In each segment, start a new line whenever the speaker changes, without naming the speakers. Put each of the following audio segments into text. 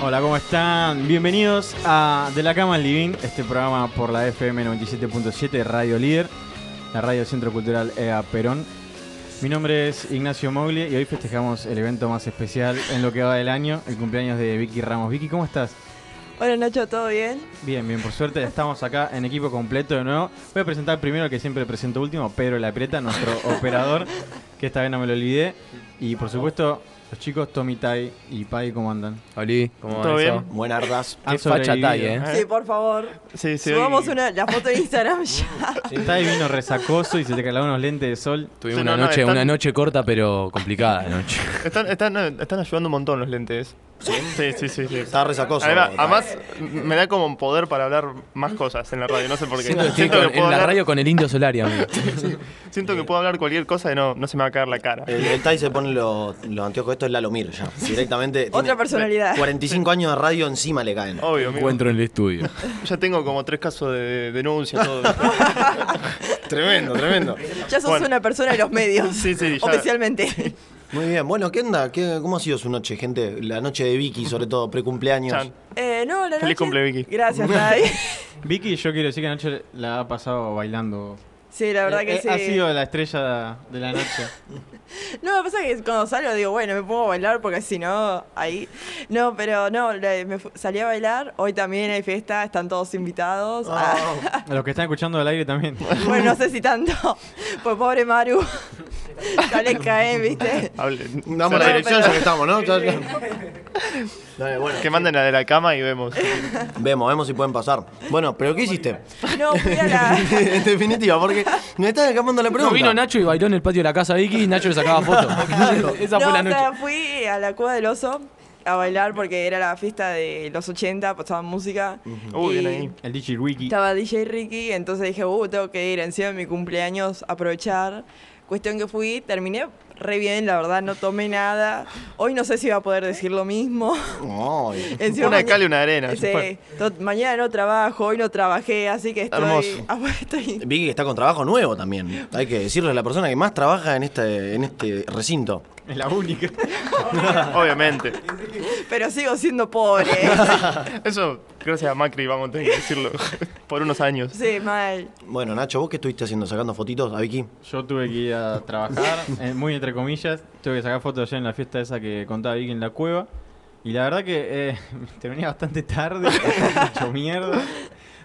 Hola, ¿cómo están? Bienvenidos a De la Cama al Living, este programa por la FM 97.7 Radio Líder, la radio del Centro Cultural EA Perón. Mi nombre es Ignacio Mogli y hoy festejamos el evento más especial en lo que va del año, el cumpleaños de Vicky Ramos. Vicky, ¿cómo estás?
Hola Nacho, ¿todo bien?
Bien, bien, por suerte ya estamos acá en equipo completo de nuevo. Voy a presentar primero al que siempre presento último, Pedro La Prieta, nuestro operador, que esta vez no me lo olvidé. Y por supuesto, los chicos Tommy Tai y Pai, ¿cómo andan?
Oli, ¿cómo
¿Todo
va eso?
bien?
Buenas ardas.
Han
Qué facha
sobrevivido.
Tai, eh.
Sí, por favor.
Sí, sí.
Subamos
hoy-
una, la foto en Instagram ya.
Tai vino resacoso y se te calaron unos lentes de sol.
Tuvimos
Sí,
una,
no, no,
noche,
están-
una noche corta pero complicada la noche.
Están, están, están ayudando un montón los lentes. Sí, sí, sí. sí,
Está resacoso.
Además,
Tai.
además, me da como poder para hablar más cosas en la radio, no sé por qué.
Siento que estoy con- en la
hablar,
radio con el Indio Solari, amigo.
siento que puedo hablar cualquier cosa y no, no se me va a caer la
Eh,
cara.
El, el Tai se pone los, los anteojos. Esto es Lalomir ya. Directamente.
Otra
tiene
personalidad.
45 años de radio encima le caen.
Obvio, amigo.
Encuentro en el estudio.
Ya tengo como tres casos de, de denuncia, todo.
Tremendo, tremendo.
Ya sos
Bueno.
una persona de los medios.
Sí, sí, ya.
Oficialmente.
Muy bien. Bueno, ¿qué onda? ¿Qué- ¿Cómo ha sido su noche, gente? La noche de Vicky, sobre todo, precumpleaños.
Chan.
Eh, no, la
Feliz
noche-
cumple, Vicky.
Gracias, Dai.
Vicky, yo quiero decir que anoche la ha pasado bailando.
Sí, la verdad
Eh,
que
eh,
sí.
Ha sido la estrella de la noche.
No, lo que pasa es que cuando salgo digo, bueno, me pongo a bailar porque si no, ahí. No, pero no, la- me fu- salí a bailar. Hoy también hay fiesta, están todos invitados. Ah,
Ah,
A los que están escuchando al aire también.
Bueno, no sé si tanto. Pues pobre Maru. Ya le caen, ¿viste?
Hable- se-
Damos la dirección
pero-
ya que estamos, ¿no? Ya- Dale, bueno.
Que manden la de la cama y vemos.
Vemos, vemos si pueden pasar. Bueno, pero ¿qué hiciste?
No, fui a la.
en definitiva, porque me estás escapando la
No,
pregunta.
vino Nacho y bailó en el patio de la casa de Vicky y Nacho le sacaba fotos. Esa
no,
fue la
o sea,
noche.
fui a la Cueva del Oso a bailar porque era la fiesta de los 80, pasaban música.
Uy,
y
bien ahí.
El DJ Ricky.
Estaba DJ Ricky, entonces dije, uh, tengo que ir encima de mi cumpleaños, aprovechar. Cuestión que fui, terminé re bien, la verdad, no tomé nada. Hoy no sé si voy a poder decir lo mismo.
Ay.
Encima
Una de
maña-
cal y una de arena,
Sí,
ya fue.
to- mañana no trabajo, hoy no trabajé, así que estoy.
Hermoso.
Ah, bueno, estoy-
Vicky que está con trabajo nuevo también. Hay que decirle, es la persona que más trabaja en este, en este recinto.
Es la única.
Obviamente.
Pero sigo siendo pobre.
Eso, gracias a Macri, vamos a tener que decirlo. Por unos años.
sí, mal.
Bueno, Nacho, ¿vos qué estuviste haciendo? ¿Sacando fotitos a Vicky?
Yo tuve que ir a trabajar, eh, muy entre comillas. Tuve que sacar fotos ayer en la fiesta esa que contaba Vicky en la cueva. Y la verdad que eh, terminé bastante tarde, hecho mierda.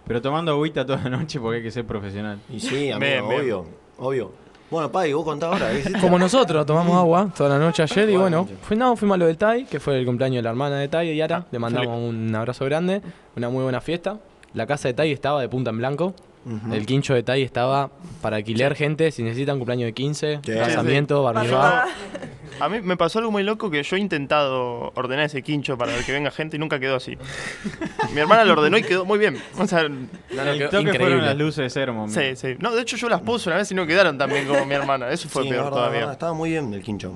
Pero tomando agüita toda la noche porque hay que ser profesional.
Y sí, amigo,
Bien, bien.
obvio, obvio. Bueno, Pai, vos contá ahora. ¿qué hiciste?
Como nosotros, tomamos agua toda la noche ayer y
Bueno,
bueno, fui, no, fuimos a lo del Tai, que fue el cumpleaños de la hermana de Tai, Yara. Le mandamos un abrazo grande, una muy buena fiesta. La casa de Tai estaba de punta en blanco. El quincho de Tai estaba para alquilar gente si necesitan cumpleaños de 15,
Sí.
casamiento, barbacoa.
Barbacoa.
A mí me pasó algo muy loco que yo he intentado ordenar ese quincho para que venga gente y nunca quedó así. Mi hermana lo ordenó y quedó muy bien. O sea,
No, no,
el toque
quedó
fueron
increíble.
las luces de Sermon.
sí, sí. No, de hecho yo las puse una vez y no quedaron tan bien como mi hermana. Eso fue
Sí,
peor
verdad,
todavía.
verdad, estaba muy bien el quincho.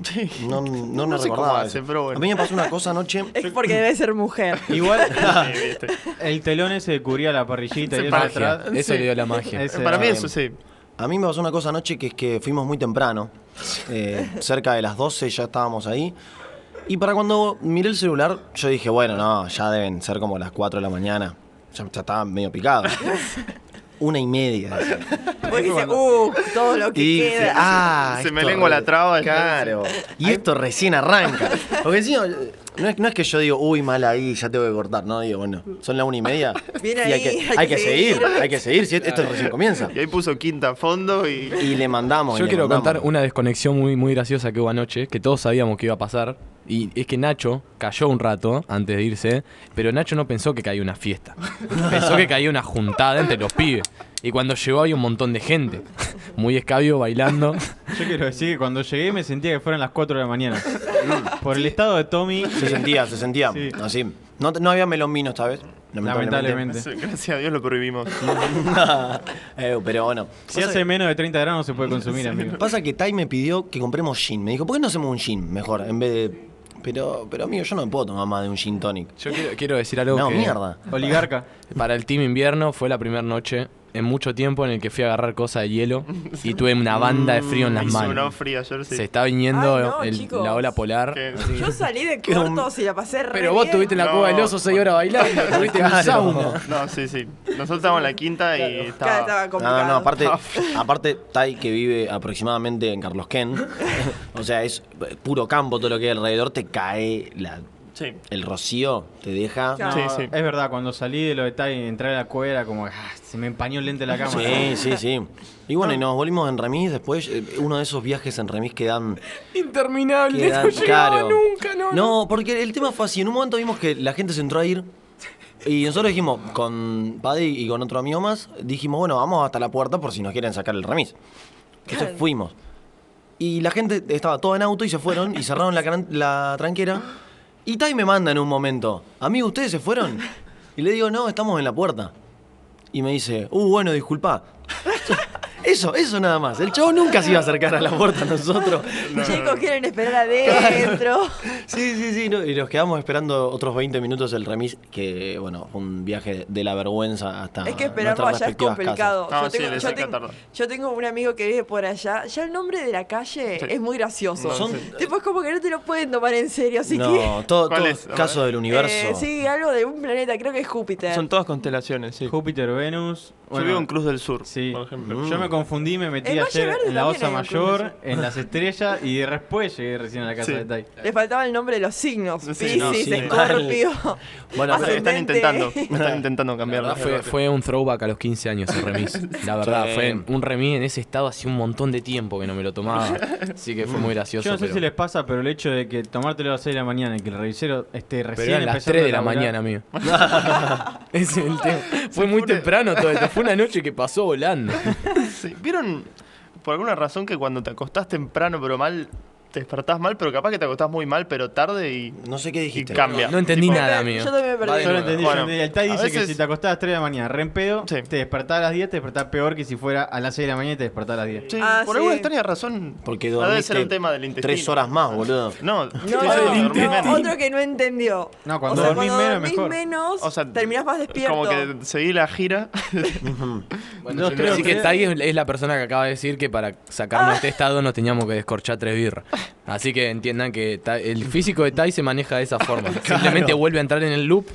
No, no, no,
No sé cómo
recordaba
hace,
eso.
pero bueno.
A mí me pasó una cosa anoche.
Es porque debe ser mujer.
Igual
Sí, viste.
el telón ese cubría la parrillita
Se
y eso
parecía.
atrás.
Magia, Eso
Sí.
le dio la magia.
Ese-
Para mí
Ah,
eso sí.
A mí me pasó una cosa anoche que es que fuimos muy temprano. eh, cerca de las 12 ya estábamos ahí. Y para cuando miré el celular, yo dije, bueno, no, ya deben ser como las 4 de la mañana. Ya, ya estaba medio picado. Una y media. decía.
Vos dices, uh, todo lo que
Y dije,
queda.
ah,
Se me
esto-
lengua la traba.
Claro. Y esto recién arranca. Porque si no, no es, no es que yo digo, uy, mal ahí, ya tengo que cortar. No, digo, bueno, son las una y media.
Bien
y
ahí,
hay que, hay que seguir, hay que seguir. Si esto recién comienza.
Y ahí puso quinta a fondo y...
Y le mandamos. y
Yo
le
quiero
mandamos.
contar una desconexión muy, muy graciosa que hubo anoche, que todos sabíamos que iba a pasar. Y es que Nacho cayó un rato antes de irse, pero Nacho no pensó que caía una fiesta. Pensó que caía una juntada entre los pibes. Y cuando llegó había un montón de gente. Muy escabio, bailando.
Yo quiero decir que cuando llegué me sentía que fueran las 4 de la mañana.
Mm.
Por el estado de Tommy,
Se sentía, se sentía.
Sí.
Así. No, no había melón vino esta vez.
lamentablemente.
Gracias a Dios lo prohibimos.
Eh, pero bueno.
Si hace menos de 30 grados no se puede consumir, amigo.
Pasa que Tai me pidió que compremos gin. Me dijo, ¿por qué no hacemos un gin mejor? En vez de. Pero, pero amigo, yo no me puedo tomar más de un gin tonic.
Yo quiero, quiero decir algo
No,
que
mierda.
Oligarca.
para el Team Invierno fue la primera noche en mucho tiempo en el que fui a agarrar cosas de hielo y tuve una banda de frío en las
Y sonó
manos.
frío ayer, sí.
Se está viniendo
Ay, no,
el-
chicos.
la ola polar.
Que-
Yo salí de
Quedó un-
cortos y la pasé re
Pero vos
bien.
tuviste en la
No.
cueva del oso 6 horas bailando, tuviste en un
Ah,
Claro.
sauna.
No, sí, sí. Nosotros estábamos en la quinta y
Claro,
estaba...
estaba
No, no,
complicado.
no, aparte, aparte Tai que vive aproximadamente en Carlos Ken, o sea, es puro campo todo lo que hay alrededor, te cae la-
Sí.
el rocío, te deja...
Claro.
Sí, sí.
Es verdad, cuando salí de lo de Tai, entré a la cueva, era como, ah, se me empañó el lente de la cámara.
Sí, sí, sí. Y bueno, y nos volvimos en remis después, eh, uno de esos viajes en remis que dan...
Interminable,
que dan
no llegaba
caro.
nunca, no.
No, porque el tema fue así, en un momento vimos que la gente se entró a ir y nosotros dijimos, con Paddy y con otro amigo más, dijimos, bueno, vamos hasta la puerta por si nos quieren sacar el remis. Entonces
Claro.
fuimos. Y la gente estaba toda en auto y se fueron y cerraron la, gran- la tranquera. Y Tai me manda en un momento, amigo, ¿ustedes se fueron? Y le digo, no, estamos en la puerta. Y me dice, uh, bueno, disculpa. Eso, eso nada más. El chavo nunca se iba a acercar a la puerta a nosotros.
Chicos, quieren esperar adentro.
Sí, sí, sí. no, y nos quedamos esperando otros 20 minutos el remis, que bueno, fue un viaje de la vergüenza hasta.
Es que esperarlo
nuestras
allá es
respectivas
complicado.
casas.
Yo
No, sí,
tengo-
le
yo,
saca
tengo,
tarde.
yo tengo un amigo que vive por allá. Ya el nombre de la calle
Sí.
es muy gracioso.
No,
Son-
sí.
Tipo, es como que no te lo pueden tomar en serio, así
casas.
que.
No, todo,
¿Cuál
todo
es? A
caso del universo.
Eh, sí, algo de un planeta, creo que es Júpiter.
Son todas constelaciones, sí.
Júpiter, Venus.
Yo
bueno,
vivo en Cruz del Sur,
Sí. Mm.
por ejemplo.
Yo me confundí, me metí
El Valle
ayer
Verde
en la
también
Osa
hay un Cruz del
Mayor, en las estrellas y después llegué recién a la casa
Sí.
de Tai.
Le faltaba el nombre de los signos.
Sí,
Piscis,
no,
sí.
Escorpio.
Bueno,
Ah, sí,
pero-
Ascendente.
están intentando, están intentando
La
cambiarlo.
verdad fue, fue un throwback a los 15 años el remis. La verdad,
Sí.
fue un remis en ese estado hace un montón de tiempo que no me lo tomaba. Así que fue muy gracioso.
Yo no sé
pero-
si les pasa, pero el hecho de que tomártelo a las 6 de la mañana y que el revisero esté recién
Pero eran las
empezando
3 de
a
la
laburar-
mañana, amigo. Ese es el tema. Fue muy
pone-
temprano todo esto. Fue una noche que pasó volando.
Sí, ¿Vieron por alguna razón que cuando te acostás temprano pero mal, te despertás mal, pero capaz que te acostás muy mal pero tarde y,
no sé qué
y
dijiste.
cambia?
No entendí
Tipo,
nada,
Yo
amigo.
también me
Va
perdí.
Yo
de
lo
nuevo.
entendí,
Bueno,
yo lo entendí. El Tai
a
dice que
veces-
si te acostás a las 3 de la mañana, re en pedo,
Sí.
te despertás a las 10, te despertás peor que si fuera a las 6 de la mañana y te despertás a las 10.
Sí,
Ah,
por
sí.
alguna extraña razón.
Porque
Ah, debe
dormiste
ser un tema del intestino.
tres horas más, boludo.
No,
No,
sí, sí,
no,
dormí
no,
menos.
otro que no entendió.
No, cuando
o sea,
dormís
cuando
menos,
dormís
mejor.
menos,
O sea,
terminás más despierto.
Como que seguí la gira.
Dos, tres,
Así que
tres.
Tai es, es la persona que acaba de decir que para sacarnos de este estado nos teníamos que descorchar tres birras. Así que entiendan que Tai- el físico de Tai se maneja de esa forma. Simplemente vuelve a entrar en el loop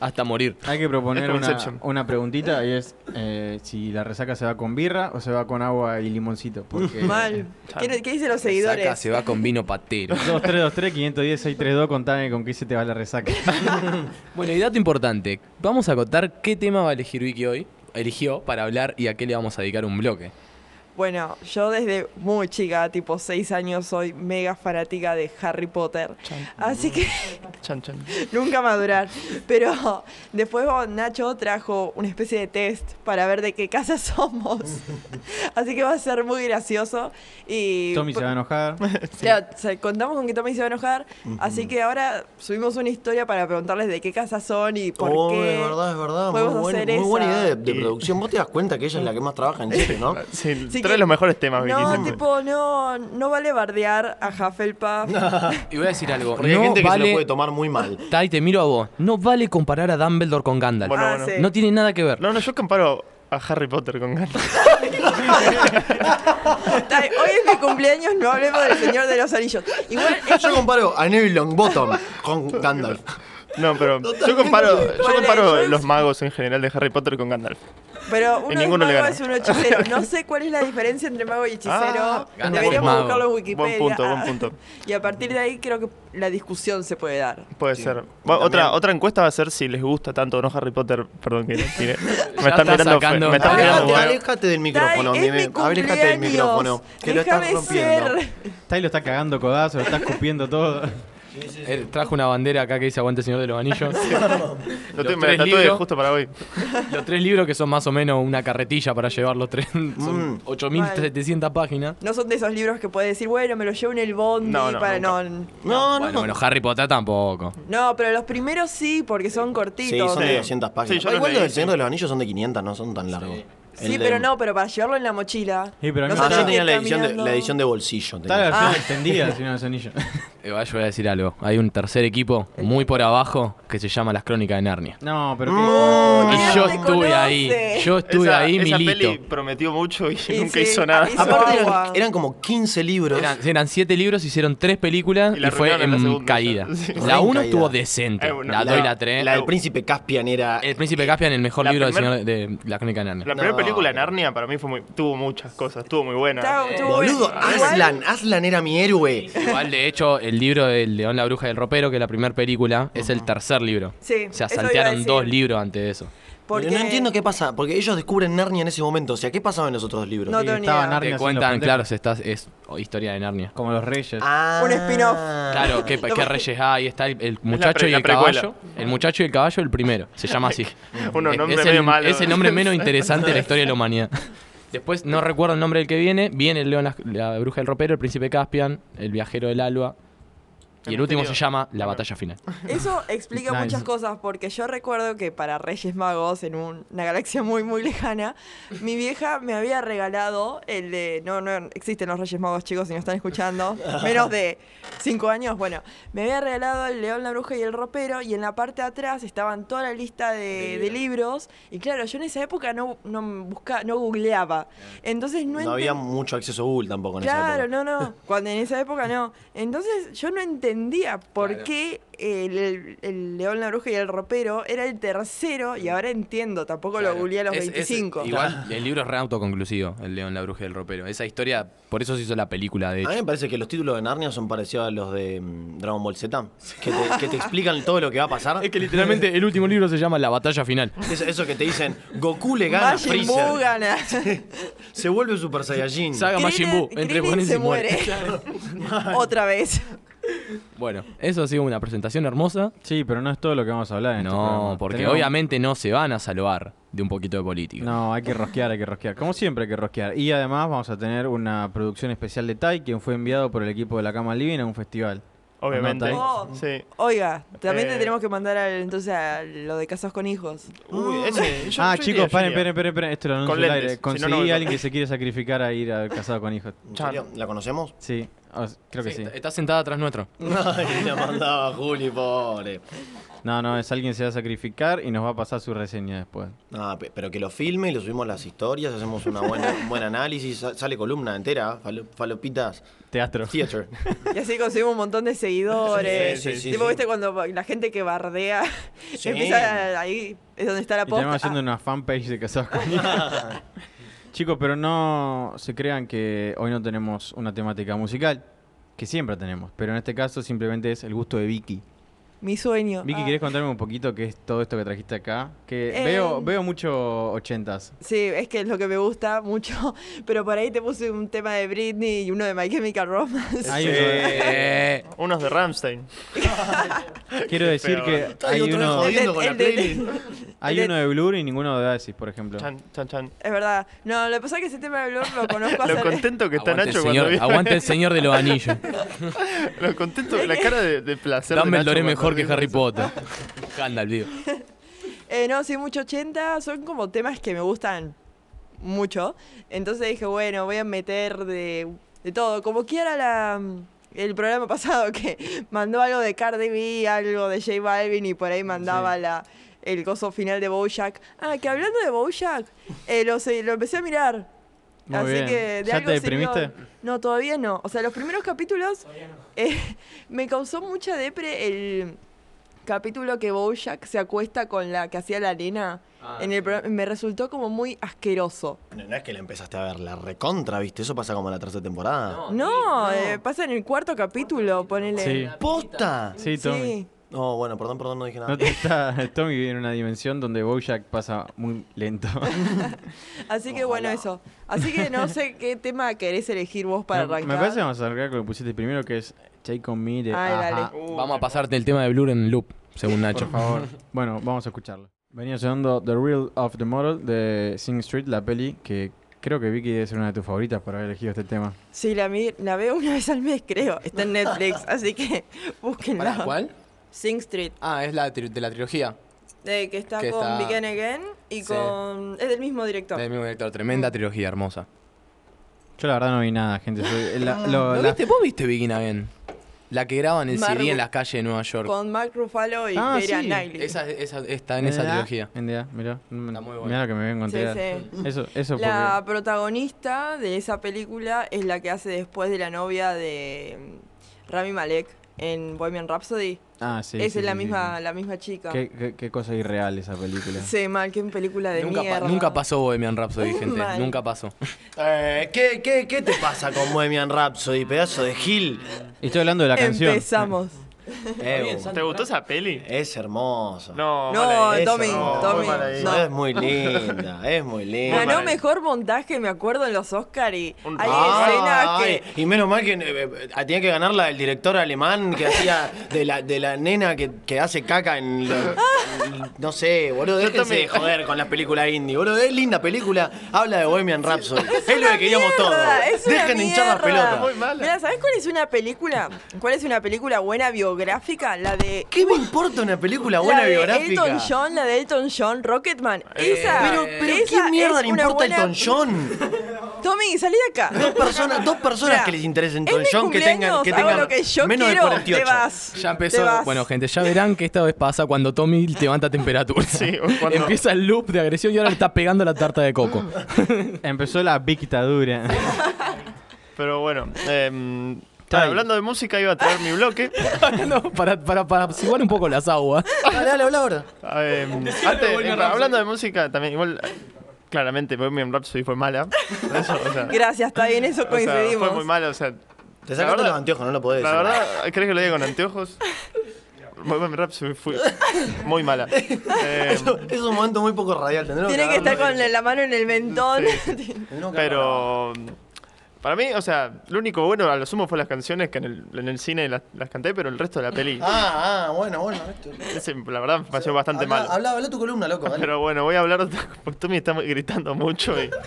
hasta morir.
Hay que
Es
proponer
como
una,
Inception.
una preguntita y es eh, si la resaca se va con birra o se va con agua y limoncito. Porque
Mal. ¿Qué, qué dicen los seguidores?
Saca, se va con vino patero.
2323 510 632 contame con qué se te va la resaca.
Bueno, y dato importante. Vamos a contar qué tema va a elegir Vicky hoy. Eligió para hablar y a qué le vamos a dedicar un bloque.
Bueno, yo desde muy chica, tipo 6 años, soy mega fanática de Harry Potter. Así que
Chan, chan.
nunca madurar. Pero después oh, Nacho trajo una especie de test para ver de qué casa somos. Así que va a ser muy gracioso. Y
Tommy se va a enojar.
Claro, o sea, contamos con que Tommy se va a enojar. Así que ahora subimos una historia para preguntarles de qué casa son y por
Oh,
qué.
es verdad, es verdad. Muy,
podemos
buena-
hacer
muy buena
esa.
idea de, de producción. Vos te das cuenta que ella es la que más trabaja en Chile, ¿no?
Sí,
Sí
trae
que-
los mejores temas, Vicky.
No,
siempre.
tipo, no, no vale bardear a Hufflepuff.
Y voy a decir algo.
Porque hay
no
gente que se
vale-
lo puede tomar muy mal.
Tai, te miro a vos. No vale comparar a Dumbledore con Gandalf.
Bueno,
Ah,
bueno.
sí.
No tiene nada que ver.
No, no, yo comparo a Harry Potter con ganas.
Está bien, Hoy es mi cumpleaños, no hablemos del Señor de los Anillos. Igual, es-
Yo comparo a Neville Longbottom con Gandalf.
No, pero yo comparo, yo
Ponele,
comparo
yo-
los magos en general de Harry Potter con Gandalf.
pero uno es
ninguno le
mago
gana.
es un hechicero. No sé cuál es la diferencia entre mago y hechicero.
Ah,
Gandalf
Deberíamos
es mago.
buscarlo en Wikipedia.
Buen punto,
Ah.
buen punto.
Y a partir de ahí creo que la discusión se puede dar.
Puede ser. Bueno, otra, otra encuesta va a ser si les gusta tanto o no Harry Potter. Perdón que les tire. Me
está
están mirando. fe-
sacando-
Me están mirando. eh,
Alejate,
feo.
alejate del micrófono,
Dai, es
nene.
mi cumpleaños.
Alejate del micrófono. Que lo estás
Déjame
rompiendo.
ser.
Tai lo está cagando codazo, lo está escupiendo todo.
Él trajo una bandera acá que dice Aguante Señor de los Anillos.
Lo
Los
tuve- me la
tres
tatué
libros.
justo para hoy.
los tres libros que son más o menos una carretilla para llevar los tres. Son
Mm.
8.700 páginas.
No son de esos libros que puedes decir, bueno, me lo llevo en el bondi
No, no,
para
nunca.
no.
No, no,
Bueno,
no.
bueno, Harry Potter tampoco.
No, pero los primeros sí, porque son
Sí,
cortitos.
son de
Sí.
200 páginas.
Sí, yo los
Igual los
leí,
del
sí.
Señor de los Anillos son de 500, no son tan largos.
Sí,
El de-
pero no, pero para llevarlo en la mochila.
Sí, pero a mí me
Ah,
sé
yo
gusta-
qué
tenía la
está
edición, de,
mirando.
la edición de bolsillo.
Está la
tenía.
versión
Ah.
extendida, si no es anillo.
Igual yo voy a decir algo. Hay un tercer equipo muy por abajo que se llama Las Crónicas de Narnia.
No,
Mm,
pero
Y
qué.
Ah,
yo
te
estuve ahí.
conoce.
Yo estuve
esa,
ahí,
esa
Milito.
peli prometió mucho y,
Y
nunca
sí,
hizo nada.
hizo
Aparte
agua.
eran, eran como 15 libros.
Eran, eran siete libros, hicieron tres películas
Y
y,
la
fue
arruinaron
en
la segunda,
caída.
ya. Sí.
Re
La
en
1
caída.
estuvo decente.
Eh, bueno,
la
la- eh,
2 y la 3.
La del príncipe Caspian era.
El príncipe Caspian, el mejor
la
libro del
primer-
señor de la crónica de Narnia.
La primera
No.
película de Narnia para mí fue muy, tuvo muchas cosas, estuvo muy buena.
Chao,
Eh,
chao.
Boludo,
Igual-
Aslan. Aslan era mi héroe.
Igual, de hecho, el libro del León, la bruja y el ropero, que es la primera película, es el tercer libro.
Sí,
O sea,
eso iba a
saltearon
decir.
dos libros antes de eso.
Porque
Pero no entiendo qué pasa, porque ellos descubren Narnia en ese momento. O sea, ¿qué pasaba en los otros libros?
No
Y
tengo ni
estaba
idea.
Narnia
Te
haciendo
cuentan,
pendejo.
claro, se estás, es oh, historia de Narnia.
Como los reyes.
Ah.
Un spin-off.
Claro, que, que reyes hay, está el, el muchacho
pre-
y
la
el
precuela.
caballo. El muchacho y el caballo, el primero. Se llama así.
Unos
Es-
nombres
es,
medio
el,
malos.
es el nombre menos interesante de la historia de la humanidad. Después, no recuerdo el nombre del que viene. Viene el león, la, la bruja del ropero, el príncipe Caspian, el viajero del alba. Y el último se
misterio.
llama La batalla final.
Eso explica
Nice.
muchas cosas, porque yo recuerdo que para Reyes Magos, en un- una galaxia muy, muy lejana, mi vieja me había regalado el de. No, no existen los Reyes Magos, chicos, si nos están escuchando. Menos de 5 años. Bueno, me había regalado el León, la Bruja y el Ropero, y en la parte de atrás estaban toda la lista de, de libros. Y claro, yo en esa época no, no, busca, no googleaba. Entonces no,
No había
enten-
mucho acceso a Google tampoco en
Claro,
esa época.
no, no. Cuando en esa época no. Entonces yo no entendía por qué el, el león, la bruja y el ropero era el tercero y ahora entiendo. Tampoco lo googleé a los
Es- es-
25.
igual, el libro es re autoconclusivo, El león, la bruja y el ropero. Esa historia, por eso se hizo la película,
Ah,
de
A
hecho.
mí me parece que los títulos de Narnia son parecidos a los de mm, Dragon Ball Z, que te, que te explican todo lo que va a pasar.
Es que literalmente el último libro se llama La batalla final.
Eso, eso que te dicen, Goku le gana a
Majin Buu
Freezer,
gana.
se vuelve Super Saiyajin.
Saga Majin Buu,
Krillin-
entre
Krillin
pones y
se
muere.
muere. Otra vez.
Bueno, eso ha sido una presentación hermosa.
Sí, pero no es todo lo que vamos a hablar en este
No,
programa.
porque
Tenemos-
obviamente no se van a salvar de un poquito de política.
No, hay que rosquear, hay que rosquear. Como siempre hay que rosquear. Y además vamos a tener una producción especial de Tai, quien fue enviado por el equipo de la Cama Living a un festival.
Obviamente.
Anota
eh.
Sí.
Oiga, también
Eh.
te tenemos que mandar al- entonces a lo de casas con hijos.
Uy, ese, yo-
ah,
yo
chicos,
iría,
paren,
yo iría.
esperen, esperen, esperen. Esto lo anuncio al
Con lentes,
aire.
si no,
Conseguí
no me
a
lo-
alguien que se quiere sacrificar a ir a casado con hijos.
¿En serio? ¿La conocemos?
Sí, ah, creo que sí.
Está sentada atrás nuestro.
Ay, la mandaba Juli, pobre.
No, no, es alguien que se va a sacrificar y nos va a pasar su reseña después.
Ah, pe- pero que lo filme y lo subimos a las historias, hacemos una buena, un buen análisis, sa- sale columna entera, falo- falopitas
Teatro.
theater.
Y así conseguimos un montón de seguidores.
Sí, sí, sí,
tipo,
sí.
viste cuando la gente que bardea
Sí.
empieza ahí, es donde está la
Y
posta.
tenemos haciendo
Ah.
una fanpage de casados con hijos. Chicos, pero no se crean que hoy no tenemos una temática musical, que siempre tenemos, pero en este caso simplemente es el gusto de Vicky.
Mi sueño.
Vicky,
Ah.
¿querés contarme un poquito qué es todo esto que trajiste acá? Que
Eh,
veo, veo mucho ochentas.
Sí, es que es lo que me gusta mucho, pero por ahí te puse un tema de Britney y uno de My Chemical Romance.
Hay uno-
Eh,
Unos de Ramstein.
quiero decir
feo.
que
Está
hay
otra vez
uno,
El
jodiendo
de-
con la
el de-
playlist.
hay
el de-
uno de Blur y ninguno de Oasis, por ejemplo.
Chan, chan, chan.
Es verdad. No, lo que pasa es que ese tema de Blur lo conozco hace...
Lo contento que está
aguante, el
Nacho cuando
señor,
viene.
aguante el señor de los anillos.
Lo contento, la cara de, de placer. de
Dumbledore es
Nacho
mejor
cuando
que
dice
Harry
eso.
Potter. Gandalf, digo.
Eh, no, sí, mucho 80, son como temas que me gustan mucho. Entonces dije, bueno, voy a meter de, de todo. Como quiera la, el programa pasado que mandó algo de Cardi B, algo de J Balvin y por ahí mandaba la, el coso final de Bojack. Ah, que hablando de Bojack, eh, lo, se- lo empecé a mirar.
Muy
Así
bien.
que de
¿Ya
algo
te
sirvió.
deprimiste?
No, todavía no. O sea, los primeros capítulos eh, me causó mucha depre el capítulo que Bojack se acuesta con la que hacía la nena. en el pro- Me resultó como muy asqueroso.
No, no es que la empezaste a ver, la recontra, ¿viste? Eso pasa como en la tercera temporada.
No, eh, pasa en el cuarto capítulo, ponele.
Sí,
¡Posta!
sí, Tommy.
Sí.
No, bueno, perdón, perdón, no dije nada.
No te- está, Tommy vive en una dimensión donde Bojack pasa muy lento.
Así que bueno, eso. Así que no sé qué tema querés elegir vos para
me,
arrancar.
me parece que vamos a arrancar con lo que pusiste primero, que es Take On Me de
Ay,
Ajá.
dale.
Uh,
Ah, Vamos a pasarte el tema de Blur en loop, según Nacho.
Por favor. bueno, vamos a escucharlo. Venía sonando The Real of the Model de Sing Street, la peli que creo que Vicky debe ser una de tus favoritas por haber elegido este tema.
Sí, la, mi- la veo una vez al mes, creo. Está en Netflix, así que búsquenla. Sing Street.
Ah, es la tri- de la trilogía.
Eh, que está
Que
con
está-
Begin Again y
Sí.
con. Es del mismo director.
Del mismo director, tremenda trilogía hermosa.
Yo eh, la verdad no vi nada, gente. soy- la- lo-
Ah,
¿Lo
la-
viste? ¿Vos viste Begin Again? La que graban el
Mar-
CD en las calles de Nueva York.
Con Mark Ruffalo y
Ah,
Keira
sí.
Knightley.
Esa, esa- está en esa
NDA,
trilogía.
NDA, mirá.
Está muy buena.
Mirá lo que me voy a encontrar.
Sí,
Eso, eso
La protagonista de esa película es la que hace después de la novia de mm, Rami Malek en Bohemian Rhapsody.
porque... Ah, sí.
Esa
sí,
es la
sí, sí,
misma,
sí.
la misma chica.
Qué, qué- qué cosa irreal esa película.
Sí, mal, qué película de
Nunca, pa-
mierda.
nunca pasó Bohemian Rhapsody, gente.
Mal.
Nunca pasó.
Eh, ¿qué, qué, ¿Qué te pasa con Bohemian Rhapsody, pedazo de Gil?
Y estoy hablando de la canción.
Empezamos.
Eh,
¿Te gustó esa peli?
es hermoso.
No,
No,
mala
Es
idea.
Tommy,
hermoso.
Tommy,
muy mala idea.
no.
Es muy linda, es muy linda.
Ganó
mal.
mejor montaje, me acuerdo, en los Oscar y
Un-
hay
Ah,
escenas que...
ay, Y menos mal que eh, eh, tenía que ganar la del director alemán que hacía de la, de la nena que, que hace caca en, lo- en- No sé, boludo,
Yo
déjense
también.
de joder con las películas indie, boludo. Es linda película, habla de Bohemian Rhapsody. Es, lo que queríamos todos.
Mierda, es una
Dejen de hinchar
mierda.
las pelotas.
Muy mala.
Mirá, ¿sabés cuál es una película? ¿Cuál es una película buena biográfica? La de...
¿Qué me importa una película buena
la de
biográfica?
Elton John, la de Elton John, Rocketman.
Eh,
Esa,
Pero, pero
esa
¿qué mierda
es
le
una
importa
buena-
Elton John?
Tommy, salí de acá.
Dos personas, dos personas
Mirá,
que les interesa
en
Elton
mi
John que tengan, que
cumpleaños hago
tengan
lo que yo
menos
quiero,
de 48.
Te vas.
Ya
Te
empezó.
vas.
Bueno, gente, ya verán que esta vez pasa cuando Tommy levanta temperatura.
Sí, o cuando-
Empieza el loop de agresión y ahora le está pegando la tarta de coco.
Empezó la dictadura.
Pero bueno, em,
Está
ah,
ahí.
hablando de música iba a traer mi bloque.
Ah, No, para, para, para apaciguar un poco las aguas.
Dale, Ah, dale, habla ahora.
Em, antes, em, hablando de música también, igual, eh, claramente Bohemian Rhapsody fue mala. Eso, o sea,
Gracias, está bien, eso
o sea,
coincidimos.
fue muy mala, o sea...
Te
la
sacaste
verdad-
los anteojos, no lo podés.
La
decir.
verdad, ¿crees que lo diga con anteojos? Bohemian Rhapsody fue muy mala. Em,
Eso- es un momento muy poco radial. tendremos
Tiene que estar
grabarlo.
con la mano en el mentón.
Tendremos que
Pero
grabarlo.
para mí, o sea, lo único bueno a lo sumo fue las canciones que en el, en el cine las, las canté, pero el resto de la peli,
Ah, ah, bueno, bueno. esto-
ese, la verdad, me pareció
Ah,
bastante
habla,
mal.
Habla, habla tu columna, loco. dale.
Pero bueno, voy a hablar, pues Tommy está gritando mucho y...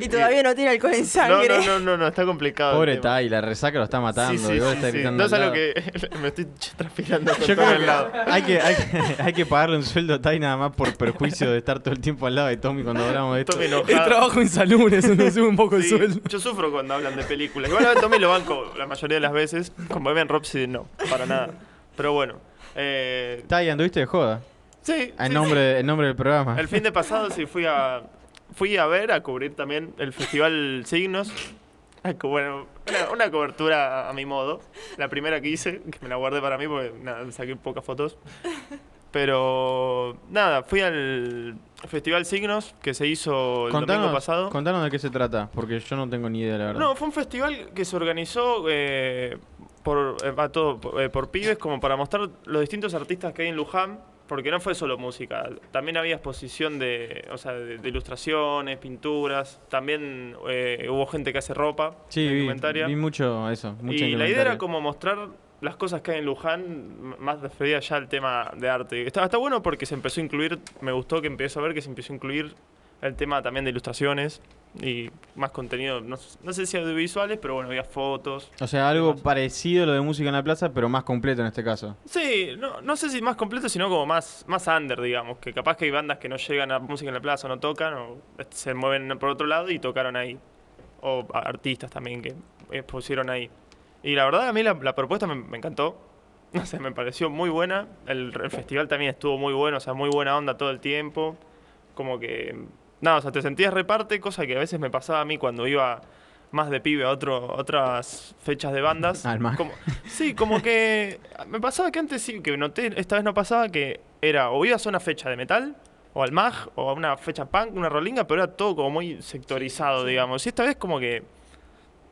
y todavía no tiene alcohol en
No,
sangre.
no, no, no, no, está complicado. el
Pobre
tema.
Tai, la resaca lo está matando.
Sí, sí,
igual
sí,
está
sí.
gritando
No
al
sé lo
lado.
que... Me estoy ch- transpirando por
Yo
todo
creo
el
que
lado.
hay que, hay, que, hay que pagarle un sueldo a Tai nada más por perjuicio de estar todo el tiempo al lado de Tommy cuando hablamos de esto.
Tommy
El
enojado.
trabajo insalubre, eso nos sube un poco
Sí,
el sueldo.
yo sufro cuando hablan de películas. Igual a Tommy lo banco la mayoría de las veces. Con Bohemian Rhapsody no, para nada. Pero bueno. Eh,
Tai, anduviste de joda.
sí,
En
sí,
nombre, en nombre del programa.
El fin de pasado sí fui a fui a ver, a cubrir también el Festival Signos. Ah, que Bueno, una, una cobertura a mi modo. La primera que hice, que me la guardé para mí porque nada, saqué pocas fotos. Pero nada, fui al Festival Signos que se hizo el domingo pasado.
contanos de qué se trata, porque yo no tengo ni idea, la verdad.
No, fue un festival que se organizó eh, por, eh, a todo, por, eh, por pibes como para mostrar los distintos artistas que hay en Luján, porque no fue solo música, también había exposición de, o sea, de, de ilustraciones, pinturas, también eh, hubo gente que hace ropa,
sí, vi,
indumentaria.
vi mucho eso. mucha
y la idea
indumentaria.
era como mostrar las cosas que hay en Luján, m- más despedida ya el tema de arte. Está, está bueno porque se empezó a incluir, me gustó que empezó a ver que se empezó a incluir el tema también de ilustraciones y más contenido, no, s- no sé si audiovisuales, pero bueno, había fotos.
O sea, algo parecido a lo de música en la plaza, pero más completo en este caso.
Sí, no, no sé si más completo, sino como más, más under, digamos, que capaz que hay bandas que no llegan a música en la plaza, no tocan, o este, se mueven por otro lado y tocaron ahí. O a- artistas también que expusieron ahí. Y la verdad a mí la, la propuesta me, me encantó, no sé, me pareció muy buena, el, re- el festival también estuvo muy bueno, o sea, muy buena onda todo el tiempo, como que, nada, o sea, te sentías reparte, cosa que a veces me pasaba a mí cuando iba más de pibe a otro, otras fechas de bandas.
Al mar.
Como- sí, como que me pasaba que antes sí, que noté, esta vez no pasaba, que era o ibas a una fecha de metal, o al MAG, o a una fecha punk, una rolinga, pero era todo como muy sectorizado, digamos. Y esta vez como que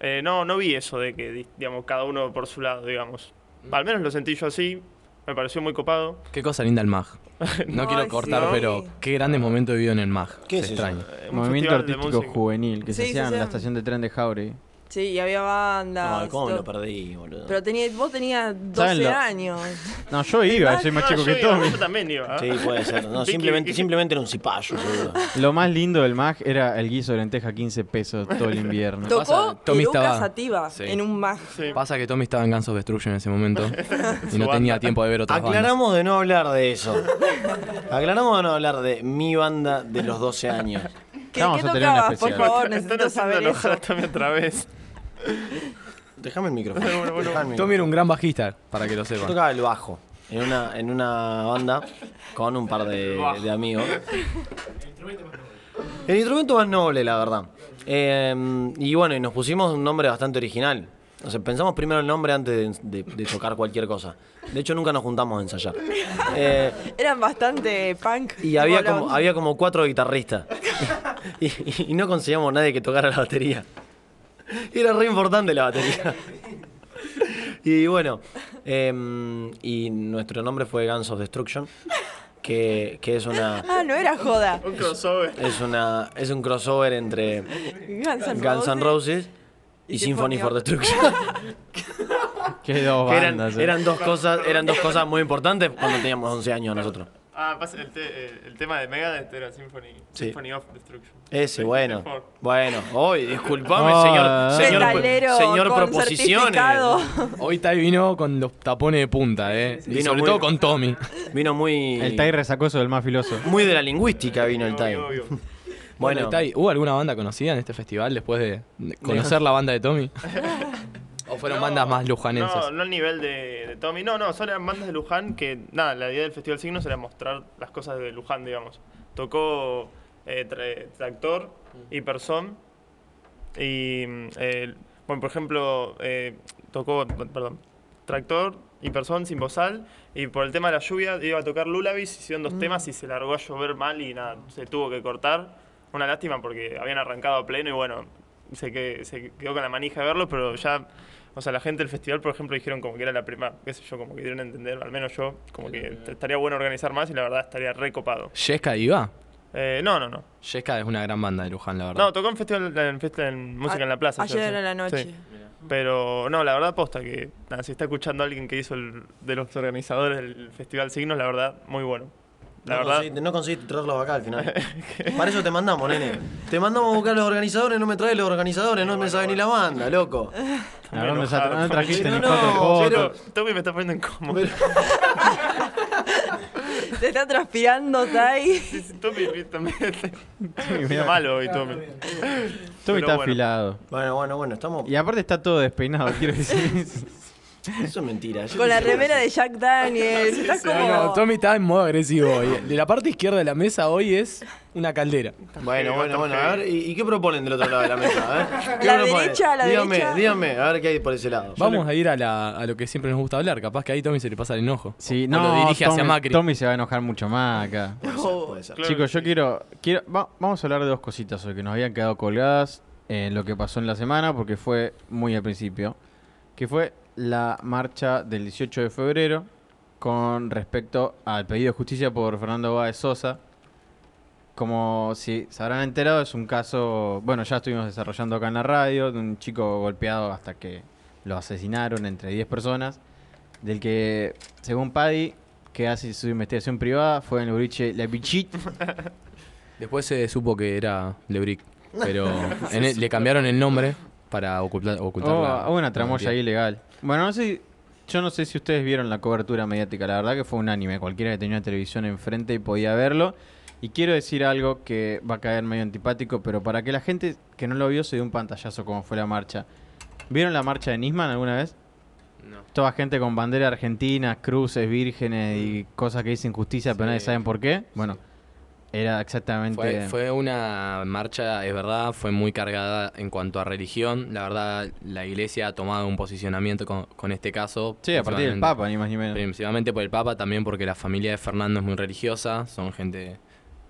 eh, no, no vi eso de que, di- digamos, cada uno por su lado, digamos. Al menos lo sentí yo así, me pareció muy copado.
Qué cosa linda el MAG. No
Ay,
quiero cortar,
sí.
pero qué grandes momentos he vivido en el MAG.
¿Qué
Se
es eso?
extraña.
Eh, un
Movimiento
festival de
artístico
música.
juvenil que se
Sí, sí,
hacía en
sí.
la estación de tren de Jauregui.
Sí, y había bandas.
No, ¿cómo me
todo.
lo perdí, boludo?
Pero tenía, vos tenías 12
¿Saben lo-
años.
No, yo iba, soy más
No,
chico
Ah, yo
que
iba,
Tommy.
Yo también ah. iba.
Sí, puede ser. No,
Vicky,
simplemente,
Vicky.
simplemente era un cipayo, boludo.
Lo más lindo del MAG era el guiso de lenteja 15 pesos todo el invierno.
pasa?
Tocó
Tommy
Eruca
estaba-
Sativa
Sí.
en un mag.
Sí.
Pasa que Tommy estaba en Guns of Destruction en ese momento y
Su
no
banda.
tenía tiempo de ver otras bandas.
Aclaramos de no hablar de eso. Aclaramos de no hablar de mi banda de los 12 años.
¿Qué,
Vamos
qué
a tener un
tocabas? Por
especial.
favor,
Están
necesito
haciendo
saber eso.
enojar a Tommy otra vez.
Déjame el micrófono.
Bueno, bueno.
Dejame el
Tommy era un gran bajista, para que lo
Yo
sepan.
tocaba el bajo en una, en una banda con un par de, de amigos. El instrumento más noble, la verdad. Eh, y bueno, y nos pusimos un nombre bastante original. O sea, pensamos primero el nombre antes de, de- de tocar cualquier cosa. De hecho, nunca nos juntamos a ensayar. Eh,
Eran bastante punk.
y
tipo
había
la
como,
onda.
había como cuatro guitarristas. Y, y no conseguíamos nadie que tocara la batería. Era re importante la batería. Y bueno, em, y nuestro nombre fue Guns of Destruction, que, que es una...
Ah, no era joda.
Un crossover.
Es, una, es un crossover entre
Guns N'
Guns N'
Roses.
Roses y
y
Symphony
Symphony
for
of-
Destruction.
Que dos
Que eran,
bandas. eh.
eran, dos cosas, eran dos cosas muy importantes cuando teníamos 11 años nosotros.
Ah, pasa, el, te- eh, el tema de Megadeth era Symphony,
Sí.
Symphony of Destruction.
Ese,
Sí,
bueno.
por-
Bueno, hoy, disculpame,
Ah.
señor, señor,
Metalero
señor
con
proposiciones.
certificado.
Hoy Tai vino con los tapones de punta, eh. Y
Vino
sobre
muy-
todo con Tommy.
Vino muy.
El Tai resacoso del más filoso.
Muy de la lingüística vino el
Obvio,
Tai.
obvio.
Bueno,
Bueno, Tai, ¿hubo alguna banda conocida en este festival después de conocer la banda de Tommy? ¿O fueron bandas más lujanenses?
No, no al nivel de, de Tommy. No, no, solo eran bandas de Luján que, nada, la idea del Festival Signos era mostrar las cosas de Luján, digamos. Tocó eh, tra- Tractor, Hiperson y, mm, el- bueno, por ejemplo, eh, tocó, perdón, Tractor, Hiperson, Sin Bozal y por el tema de la lluvia iba a tocar Lulavis, hicieron
Mm.
dos temas y se largó a llover mal y nada, se tuvo que cortar. Una lástima porque habían arrancado a pleno y bueno, se, que, se quedó con la manija de verlo, pero ya, o sea, la gente del festival, por ejemplo, dijeron como que era la primera, qué sé yo, como que dieron a entender, al menos yo, como que t- estaría bueno organizar más y la verdad estaría recopado.
¿Yesca iba?
Eh, no, no, no.
Yesca es una gran banda de Luján, la verdad.
No, tocó en festival en, festival, en música
A-
en la plaza. yo
Ayer
sí.
a la noche.
Sí. Pero no, la verdad posta que nada, si está escuchando alguien que hizo el, de los organizadores del Festival Signos, la verdad, muy bueno. La
no,
verdad,
conseguiste, no conseguiste traerlos acá al final. Para eso te mandamos, nene. Te mandamos a buscar los organizadores, no me traes los organizadores, no me sabe ni la banda, loco.
La verdad, me
enojado,
sat- no
estoy
trajiste ni
No,
foto
no,
foto.
pero Tommy me está poniendo incómodo.
Te está transpirando, Tai.
Tommy me- también está
mira.
está malo hoy, Tommy.
Tommy
pero
está
bueno.
afilado.
Bueno, bueno, bueno, estamos.
Y aparte está todo despeinado, quiero decir.
Eso es mentira. yo
Con
no
la
sé.
remera de Jack Daniels. Estás como.
No, no, Tommy está en modo agresivo hoy. De la parte izquierda de la mesa hoy es una caldera.
Bueno,
Sí,
bueno,
bastante
bueno, a ver, ¿y, y qué proponen del otro lado de la mesa? A ver, ¿qué
La
proponen?
derecha, la
dígame,
derecha.
Dígame, a ver qué hay por ese lado.
Vamos a ir a, la- a lo que siempre nos gusta hablar. Capaz que ahí Tommy se le pasa el enojo.
Sí,
O
no,
lo dirige
Tommy,
hacia Macri.
Tommy se va a enojar mucho más acá.
Oh.
Puede ser.
Claro
Chicos,
que
yo quiero. quiero va- vamos a hablar de dos cositas hoy que nos habían quedado colgadas en lo que pasó en la semana, porque fue muy al principio. Que fue la marcha del 18 de febrero con respecto al pedido de justicia por Fernando Báez Sosa. Como si se habrán enterado, es un caso. Bueno, ya estuvimos desarrollando acá en la radio, de un chico golpeado hasta que lo asesinaron entre 10 personas. Del que, según Paddy, que hace su investigación privada, fue en el boliche La Pichit.
Después se supo que era Lebrick, pero en el- le cambiaron el nombre para ocultar, ocultar
Oh,
la-
hubo
la
una tramoya
mentira.
ahí ilegal. Bueno, no sé, yo no sé si ustedes vieron la cobertura mediática, la verdad que fue unánime, cualquiera que tenía una televisión enfrente podía verlo. Y quiero decir algo que va a caer medio antipático, pero para que la gente que no lo vio se dé un pantallazo como fue la marcha. ¿Vieron la marcha de Nisman alguna vez?
No.
Toda gente con bandera argentina, cruces, vírgenes y cosas que dicen justicia, pero
Mm. Sí.
nadie saben por qué. Bueno, era exactamente...
Fue, fue una marcha, es verdad, fue muy cargada en cuanto a religión. La verdad, la iglesia ha tomado un posicionamiento con, con este caso.
Sí, a partir del
principalmente-
Papa, ni más ni menos.
Principalmente por el Papa, también porque la familia de Fernando es muy religiosa, son gente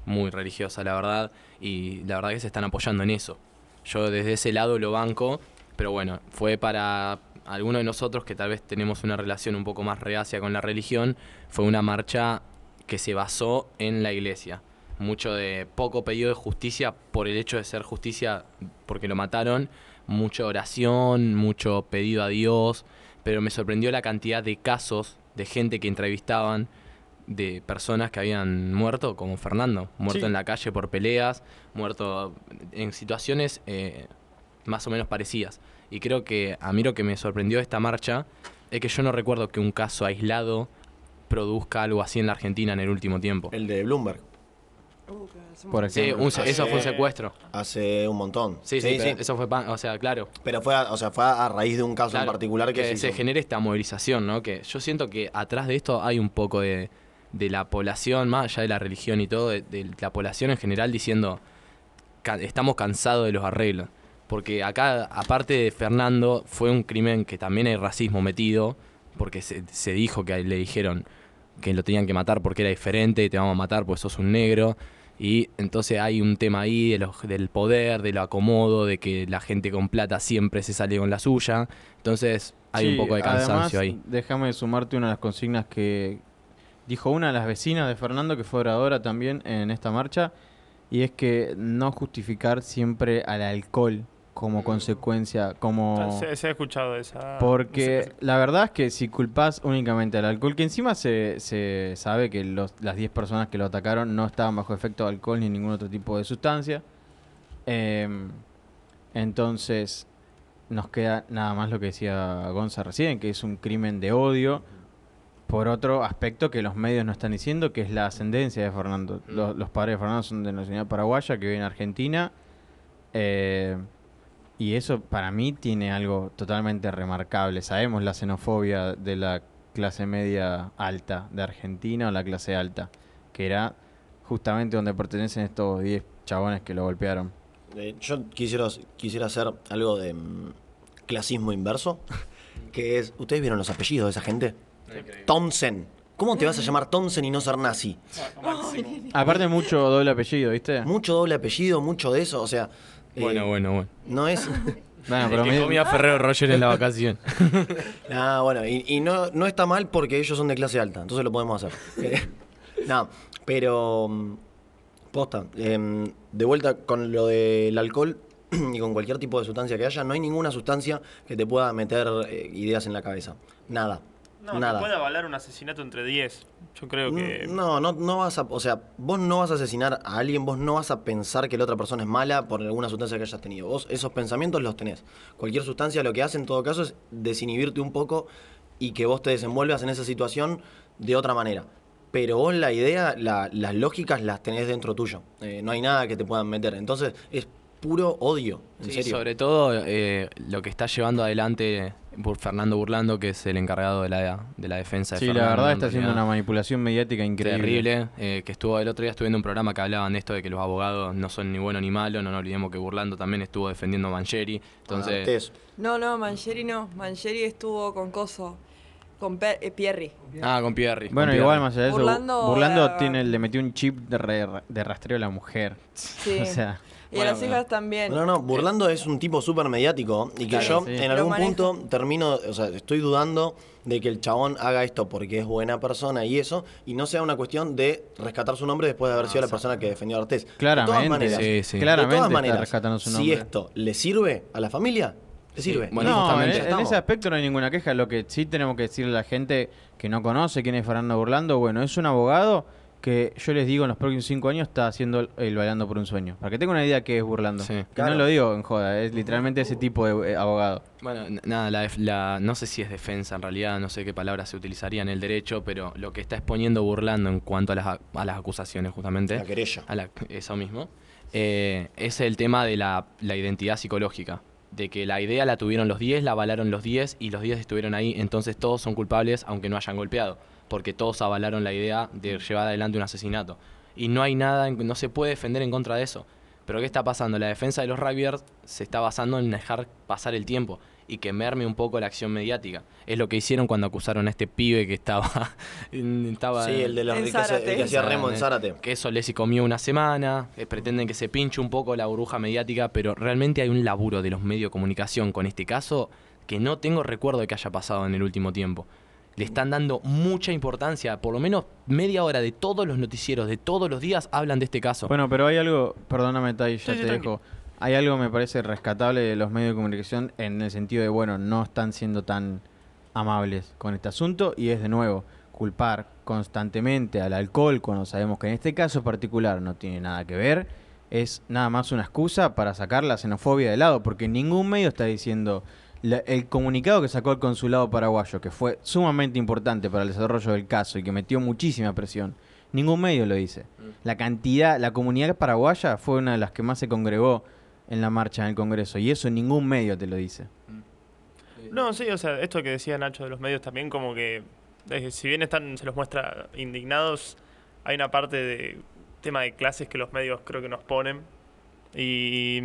muy religiosa, la verdad, y la verdad que se están apoyando en eso. Yo desde ese lado lo banco, pero bueno, fue para algunos de nosotros que tal vez tenemos una relación un poco más reacia con la religión, fue una marcha que se basó en la iglesia. Mucho de poco pedido de justicia por el hecho de ser justicia porque lo mataron, mucha oración, mucho pedido a Dios, pero me sorprendió la cantidad de casos de gente que entrevistaban de personas que habían muerto, como Fernando, muerto
Sí.
en la calle por peleas, muerto en situaciones eh, más o menos parecidas. Y creo que a mí lo que me sorprendió de esta marcha es que yo no recuerdo que un caso aislado produzca algo así en la Argentina en el último tiempo.
El de Bloomberg.
Uh, claro, es un
Por
Sí,
ejemplo.
un se- eso fue un
Sí.
secuestro.
Hace un montón.
Sí, sí, pero eso fue, pan- o sea, claro.
Pero fue a, o sea, fue a raíz de un caso en
Claro,
particular que,
se,
hizo.
genera esta movilización, ¿no? Que yo siento que atrás de esto hay un poco de, de la población, más allá de la religión y todo, de, de la población en general diciendo, "Ca- estamos cansados de los arreglos. Porque acá, aparte de Fernando, fue un crimen que también hay racismo metido, porque se, se dijo que a él le dijeron que lo tenían que matar porque era diferente y te vamos a matar porque sos un negro. Y entonces hay un tema ahí de los- del poder, de lo acomodo, de que la gente con plata siempre se sale con la suya. Entonces hay un
Sí,
poco de cansancio
además,
ahí.
Déjame sumarte una de las consignas que dijo una de las vecinas de Fernando, que fue oradora también en esta marcha, y es que no justificar siempre al alcohol como consecuencia, como...
Se, se ha escuchado esa.
Porque
esa-
la verdad es que si culpás únicamente al alcohol, que encima se, se sabe que los- las 10 personas que lo atacaron no estaban bajo efecto de alcohol ni ningún otro tipo de sustancia, em, entonces nos queda nada más lo que decía Gonza recién, que es un crimen de odio por otro aspecto que los medios no están diciendo, que es la ascendencia de Fernando. Los, los padres de Fernando son de nacionalidad paraguaya, que viven en Argentina. eh, y eso para mí tiene algo totalmente remarcable. Sabemos la xenofobia de la clase media alta de Argentina o la clase alta, que era justamente donde pertenecen estos 10 chabones que lo golpearon.
Eh, yo quisiera, quisiera hacer algo de mm, clasismo inverso, que es, ¿ustedes vieron los apellidos de esa gente? Thompson. ¿Cómo te vas a
Mm.
llamar Thompson y no ser nazi?
Aparte mucho doble apellido, ¿viste?
Mucho doble apellido, mucho de eso, o sea... eh,
bueno, bueno, bueno.
No es...
Bueno, pero
El que
me-
comía Ferrero Roger en la vacación.
Ah, bueno, y, y no, no está mal porque ellos son de clase alta, entonces lo podemos hacer. no, pero. mm, Posta, em, de vuelta con lo del alcohol y con cualquier tipo de sustancia que haya, no hay ninguna sustancia que te pueda meter eh, ideas en la cabeza. Nada.
No, no
nada.
puede avalar un asesinato entre 10. Yo creo que.
No, no, no vas a. O sea, vos no vas a asesinar a alguien, vos no vas a pensar que la otra persona es mala por alguna sustancia que hayas tenido. Vos esos pensamientos los tenés. Cualquier sustancia lo que hace en todo caso es desinhibirte un poco y que vos te desenvuelvas en esa situación de otra manera. Pero vos la idea, la- las lógicas las tenés dentro tuyo. Eh, no hay nada que te puedan meter. Entonces es puro odio, en
Sí,
serio.
sobre todo eh, lo que está llevando adelante Bur- Fernando Burlando, que es el encargado de la, de la defensa de
Sí, la
Fernando,
verdad
en
está haciendo
realidad.
una manipulación mediática increíble.
Terrible, eh, que estuvo el otro día estuve viendo un programa que hablaban de esto de que los abogados no son ni buenos ni malos, no nos olvidemos que Burlando también estuvo defendiendo a Mancheri,
Ah,
entonces
ustedes-
No, no, Mancheri no. Mancheri estuvo con Coso, con Pe- eh, Pierri.
ah, con Pierri. con
Bueno,
Pierri.
igual más allá de eso, Burlando,
Burlando era-
tiene, le metió un chip de, re- de rastreo a la mujer.
Sí.
O sea,
y a las hijas también.
No, no, Burlando es un tipo súper mediático y que yo
sí.
en
Lo
algún
maneja.
punto termino, o sea, estoy dudando de que el chabón haga esto porque es buena persona y eso, y no sea una cuestión de rescatar su nombre después de haber sido la persona que defendió a Artés. De todas
claramente,
maneras,
sí, sí.
de
claramente
todas
está
maneras,
rescatando su
Si
nombre.
esto le sirve a la familia, le sirve.
bueno,
no,
justamente.
en- en,
Estamos.
ese aspecto no hay ninguna queja. Lo que sí tenemos que decirle a la gente que no conoce quién es Fernando Burlando, bueno, es un abogado que yo les digo en los próximos cinco años está haciendo el, el Bailando por un Sueño. Para que tengan una idea de qué es Burlando.
Sí.
Y
Claro.
No lo digo en joda, es literalmente ese tipo de eh, abogado.
Bueno, n- nada, la, def- la- no sé si es defensa en realidad, no sé qué palabra se utilizaría en el derecho, pero lo que está exponiendo Burlando en cuanto a las, a- a las acusaciones justamente,
La querella.
a la- eso mismo, eh, es el tema de la, la identidad psicológica. De que la idea la tuvieron los 10, la avalaron los 10 y los 10 estuvieron ahí, entonces todos son culpables aunque no hayan golpeado, porque todos avalaron la idea de llevar adelante un asesinato. Y no hay nada, en- no se puede defender en contra de eso. Pero ¿qué está pasando? La defensa de los Rabiers se está basando en dejar pasar el tiempo y que merme un poco la acción mediática. Es lo que hicieron cuando acusaron a este pibe que estaba... estaba
Sí, el de la
En
riqueza- el
Zárate.
que hacía remo en
eh,
Zárate.
Que eso Lesi comió una semana, eh, pretenden que se pinche un poco la burbuja mediática, pero realmente hay un laburo de los medios de comunicación con este caso que no tengo recuerdo de que haya pasado en el último tiempo. Le están dando mucha importancia, por lo menos media hora de todos los noticieros, de todos los días, hablan de este caso.
Bueno, pero hay algo, perdóname, Tai, ya
Sí, sí,
te
tranqui.
dejo. Hay algo, me parece, rescatable de los medios de comunicación en el sentido de, bueno, no están siendo tan amables con este asunto y es, de nuevo, culpar constantemente al alcohol cuando sabemos que en este caso particular no tiene nada que ver. Es nada más una excusa para sacar la xenofobia de lado, porque ningún medio está diciendo. la- el comunicado que sacó el consulado paraguayo, que fue sumamente importante para el desarrollo del caso y que metió muchísima presión Ningún medio lo dice. La cantidad, la comunidad paraguaya fue una de las que más se congregó en la marcha en el Congreso. Y eso ningún medio te lo dice.
No, sí, o sea, esto que decía Nacho de los medios también, como que, eh, si bien están, se los muestra indignados, hay una parte de tema de clases que los medios creo que nos ponen. Y,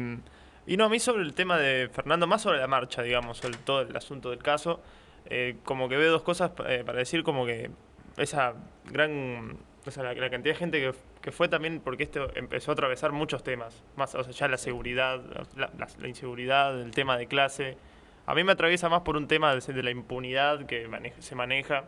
y no, a mí sobre el tema de Fernando, más sobre la marcha, digamos, sobre todo el asunto del caso, eh, como que veo dos cosas eh, para decir, como que esa gran, o sea, la, la cantidad de gente que, que fue también, porque esto empezó a atravesar muchos temas, más, o sea, ya la seguridad, la, la- la inseguridad, el tema de clase. A mí me atraviesa más por un tema de, de la impunidad que mane- se maneja.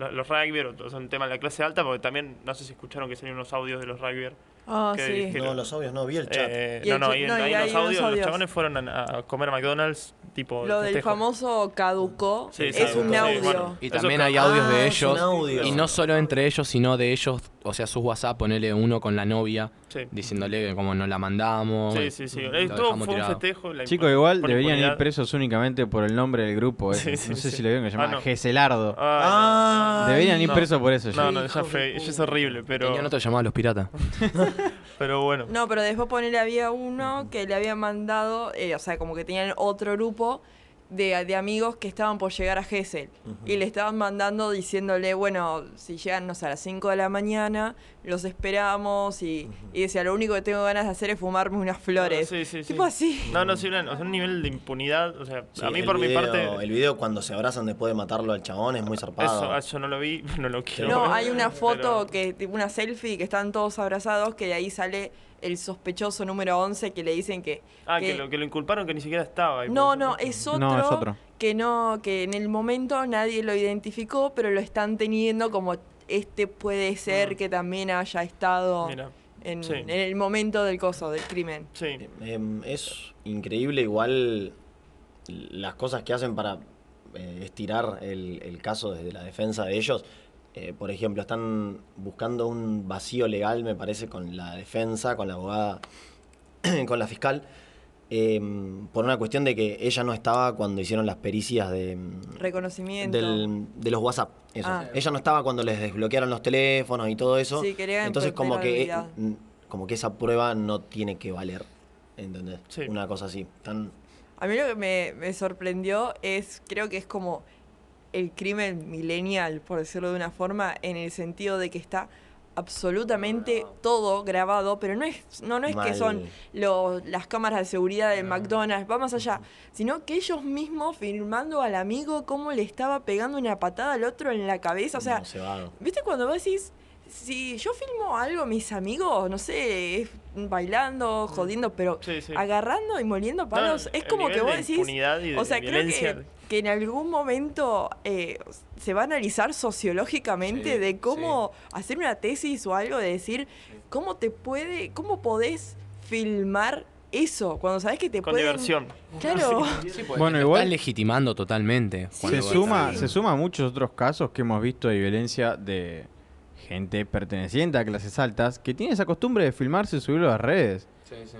Los, los rugby son tema de la clase alta, porque también, no sé si escucharon que salieron unos audios de los rugby.
Ah,
¿Qué
sí.
dijeron?
No, los audios no, vi el chat.
Eh,
Y
no,
el
no,
chat-
ahí,
no,
ahí
y ahí
los audios,
los audios.
los chabones fueron a, a comer a McDonald's, tipo.
Lo del
festejo.
famoso caducó
Sí,
es
exacto,
un
sí,
audio.
bueno.
Y
Eso
también
que-
hay audios
Ah,
de
es un
ellos.
audio.
Y no solo entre ellos, sino de ellos, o sea, sus WhatsApp, ponele uno con la novia,
Sí.
diciéndole que como nos la mandamos.
Sí, sí, sí.
lo
Eh, todo
dejamos
fue un
tirado.
festejo. la
Chicos,
impu-
igual
por
deberían ir
impunidad.
presos únicamente por el nombre del grupo. ese.
Sí, sí,
no sé
sí.
si lo vieron que se
Ah,
llama
no.
Geselardo.
Ah,
Ay,
deberían ir
no.
presos por eso.
No,
ya.
no, ya fue. ya es horrible, pero.
Tenían otro llamado a los piratas.
Pero bueno.
No, pero después ponerle había uno que le había mandado, eh, o sea, como que tenían otro grupo de, de amigos que estaban por llegar a Gessel. Y le estaban mandando diciéndole, bueno, si llegan, no sé, a las 5 de la mañana, los esperamos. Y, y decía, lo único que tengo ganas de hacer es fumarme unas flores.
Ah, sí, sí, sí.
Tipo así.
No, no, sí, una- o sea, un nivel de impunidad. O sea,
Sí,
a mí
el
por mi
video-
parte.
El video cuando se abrazan después de matarlo al chabón es muy zarpado.
Eso, ah, yo no lo vi, no lo quiero.
No,
ver,
hay una foto,
pero-
que tipo, una selfie, que están todos abrazados, que de ahí sale el sospechoso número 11 que le dicen que...
Ah, que, lo, que lo inculparon que ni siquiera estaba. ahí,
No,
por
no,
eso.
es otro,
No, es otro.
que no, que en el momento nadie lo identificó, pero lo están teniendo como este puede ser
Mm.
que también haya estado
Mira,
en,
sí.
en el momento del coso, del crimen.
sí.
Em, es increíble igual las cosas que hacen para eh, estirar el, el caso desde la defensa de ellos. Eh, por ejemplo, están buscando un vacío legal, me parece, con la defensa, con la abogada, con la fiscal, em, por una cuestión de que ella no estaba cuando hicieron las pericias de, em,
Reconocimiento.
del- de los WhatsApp. eso.
Ah.
Ella no estaba cuando les desbloquearon los teléfonos y todo eso.
Sí, quería
Entonces como que, eh,
imperturbabilidad.
n- como que esa prueba no tiene que valer. ¿Entendés?
Sí.
Una cosa así. Tan...
A mí lo que me, me sorprendió es, creo que es como el crimen millennial, por decirlo de una forma, en el sentido de que está absolutamente todo grabado, pero no es, no, no es que
Mal.
son lo- las cámaras de seguridad del McDonald's, va más allá, sino que ellos mismos filmando al amigo cómo le estaba pegando una patada al otro en la cabeza, o sea,
no se va.
¿Viste cuando vos decís, si yo filmo algo, mis amigos, no sé, es bailando, jodiendo, pero
Sí, sí.
agarrando y moliendo palos,
No,
es
el
como
nivel
que vos
de
decís,
impunidad y de
o sea, creo que,
violencia.
que en algún momento eh, se va a analizar sociológicamente
Sí,
de cómo hacer una tesis o algo, de decir, cómo te puede, cómo podés filmar eso, cuando sabes que te
Con
pueden-
diversión.
Claro.
Bueno,
Están
igual
legitimando totalmente. Juan
se
Roberto.
suma, se suma a muchos otros casos que hemos visto de violencia de gente perteneciente a clases altas que tiene esa costumbre de filmarse y subirlo a las redes.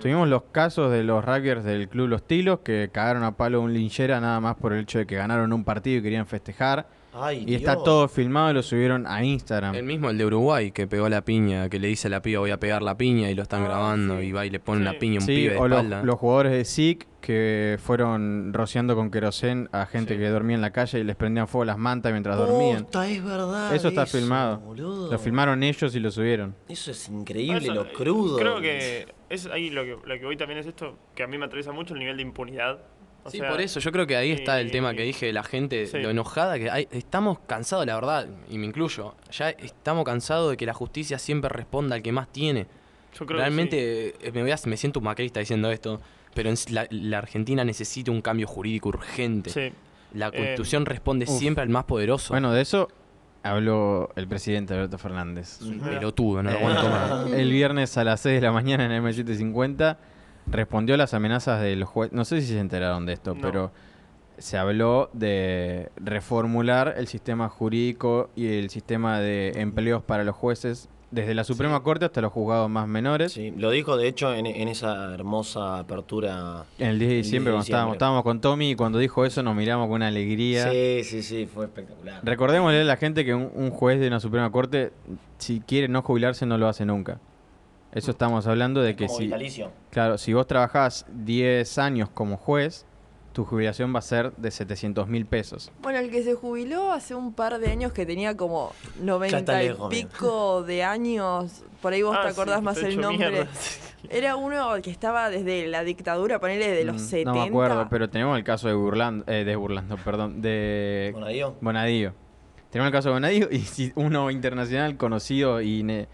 Tuvimos los casos de los rugbyers del club Los Tilos que cagaron a palo a un linchera nada más por el hecho de que ganaron un partido y querían festejar.
Ay,
Y está
Dios.
todo filmado y lo subieron a Instagram.
El mismo, el de Uruguay, que pegó la piña, que le dice a la piba voy a pegar la piña y lo están
Ah,
grabando
sí.
y va y le pone
Sí.
una piña a un
Sí,
pibe de
o los,
espalda.
los jugadores de SIC que fueron rociando con querosén a gente que dormía en la calle y les prendían fuego las mantas mientras dormían.
Posta, es verdad.
Eso está filmado.
boludo.
Lo filmaron ellos y lo subieron.
Eso es increíble,
Eso,
lo
eh,
crudo.
Creo que es ahí lo que, lo que voy también es esto, que a mí me atraviesa mucho el nivel de impunidad. O
sí,
sea,
por eso yo creo que ahí está el
y-
tema que dije de la gente,
Sí.
lo enojada que hay. Estamos cansados, la verdad, y me incluyo. Ya estamos cansados de que la justicia siempre responda al que más tiene.
Yo creo que sí.
Realmente eh, me, voy a- me siento un macrista diciendo esto, pero en s- la, la Argentina necesita un cambio jurídico urgente.
Sí.
La
Eh,
Constitución responde
uf.
siempre al más poderoso.
Bueno, de eso habló el presidente Alberto Fernández.
Pelotudo,
Eh,
no lo aguanto más.
El viernes a las 6 de la mañana en M750 respondió a las amenazas de los jueces. No sé si se enteraron de esto,
No.
pero se habló de reformular el sistema jurídico y el sistema de empleos para los jueces desde la Suprema Corte hasta los juzgados más menores.
Sí, lo dijo de hecho en, en esa hermosa apertura.
En el 10 de
El 10 de
diciembre, cuando estábamos,
diciembre.
estábamos con Tommy y cuando dijo eso nos miramos con una alegría.
Sí, sí, sí, fue espectacular.
Recordémosle a la gente que un, un juez de una Suprema Corte, si quiere no jubilarse, no lo hace nunca. Eso estamos hablando de que
Como
si,
vitalicio.
claro, si vos trabajás 10 años como juez, tu jubilación va a ser de 700 mil pesos.
Bueno, el que se jubiló hace un par de años que tenía como 90 y
lejos, mira.
pico de años, por ahí vos
Ah,
te
sí,
acordás
que
más
está
el
hecho
nombre.
mierda.
Era uno que estaba desde la dictadura, ponele de los
Mm,
70.
No me acuerdo, pero tenemos el caso de Burlando, eh, de Burlando, perdón, de
Bonadío.
Bonadío. Tenemos el caso de Bonadío y si uno internacional conocido y ne-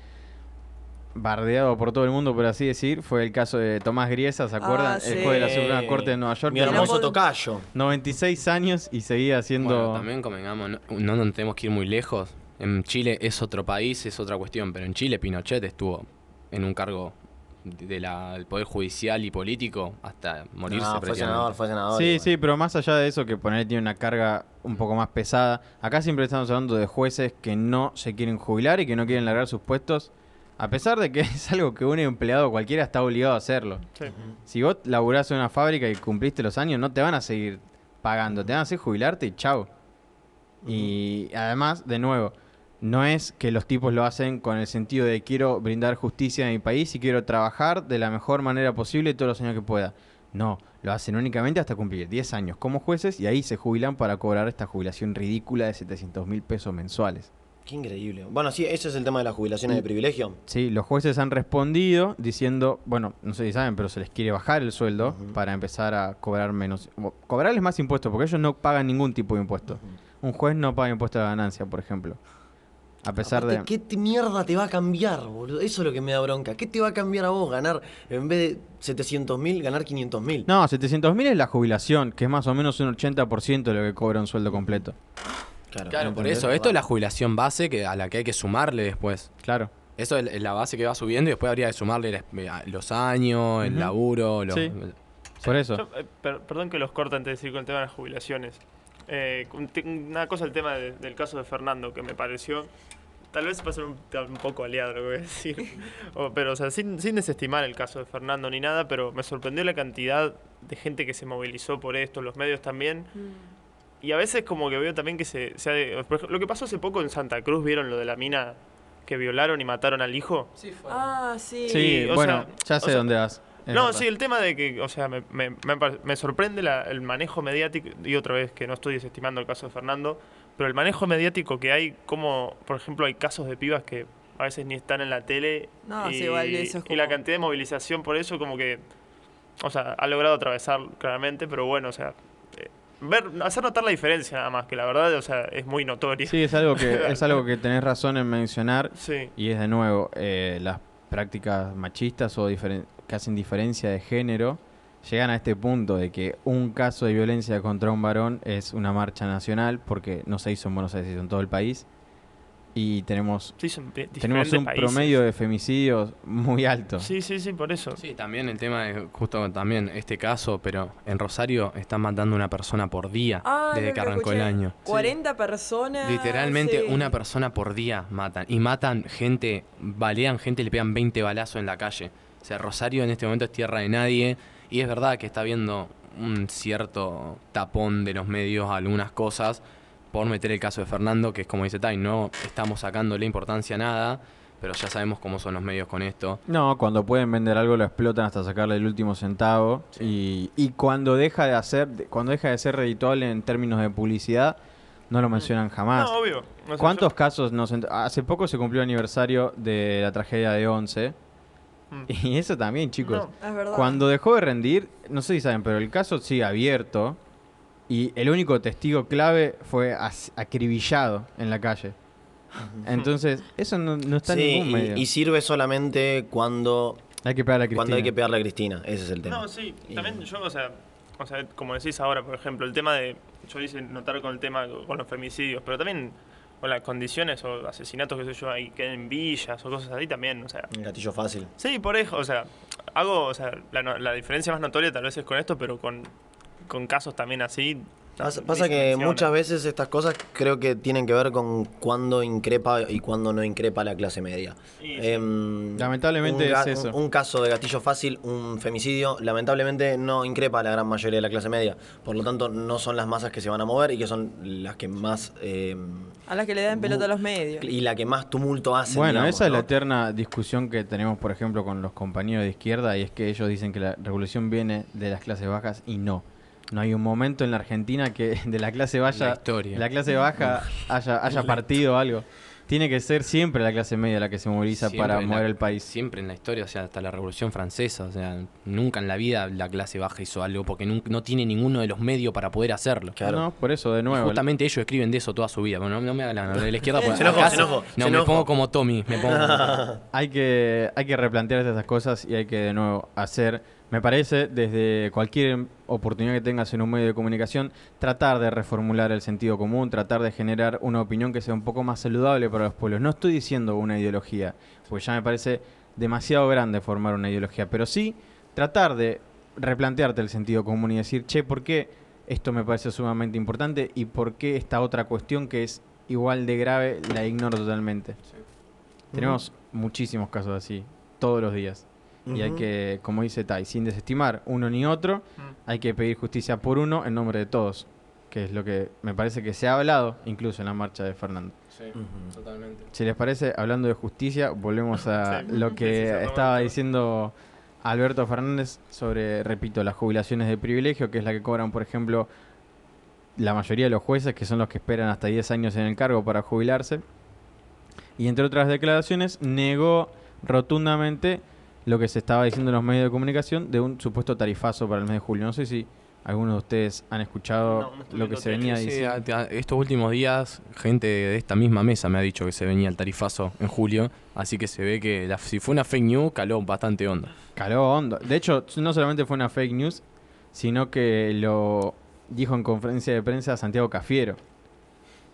bardeado por todo el mundo, por así decir, fue el caso de Tomás Griesa, ¿se
Ah,
acuerdan?
sí.
El juez de la Suprema Corte de Nueva York.
Mi
que
hermano-
hermoso
Quilombo-
tocayo.
96 años y seguía haciendo...
Bueno, también convengamos, no, no nos tenemos que ir muy lejos. En Chile es otro país, es otra cuestión, pero en Chile Pinochet estuvo en un cargo de la- del Poder Judicial y político hasta morirse.
No, fue
prácticamente.
senador, fue senador.
Sí,
igual.
sí, pero más allá de eso, que poner tiene una carga un poco más pesada. Acá siempre estamos hablando de jueces que no se quieren jubilar y que no quieren largar sus puestos, a pesar de que es algo que un empleado cualquiera está obligado a hacerlo.
Sí.
Si vos laburás en una fábrica y cumpliste los años, no te van a seguir pagando, te van a hacer jubilarte y chao. Y además, de nuevo, no es que los tipos lo hacen con el sentido de quiero brindar justicia a mi país y quiero trabajar de la mejor manera posible todos los años que pueda. No, lo hacen únicamente hasta cumplir 10 años como jueces y ahí se jubilan para cobrar esta jubilación ridícula de 700 mil pesos mensuales.
Qué increíble. Bueno, sí, ese es el tema de las jubilaciones de privilegio.
Sí, los jueces han respondido diciendo, bueno, no sé si saben, pero se les quiere bajar el sueldo para empezar a cobrar menos, o cobrarles más impuestos, porque ellos no pagan ningún tipo de impuesto. Un juez no paga impuesto de ganancia, por ejemplo. A pesar
Aparte,
de...
¿Qué te- mierda te va a cambiar, boludo? Eso es lo que me da bronca. ¿Qué te va a cambiar a vos ganar, en vez de 700 mil, ganar 500 mil?
No, 700 mil es la jubilación, que es más o menos un 80% de lo que cobra un sueldo completo.
Claro, por
¿entendés?
eso. Esto es la jubilación base que, a la que hay que sumarle después.
Claro.
Eso es es la base que va subiendo y después habría que sumarle la- los años, el
Ujú.
laburo, los,
Sí. Por eso.
Yo, eh, per- perdón que los corte antes de seguir con el tema de las jubilaciones. Eh, un te- una cosa el tema de- del caso de Fernando, que me pareció. Tal vez va a ser un, un poco aliado lo que voy a decir. O- pero, o sea, sin, sin desestimar el caso de Fernando ni nada, pero me sorprendió la cantidad de gente que se movilizó por esto, los medios también. Y a veces, como que veo también que se. se ha de- por ejemplo, lo que pasó hace poco en Santa Cruz, ¿vieron lo de la mina que violaron y mataron al hijo?
Ah, sí.
Sí,
Y, o
bueno, ya
sea, o
sé
sea,
dónde vas. Es
No,
verdad.
sí, el tema de que, o sea, me, me- me par- me sorprende la- el manejo mediático, y otra vez que no estoy desestimando el caso de Fernando, pero el manejo mediático que hay, como, por ejemplo, hay casos de pibas que a veces ni están en la tele.
No,
y,
sí, igual eso es
y la
como-
cantidad de movilización por eso, como que, o sea, ha logrado atravesar claramente, pero bueno, o sea, eh, ver, hacer notar la diferencia nada más, que la verdad, o sea, es muy notoria.
Sí, es algo que, es algo que tenés razón en mencionar.
Sí.
Y es de nuevo, eh, las prácticas machistas o diferen- que hacen diferencia de género llegan a este punto de que un caso de violencia contra un varón es una marcha nacional porque no se hizo en Buenos Aires, se hizo en todo el país. Y tenemos,
Sí, son de-
tenemos
diferentes
un
países.
promedio de femicidios muy alto.
Sí, sí, sí, por eso.
Sí, también el tema de justo también este caso, pero en Rosario están matando una persona por día
Ah, creo
desde que
lo
arrancó el
escuché.
año.
40 personas.
Literalmente
sí.
una persona por día matan. Y matan gente, balean gente, le pegan 20 balazos en la calle. O sea, Rosario en este momento es tierra de nadie. Y es verdad que está habiendo un cierto tapón de los medios a algunas cosas por meter el caso de Fernando, que es como dice Tai, no estamos sacándole importancia a nada, pero ya sabemos cómo son los medios con esto.
No, cuando pueden vender algo lo explotan hasta sacarle el último centavo. Y, y cuando deja de hacer, de- cuando deja de ser redituable en términos de publicidad, no lo mencionan jamás.
Mm. No, obvio. O sea,
¿Cuántos casos nos ent- Hace poco se cumplió el aniversario de la tragedia de Once.
Mm.
Y eso también, chicos.
No.
Es verdad.
Cuando dejó de rendir, no sé si saben, pero el caso sigue abierto. Y el único testigo clave fue as- acribillado en la calle. Entonces, eso no, no está en
Sí,
ningún medio.
y, y sirve solamente cuando,
hay que pegar a Cristina.
cuando hay que pegarle a Cristina. Ese es el tema.
No, sí,
Y-
también yo, o sea, o sea, como decís ahora, por ejemplo, el tema de. Yo hice notar con el tema con los femicidios, pero también con las condiciones o asesinatos, que sé yo, ahí que en villas o cosas así también, o sea.
Un gatillo fácil.
Sí, por eso, o sea, hago, o sea, la, no- la diferencia más notoria tal vez es con esto, pero con, con casos también así,
Pasa, pasa que
Distorsiona.
muchas veces estas cosas creo que tienen que ver con cuándo increpa y cuándo no increpa la clase media.
Y sí.
Em,
Lamentablemente
un ga-
es eso.
Un, un caso de gatillo fácil, un femicidio, lamentablemente no increpa a la gran mayoría de la clase media. Por lo tanto, no son las masas que se van a mover y que son las que más... em,
A las que le dan pelota a los medios.
y la que más tumulto hacen.
Bueno,
digamos,
esa es la
¿no?
eterna discusión que tenemos, por ejemplo, con los compañeros de izquierda, y es que ellos dicen que la revolución viene de las clases bajas y no. No hay un momento en la Argentina que de la clase vaya,
La historia.
la clase baja haya, haya partido algo. Tiene que ser siempre la clase media la que se moviliza
Siempre
para
en
mover
la-
el país.
Siempre en la historia, o sea, hasta la Revolución Francesa, o sea, nunca en la vida la clase baja hizo algo porque nun- no tiene ninguno de los medios para poder hacerlo.
Claro.
No, por eso, de
Y
nuevo.
Justamente ellos escriben de eso toda su vida. Bueno, no, no me hagan hablar de la izquierda porque
Se enojó,
acá
se enojó,
No,
se
me
enojó.
pongo como Tommy. Me pongo como-
Hay que, hay que replantearse esas cosas y hay que de nuevo hacer, me parece, desde cualquier oportunidad que tengas en un medio de comunicación, tratar de reformular el sentido común, tratar de generar una opinión que sea un poco más saludable para los pueblos. No estoy diciendo una ideología, porque ya me parece demasiado grande formar una ideología, pero sí tratar de replantearte el sentido común y decir, che, ¿por qué esto me parece sumamente importante y por qué esta otra cuestión que es igual de grave la ignoro totalmente? Tenemos muchísimos casos así, todos los días. Y hay
Ujú.
que, como dice Tai, sin desestimar uno ni otro, hay que pedir justicia por uno en nombre de todos, que es lo que me parece que se ha hablado incluso en la marcha de Fernando. Si les parece, hablando de justicia, volvemos a
Sí.
lo
Sí, sí,
que
se toma
estaba
la-
diciendo Alberto Fernández sobre, repito, las jubilaciones de privilegio, que es la que cobran, por ejemplo, la mayoría de los jueces, que son los que esperan hasta 10 años en el cargo para jubilarse. Y entre otras declaraciones, negó rotundamente lo que se estaba diciendo en los medios de comunicación de un supuesto tarifazo para el mes de julio. No sé si algunos de ustedes han escuchado
No, no estoy
lo que
viendo
se
tele,
venía
Sí,
diciendo.
a- a- estos últimos días, gente de esta misma mesa me ha dicho que se venía el tarifazo en julio. Así que se ve que la- si fue una fake news, caló bastante hondo.
Caló hondo. De hecho, no solamente fue una fake news, sino que lo dijo en conferencia de prensa Santiago Cafiero,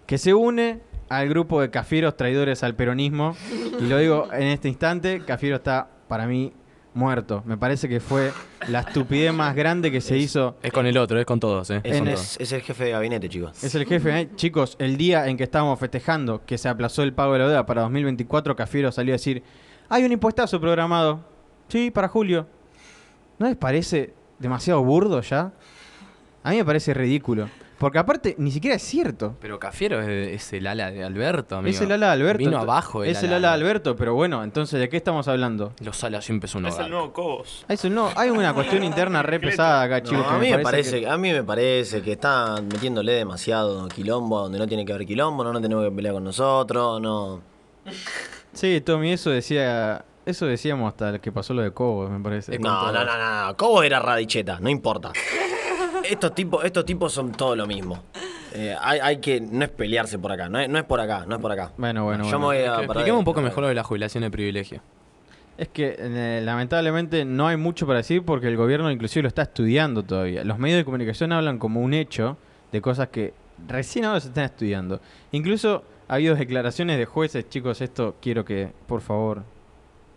que se une al grupo de Cafieros traidores al peronismo. Y lo digo en este instante, Cafiero está para mí muerto. Me parece que fue la estupidez más grande que se hizo.
Es con el otro, es con todos, ¿eh?
Es,
Con
En-
es- es el jefe de gabinete, chicos.
Es el jefe, ¿eh? chicos, el día en que estábamos festejando que se aplazó el pago de la deuda para 2024, Cafiero salió a decir, hay un impuestazo programado, sí, para julio. ¿No les parece demasiado burdo ya? A mí me parece ridículo, porque aparte ni siquiera es cierto.
Pero Cafiero es, es el ala de Alberto, amigo.
Es el ala de Alberto.
Vino
ento-
abajo el
Es el ala de Alberto, pero bueno, entonces, ¿de qué estamos hablando?
Los alas siempre es un
Es
hogar.
el nuevo Cobos.
Eso no, hay una cuestión interna re pesada acá, chicos.
No,
que
a mí me parece,
este que-
a mí me parece que están metiéndole demasiado quilombo a donde no tiene que haber quilombo, no, no tenemos que pelear con nosotros, no.
Sí, Tommy, eso decía... Eso decíamos hasta que pasó lo de Cobo, me parece.
No, no, no, no, no. Cobo era radicheta, no importa. Estos tipos, estos tipos son todo lo mismo. Eh, hay, hay que, no es pelearse por acá, no es, no es por acá, no es por acá.
Bueno, bueno,
Yo
bueno.
me voy a
Pero
parar de-
Expliquemos un poco mejor lo de la jubilación de privilegio.
Es que eh, lamentablemente no hay mucho para decir porque el gobierno inclusive lo está estudiando todavía. Los medios de comunicación hablan como un hecho de cosas que recién ahora se están estudiando. Incluso ha habido declaraciones de jueces, chicos, esto quiero que, por favor,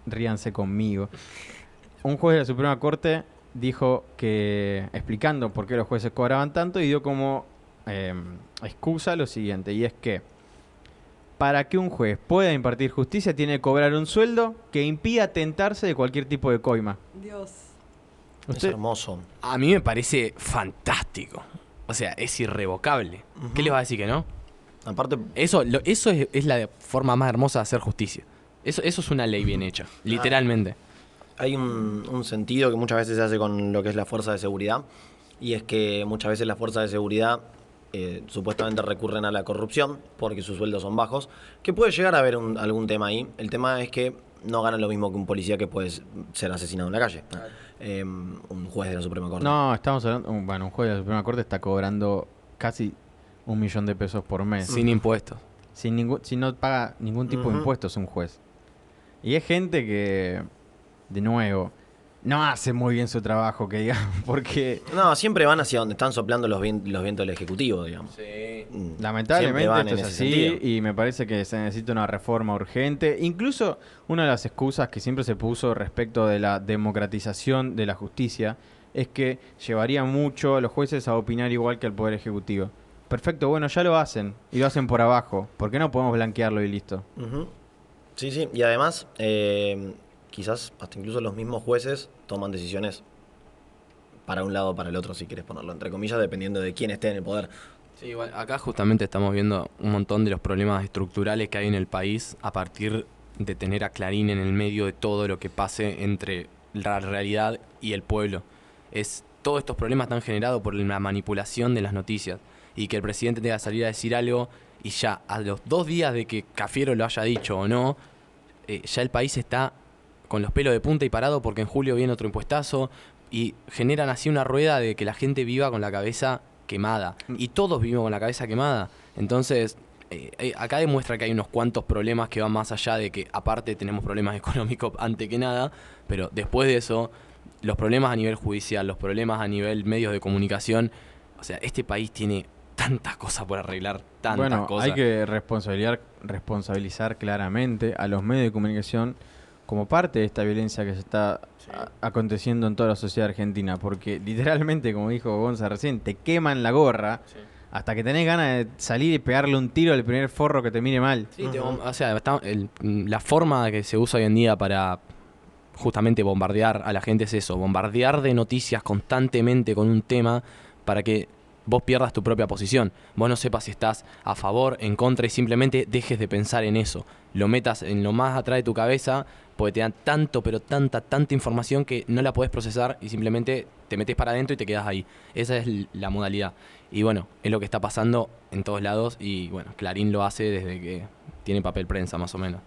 ríanse conmigo. Un juez de la Suprema Corte dijo que, explicando por qué los jueces cobraban tanto, y dio como eh, excusa lo siguiente, y es que para que un juez pueda impartir justicia tiene que cobrar un sueldo que impida tentarse de cualquier tipo de coima.
Dios.
Es
Usted-
hermoso.
A mí me parece fantástico. O sea, es irrevocable. ¿Qué les va a decir que no?
Aparte,
Eso, lo- eso es, es la forma más hermosa de hacer justicia. Eso, eso es una ley bien hecha, literalmente.
Hay un, un sentido que muchas veces se hace con lo que es la fuerza de seguridad, y es que muchas veces las fuerzas de seguridad eh, supuestamente recurren a la corrupción porque sus sueldos son bajos, que puede llegar a haber un- algún tema ahí. El tema es que no ganan lo mismo que un policía que puede ser asesinado en la calle, Eh, un juez de la Suprema Corte.
No, estamos hablando. un- Bueno, un juez de la Suprema Corte está cobrando casi un millón de pesos por mes.
Sin impuestos.
Sin ningún, si no paga ningún tipo de
Ujú.
impuestos un juez. Y es gente que, de nuevo, no hace muy bien su trabajo, que digamos, porque
No, siempre van hacia donde están soplando los, vien- los vientos del Ejecutivo, digamos. Mm. Siempre
Lamentablemente
van
esto
en
es
ese
así
sentido.
y me parece que se necesita una reforma urgente. Incluso una de las excusas que siempre se puso respecto de la democratización de la justicia es que llevaría mucho a los jueces a opinar igual que al Poder Ejecutivo. Perfecto, bueno, ya lo hacen. Y lo hacen por abajo. ¿Por qué no podemos blanquearlo y listo?
Ujú. Sí, sí. Y además, eh, quizás hasta incluso los mismos jueces toman decisiones para un lado o para el otro, si quieres ponerlo entre comillas, dependiendo de quién esté en el poder.
Sí, igual, acá justamente estamos viendo un montón de los problemas estructurales que hay en el país a partir de tener a Clarín en el medio de todo lo que pase entre la realidad y el pueblo. Es, todos estos problemas están generados por la manipulación de las noticias y que el presidente tenga que salir a decir algo y ya a los dos días de que Cafiero lo haya dicho o no, eh, ya el país está con los pelos de punta y parado porque en julio viene otro impuestazo y generan así una rueda de que la gente viva con la cabeza quemada.
Mm.
Y todos vivimos con la cabeza quemada. Entonces, eh, eh, acá demuestra que hay unos cuantos problemas que van más allá de que aparte tenemos problemas económicos ante que nada, pero después de eso, los problemas a nivel judicial, los problemas a nivel medios de comunicación, o sea, este país tiene tantas cosas por arreglar, tantas
bueno,
cosas.
hay que responsabilizar, responsabilizar claramente a los medios de comunicación como parte de esta violencia que se está a- aconteciendo en toda la sociedad argentina. Porque literalmente, como dijo Gonza recién, te queman la gorra hasta que tenés ganas de salir y pegarle un tiro al primer forro que te mire mal.
Sí, te bom- o sea, está- el- mm, la forma que se usa hoy en día para justamente bombardear a la gente es eso, bombardear de noticias constantemente con un tema para que vos pierdas tu propia posición, vos no sepas si estás a favor, en contra y simplemente dejes de pensar en eso, lo metas en lo más atrás de tu cabeza, porque te dan tanto, pero tanta, tanta información que no la podés procesar y simplemente te metes para adentro y te quedas ahí. Esa es l- la modalidad. Y bueno, es lo que está pasando en todos lados y bueno, Clarín lo hace desde que tiene papel prensa más o menos.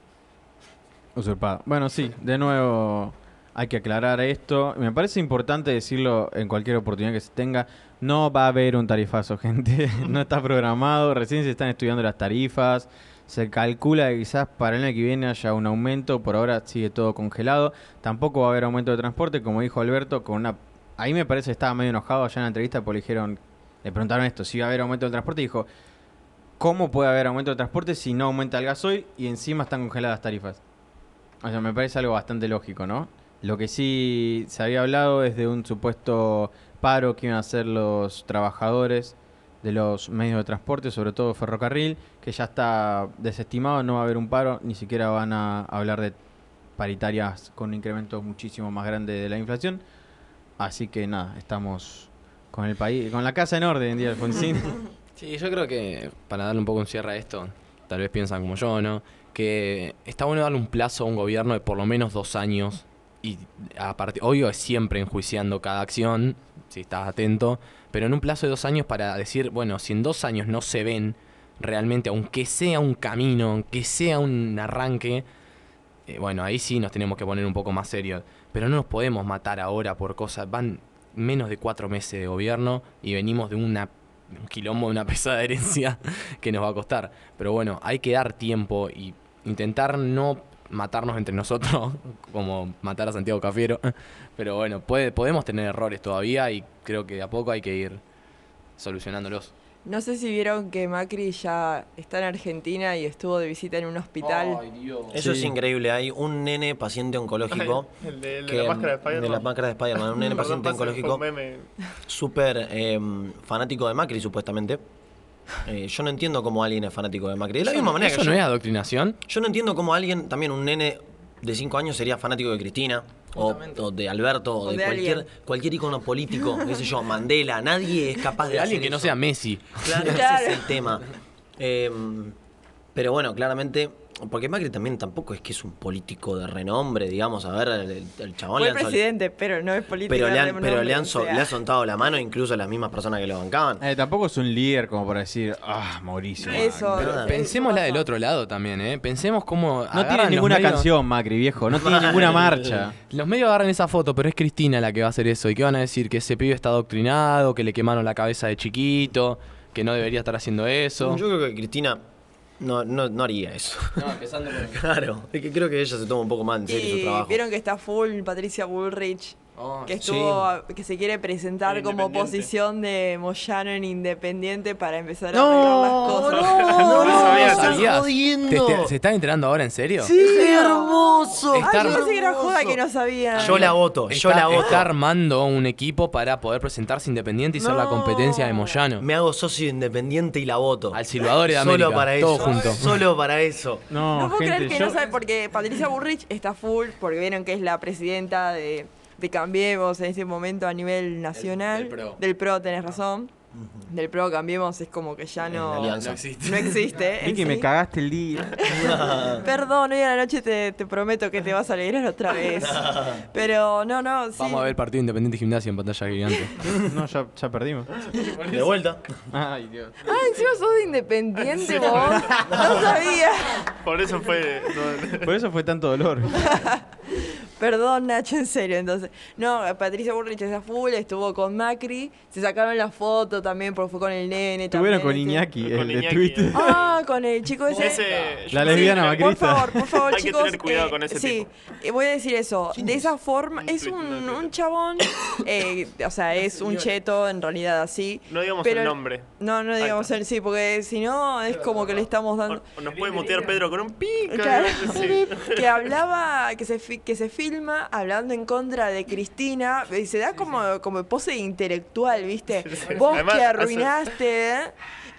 Usurpado. Bueno, sí, de nuevo hay que aclarar esto. Me parece importante decirlo en cualquier oportunidad que se tenga. No va a haber un tarifazo, gente. no está programado. Recién se están estudiando las tarifas. Se calcula que quizás para el año que viene haya un aumento. Por ahora sigue todo congelado. Tampoco va a haber aumento de transporte, como dijo Alberto, con una... Ahí me parece que estaba medio enojado allá en la entrevista porque le dijeron... Le preguntaron esto, si iba a haber aumento del transporte y dijo... ¿Cómo puede haber aumento de transporte si no aumenta el gasoil y encima están congeladas las tarifas? O sea, me parece algo bastante lógico, ¿no? Lo que sí se había hablado es de un supuesto paro que iban a hacer los trabajadores de los medios de transporte, sobre todo ferrocarril, que ya está desestimado, no va a haber un paro, ni siquiera van a hablar de paritarias con un incremento muchísimo más grande de la inflación. Así que nada, estamos con el país, con la casa en orden, día Alfonsín.
Sí, yo creo que para darle un poco un cierre a esto, tal vez piensan como yo, ¿no? Que está bueno darle un plazo a un gobierno de por lo menos dos años y aparte, obvio es siempre enjuiciando cada acción, si estás atento, pero en un plazo de dos años para decir, bueno, si en dos años no se ven realmente, aunque sea un camino, aunque sea un arranque, eh, bueno, ahí sí nos tenemos que poner un poco más serios. Pero no nos podemos matar ahora por cosas. Van menos de cuatro meses de gobierno y venimos de una, un quilombo, de una pesada herencia que nos va a costar. Pero bueno, hay que dar tiempo y intentar no matarnos entre nosotros, como matar a Santiago Cafiero. Pero bueno, puede, podemos tener errores todavía y creo que de a poco hay que ir solucionándolos.
No sé si vieron que Macri ya está en Argentina y estuvo de visita en un hospital.
Eso es increíble. Hay un nene paciente oncológico.
El de, el de
que-
la máscara de Spider-Man.
de la máscara de Spider-Man. Un nene
Perdón,
paciente
pasa que fue
oncológico.
un meme.
súper eh, fanático de Macri, supuestamente. Eh, yo no entiendo cómo alguien es fanático de Macri. De la misma manera
¿Eso
que yo,
no es adoctrinación?
yo no entiendo cómo alguien, también un nene de 5 años, sería fanático de Cristina, o, o de Alberto, o
O
de,
de
cualquier,
alguien.
cualquier ícono político, qué sé yo, Mandela. Nadie es capaz de,
De alguien
hacer
que no
eso.
sea Messi.
Claro,
Claro.
ese es el tema. Eh, pero bueno, claramente. Porque Macri también tampoco es que es un político de renombre, digamos. A ver, el, el chabón
Fue
le han sol-
presidente, pero no es político.
Pero, le han, pero le, han so- le ha soltado la mano incluso a las mismas personas que lo bancaban.
Eh, tampoco es un líder como para decir, ah, Mauricio. Macri".
Eso.
Pero
Pensemos la del otro lado también, ¿eh? Pensemos cómo.
No tiene
agarran los
ninguna
medios-
canción, Macri, viejo. No tiene ninguna marcha.
Los medios agarran esa foto, pero es Cristina la que va a hacer eso. ¿Y qué van a decir? Que ese pibe está adoctrinado, que le quemaron la cabeza de chiquito, que no debería estar haciendo eso.
Yo creo que Cristina no, no, no haría eso.
No, empezando por
claro. Es que creo que ella se toma un poco más en serio su
Y
trabajo.
vieron que está full Patricia Bullrich que estuvo que se quiere presentar
El
como
Independiente.
oposición de Moyano en Independiente para empezar a
No,
arreglar las cosas.
no, no,
No
no,
sabía,
estás
¿Sabías?
jodiendo.
¿Te- te- ¿Se está enterando ahora en serio?
Sí, hermoso.
Está
Ay,
Estar-
yo pensé que era joda que no sabía.
Yo la voto, yo
Está-
la voto.
Está armando un equipo para poder presentarse independiente y ser la competencia de Moyano.
Me hago socio independiente y la voto.
Al silbador de
Solo
América,
para eso.
todo junto.
Solo para eso.
No,
No puedo
gente,
creer que
yo-
no sabe, porque Patricia Burrich está full, porque vieron que es la presidenta de, de Cambiemos en ese momento a nivel nacional.
del PRO. Ah.
tenés razón. Del PRO Cambiemos es como que ya no,
alianza.
No existe.
no existe.
Vicky,
en
me
sí.
cagaste el día.
Perdón, hoy a la noche te, te prometo que te vas a alegrar otra vez. Pero no, no, sí.
Vamos a ver el partido Independiente Gimnasia en pantalla gigante.
No, ya, ya perdimos.
De vuelta.
Ay, Dios.
Ah, encima sos de independiente vos. No sabía.
Por eso fue. no,
Por eso fue tanto dolor.
Perdón, Nacho, en serio. Entonces, no, Patricia Burrich está full, estuvo con Macri, se sacaron la foto también porque fue con el nene.
Estuvieron
también,
con
¿sí?
Iñaki,
Con
el de
Iñaki,
Twitter.
eh.
Ah, con el chico ese.
Ese-
La
yo-
lesbiana
sí,
Por
macrista.
favor, por favor,
Hay que
chicos.
tener cuidado con ese
sí,
tipo.
eh, voy a decir eso. De esa forma,
Un
es
tuit, no,
un,
Twitter.
un chabón, eh, o sea, es un cheto en realidad así.
No digamos
pero-
el nombre.
No, no
Ahí
digamos
está.
el sí, porque si no es como que le estamos dando...
O- o Nos puede mutear Pedro con un pico.
Claro.
sí.
que hablaba, que se, fi- que se filma hablando en contra de Cristina, y se da como, como pose intelectual, ¿viste? Vos
Además,
que
hace-
arruinaste, ¿eh?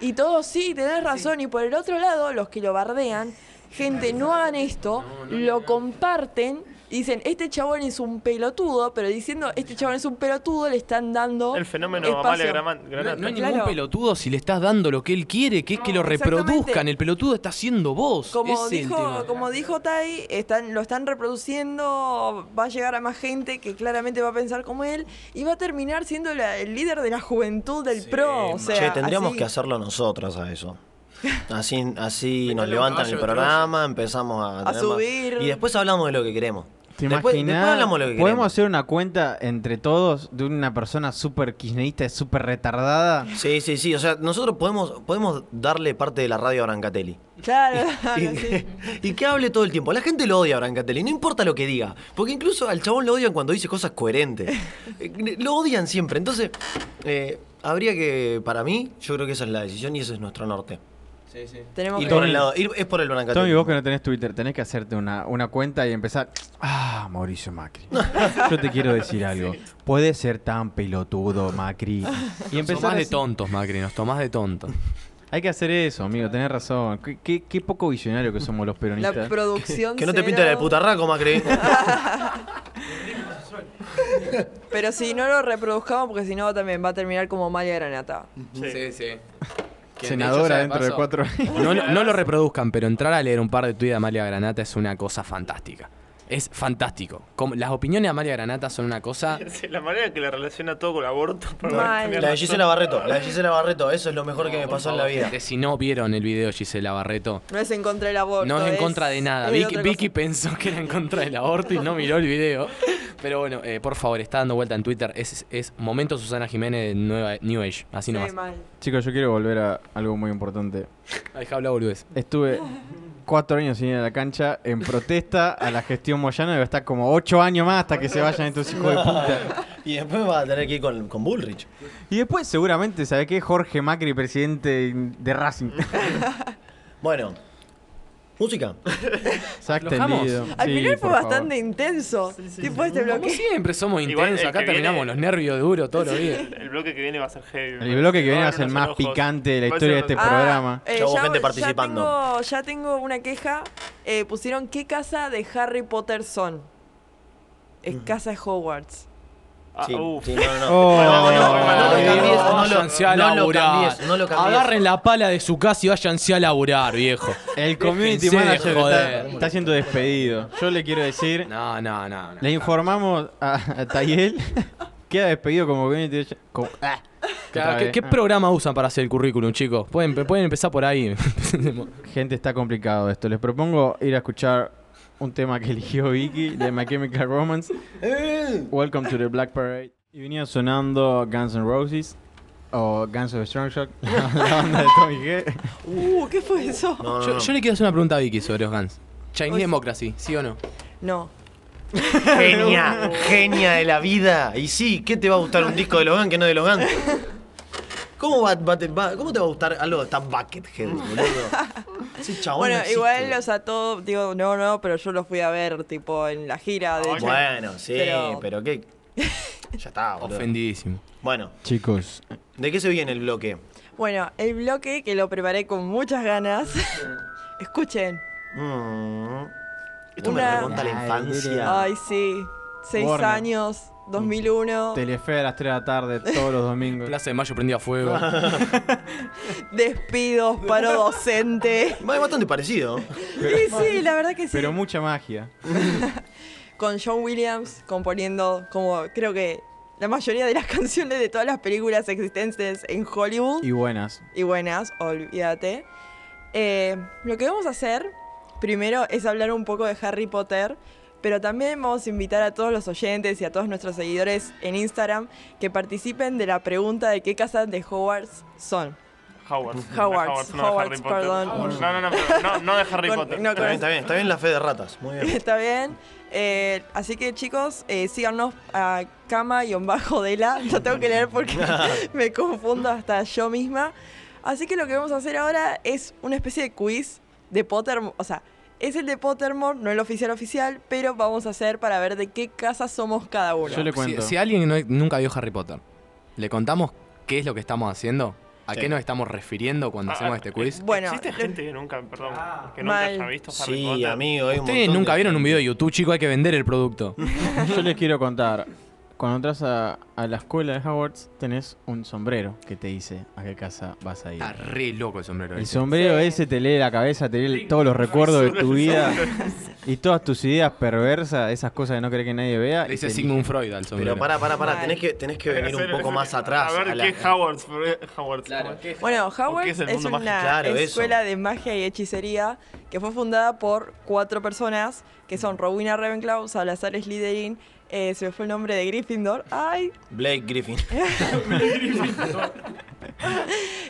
y todos sí, tenés razón, y por el otro lado, los que lo bardean, gente, no hagan esto, lo comparten, y dicen, este chabón es un pelotudo, pero diciendo, este chabón es un pelotudo, le están dando
El fenómeno
espacio.
Amalia Graman-
No,
Granata.
no hay
Claro.
ningún pelotudo si le estás dando lo que él quiere, que es que lo
exactamente.
reproduzcan. El pelotudo está siendo vos. Ese
Como
es el tema.
dijo, como dijo Tai, están, lo están reproduciendo, va a llegar a más gente que claramente va a pensar como él y va a terminar siendo la- el líder de la juventud del PRO. O sea,
Che, tendríamos
así.
que hacerlo nosotros a eso. Así, así nos levantan el programa, empezamos a, tener más-
subir.
Y después hablamos de lo que queremos.
¿Te
después,
imaginás?
después hablamos de lo que
¿Podemos
queremos.
hacer una cuenta entre todos de una persona súper kirchnerista, súper retardada?
Sí, sí, sí. O sea, nosotros podemos, podemos darle parte de la radio a Brancatelli.
Claro,
y,
claro, sí.
y que hable todo el tiempo. La gente lo odia a Brancatelli, no importa lo que diga. Porque incluso al chabón lo odian cuando dice cosas coherentes. Eh, Lo odian siempre. Entonces, eh, habría que, para mí, yo creo que esa es la decisión y ese es nuestro norte.
Tenemos
Ir
que-
por el lado- ir- es por el Brancatelli.
Tommy, vos que no tenés Twitter, tenés que hacerte una, una cuenta y empezar. Ah, Mauricio Macri. Yo te quiero decir algo. Puede ser tan pelotudo, Macri. Y
Nos
empezar.
tomás de
así.
tontos, Macri, nos tomás de tontos.
Hay que hacer eso, amigo, tenés razón. Qué, qué- qué poco visionario que somos los
la
peronistas.
producción.
Que no te
cero.
pinten el putarraco, Macri.
Pero si no lo reproduzcamos, porque si no también va a terminar como Malia Granata.
Sí.
Senadora dentro de cuatro años.
No, lo- no lo reproduzcan, pero entrar a leer un par de tweets de Amalia Granata es una cosa fantástica. Es fantástico. Como- las opiniones de Amalia Granata son una cosa.
Sí, La manera que la relaciona todo con el aborto. perdón,
Mal.
tenía
la de
razón.
Gisela Barreto, la de Gisela Barreto, eso es lo mejor que me pasó en la vida.
Que si no vieron el video de Gisela Barreto,
No es en contra del aborto.
no es en contra de nada.
es
Vicky,
otra
Vicky
cosa.
pensó que era en contra del aborto y no miró el video. Pero bueno, eh, por favor, está dando vuelta en Twitter. Es, es Momento Susana Jiménez de Nueva, New Age.
Sí,
Así nomás.
mal.
Chicos, yo quiero volver a algo muy importante.
Ay, Deja hablar, boludez.
Estuve cuatro años sin ir a la cancha en protesta a la gestión Moyano y va a estar como ocho años más hasta que se vayan estos hijos de puta.
Y después vas a tener que ir con, con Bullrich.
Y después seguramente, ¿sabes qué? Jorge Macri, presidente de Racing.
Bueno, música.
Se ha
¿Aflojamos?
extendido.
Al
Sí,
final fue
por favor.
bastante intenso. Tipo este
Como
bloque.
siempre somos
Igual el
intensos. Acá
que
terminamos
viene-
los nervios duros todos los días.
El bloque que viene va a ser heavy.
El bloque que viene va a
Van
ser
unos
más
enojos.
picante de la
Va a
historia de
ser-
este programa.
Ah,
Ya hubo
ya-
gente
ya
participando.
tengo- Ya tengo, una queja. Eh, pusieron qué casa de Harry Potter son. Es casa de Hogwarts.
Ah,
Sí,
uf.
sí, no, no, no.
Oh.
No, no, no, no
Ay,
lo cambies,
Dios.
no lo-
Váyanse a
no lo
laburar.
cambies, no lo cambies.
Agarren la pala de su casa y váyanse a laburar, viejo.
El community
Déjense de
manager está,
joder.
está siendo despedido. Yo le quiero decir,
No, no, no. no.
le informamos a, a Tayel, queda despedido como community como- ah,
Claro,
otra
¿Qué,
vez.
qué programa usan para hacer el currículum, chicos? Pueden, pueden empezar por ahí.
Gente, está complicado esto. Les propongo ir a escuchar un tema que eligió Vicky de My Chemical Romance. Welcome to the Black Parade. Y venía sonando Guns N' Roses o Guns of Strong Shock, la, la banda de Tommy G.
Uh, ¿qué fue eso?
No, no,
yo,
no.
yo le quiero hacer una pregunta a Vicky sobre los Guns. Chinese Democracy, ¿sí o no?
No.
Genia, genia de la vida. Y sí, ¿qué te va a gustar un disco de Logan que no de Logan? ¿Cómo, va- va- te va- cómo te va a gustar algo de tan Buckethead, boludo? Ese chabón
Bueno,
no existe.
igual, o sea, todo, digo, no, no, pero yo los fui a ver, tipo, en la gira, de hecho.
Bueno, sí,
Pero-
pero, qué. Ya está, boludo.
Ofendidísimo.
Bueno,
Chicos,
¿de qué se viene el bloque?
Bueno, el bloque que lo preparé con muchas ganas. Escuchen.
Mm. Esto
Una-
me remonta a la infancia.
Ay, sí. Seis
Warner.
años, 2001.
Telefe a las 3 de la tarde todos los domingos.
Plaza de Mayo prendía fuego.
Despidos, paro docente.
Es bastante parecido.
Sí, sí, la verdad que sí.
Pero mucha magia.
Con John Williams componiendo, como creo que la mayoría de las canciones de todas las películas existentes en Hollywood.
Y buenas.
y buenas, olvídate. Eh, lo que vamos a hacer primero es hablar un poco de Harry Potter, pero también vamos a invitar a todos los oyentes y a todos nuestros seguidores en Instagram que participen de la pregunta de qué casas de Hogwarts son.
Howard.
Howard,
no de
Howard,
Harry Potter.
perdón.
No, no, no, pero no, no de Harry
Con-
Potter.
no,
Está bien, está bien, está bien la fe de ratas. Muy bien.
Está bien. Eh, así que chicos, eh, síganos a cama y bajo de la. Lo tengo que leer porque me confundo hasta yo misma. Así que lo que vamos a hacer ahora es una especie de quiz de Pottermore. O sea, es el de Pottermore, no el oficial oficial, pero vamos a hacer para ver de qué casa somos cada uno.
Yo le
Si,
cuento.
si alguien no- nunca vio Harry Potter, ¿le contamos qué es lo que estamos haciendo? ¿A
Sí.
qué nos estamos refiriendo cuando
Ah,
hacemos
ah,
este quiz?
Bueno,
Existe
lo-
gente que nunca, perdón,
Ah.
que nunca
Mal.
haya visto Harry
Sí,
Potter.
amigo, hay un
Ustedes
montón
nunca
de-
vieron un video de YouTube, chico, hay que vender el producto.
Yo les quiero contar. Cuando entras a, a la escuela de Hogwarts, tenés un sombrero que te dice a qué casa vas a ir.
Está Ah, re loco el sombrero.
El
ese.
sombrero
Sí.
ese te lee la cabeza, te lee todos los recuerdos de tu vida y todas tus ideas perversas, esas cosas que no querés que nadie vea. y
Le dice
te-
Sigmund Freud al sombrero.
Pero pará, pará, pará,
Mal.
tenés que, tenés que venir un
Hacer-
poco más atrás.
A ver
la-
qué Howard. Howard
Claro, ¿qué-
Bueno,
¿O
Howard
qué
es,
es el mundo
una
mágico?
Claro, eso.
escuela de magia y hechicería que fue fundada por cuatro personas, que son Rowena Ravenclaw, Salazar Slytherin, eh, se me fue el nombre de Gryffindor, ay,
Blake Griffin.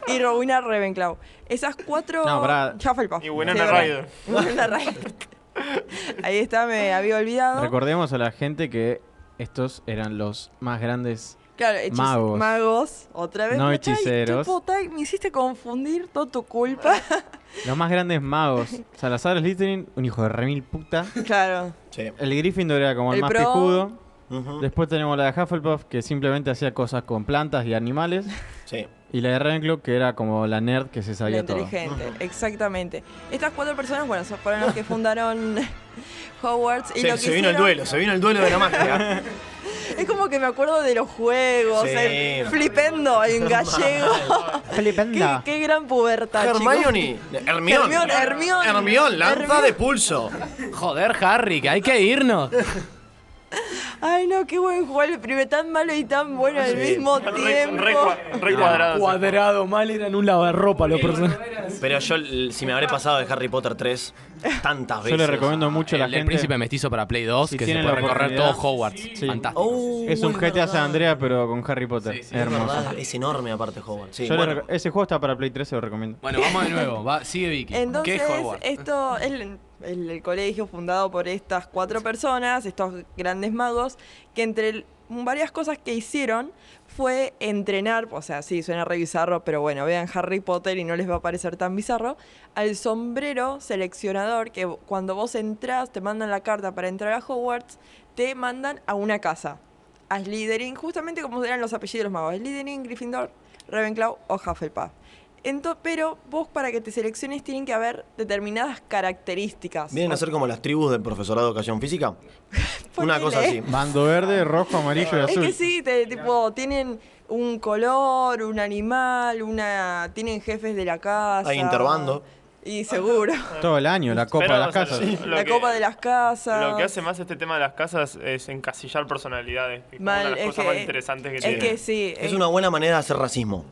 y Rowena Ravenclaw. Esas cuatro...
No, pará.
Hufflepuff.
Y Winona
Sí, pará.
Ryder.
Winona Ryder. Ahí está, me había olvidado.
Recordemos a la gente que estos eran los más grandes.
Claro, hechiz-
Magos.
Magos, otra vez.
No
Motay,
hechiceros.
tipo, Tay, me hiciste confundir, todo tu culpa.
Los más grandes magos. Salazar Slytherin, un hijo de remil puta.
claro.
Sí.
El Gryffindor era como el,
El
más
pro.
pijudo.
Ujú,
Después tenemos la de Hufflepuff, que simplemente hacía cosas con plantas y animales.
Sí.
Y la de Ravenclaw, que era como la nerd que se
La
sabía todo.
inteligente, exactamente. Estas cuatro personas, bueno, son- fueron las que fundaron Hogwarts. Y
Se,
lo que
se vino el
hicieron-
duelo, se vino el duelo de la magia.
Es como que me acuerdo de los juegos,
Sí.
el flipendo en gallego. qué,
Felipenda.
qué gran pubertad, chicos.
Hermione. Hermión.
Hermione, Hermione.
Hermione, lanza
Hermione.
de pulso.
Joder, Harry, que hay que irnos.
Ay, no, qué buen juego, el primer tan malo y tan bueno al mismo
Re,
tiempo.
re cua- re cuadrado.
Cuadrado, mal eran un lavarropa los personajes.
Pero yo, l- si me habré pasado de Harry Potter 3 tantas
Yo
veces.
le recomiendo mucho a
El,
la
del
gente.
príncipe mestizo para Play 2,
Si
que se
tienen la
puede recorrer todo
oportunidad.
Hogwarts.
Sí.
Fantástico.
Oh,
Es un GTA
verdad.
San Andreas, pero con Harry Potter.
Sí, sí,
Es
Hermoso.
verdad, Es enorme aparte Hogwarts. Sí,
Yo le
bueno.
reco- ese juego está para Play 3, se lo
Oh.
recomiendo.
Bueno, vamos de nuevo. Va, sigue Vicky. ¿Qué
Entonces, eh,
es Hogwarts?
esto es el, el- el colegio fundado por estas cuatro personas, estos grandes magos, que entre el- varias cosas que hicieron fue entrenar, o sea, sí, suena re bizarro, pero bueno, vean Harry Potter y no les va a parecer tan bizarro, al sombrero seleccionador que cuando vos entras, te mandan la carta para entrar a Hogwarts, te mandan a una casa. A Slytherin, justamente como eran los apellidos de los magos, Slytherin, Gryffindor, Ravenclaw o Hufflepuff. Ento- pero vos para que te selecciones tienen que haber determinadas características.
Vienen a ser como las tribus del profesorado de educación física. Una cosa
Ponele.
así.
Bando verde, rojo, amarillo y
Es
azul.
que sí, te- tipo, tienen un color, un animal, una tienen jefes de la casa.
Hay interbando.
Y seguro.
Todo el año, la copa
Pero,
de las
o sea,
casas.
lo- lo
la
que-
copa de las casas.
Lo que hace más este tema de las casas es encasillar personalidades. que es como
Mal,
una de las
es
cosas
que-
más interesantes que
es
tiene.
que sí.
Es
eh,
una buena manera de hacer racismo.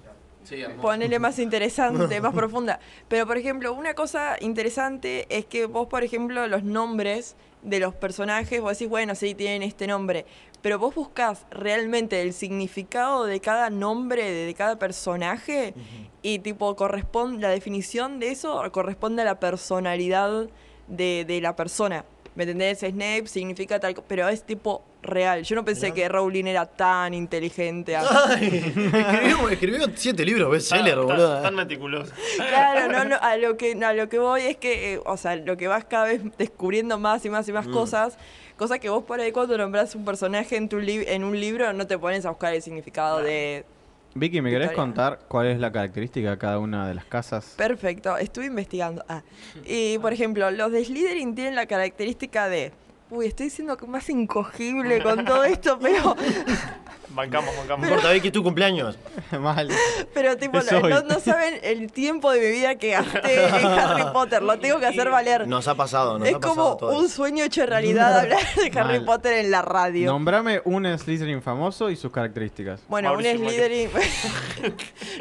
Ponele más interesante, más profunda. Pero, por ejemplo, una cosa interesante es que vos, por ejemplo, los nombres de los personajes, vos decís, bueno, sí, tienen este nombre. Pero vos buscás realmente el significado de cada nombre, de cada personaje, y tipo, corresponde, la definición de eso corresponde a la personalidad de, de la persona. ¿Me entendés? Snape significa tal. co- Pero es tipo real. Yo no pensé que Rowling era tan inteligente. Ah,
Ay, escribió, escribió siete libros bestseller, boludo.
Tan meticuloso.
Claro, no, no, a lo que a lo que voy es que, eh, o sea, lo que vas cada vez descubriendo más y más y más cosas, cosas que vos por ahí cuando nombras un personaje en tu lib- en un libro no te pones a buscar el significado de
Vicky, ¿me querés
Victoria.
contar cuál es la característica de cada una de las casas?
Perfecto, estuve investigando. Ah, y por ejemplo, los de Slytherin tienen la característica de. Uy, estoy siendo más incogible con todo esto, pero,
Bancamos,
No
bancamos.
importa, Vicky, tu cumpleaños.
Mal.
pero tipo,
Es
no,
hoy.
no- no saben el tiempo de mi vida que gasté en Harry Potter. Lo tengo que hacer valer.
Nos ha pasado, nos
es
ha pasado
como
a todos.
un sueño hecho realidad hablar de Harry
Mal.
Potter en la radio.
Nombrame un Slytherin famoso y sus características.
Bueno,
Mauricio
un
Macri.
Slytherin.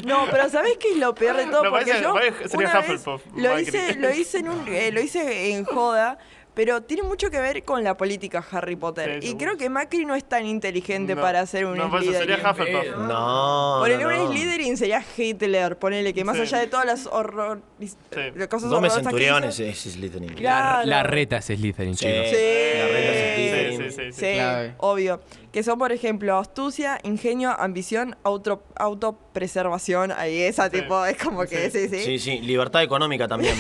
no, pero ¿sabes qué es lo peor de todo?
Me
Porque
parece-
yo
parece- sería
una vez
Hufflepuff,
lo
Macri.
hice, lo hice en un, eh, lo hice en joda. Pero tiene mucho que ver con la política Harry Potter.
Sí,
y
seguro.
creo que Macri no es tan inteligente
No,
para ser un
No, por eso
Slytherin.
sería Hufflepuff.
No.
Ponele
no, no.
un Slytherin sería Hitler, ponele que más
Sí.
allá de todas las horror... cosas
Dome
horrorosas que
Centuriones
hizo-
es Slytherin.
La,
Claro.
la reta es Slytherin,
Sí.
chicos.
Sí.
La reta es Slytherin.
Sí, sí, sí.
Sí,
Clave.
obvio. Que son, por ejemplo, astucia, ingenio, ambición, auto, autopreservación. Ahí esa,
Sí.
tipo, es como que sí, sí.
Sí, sí, libertad económica también.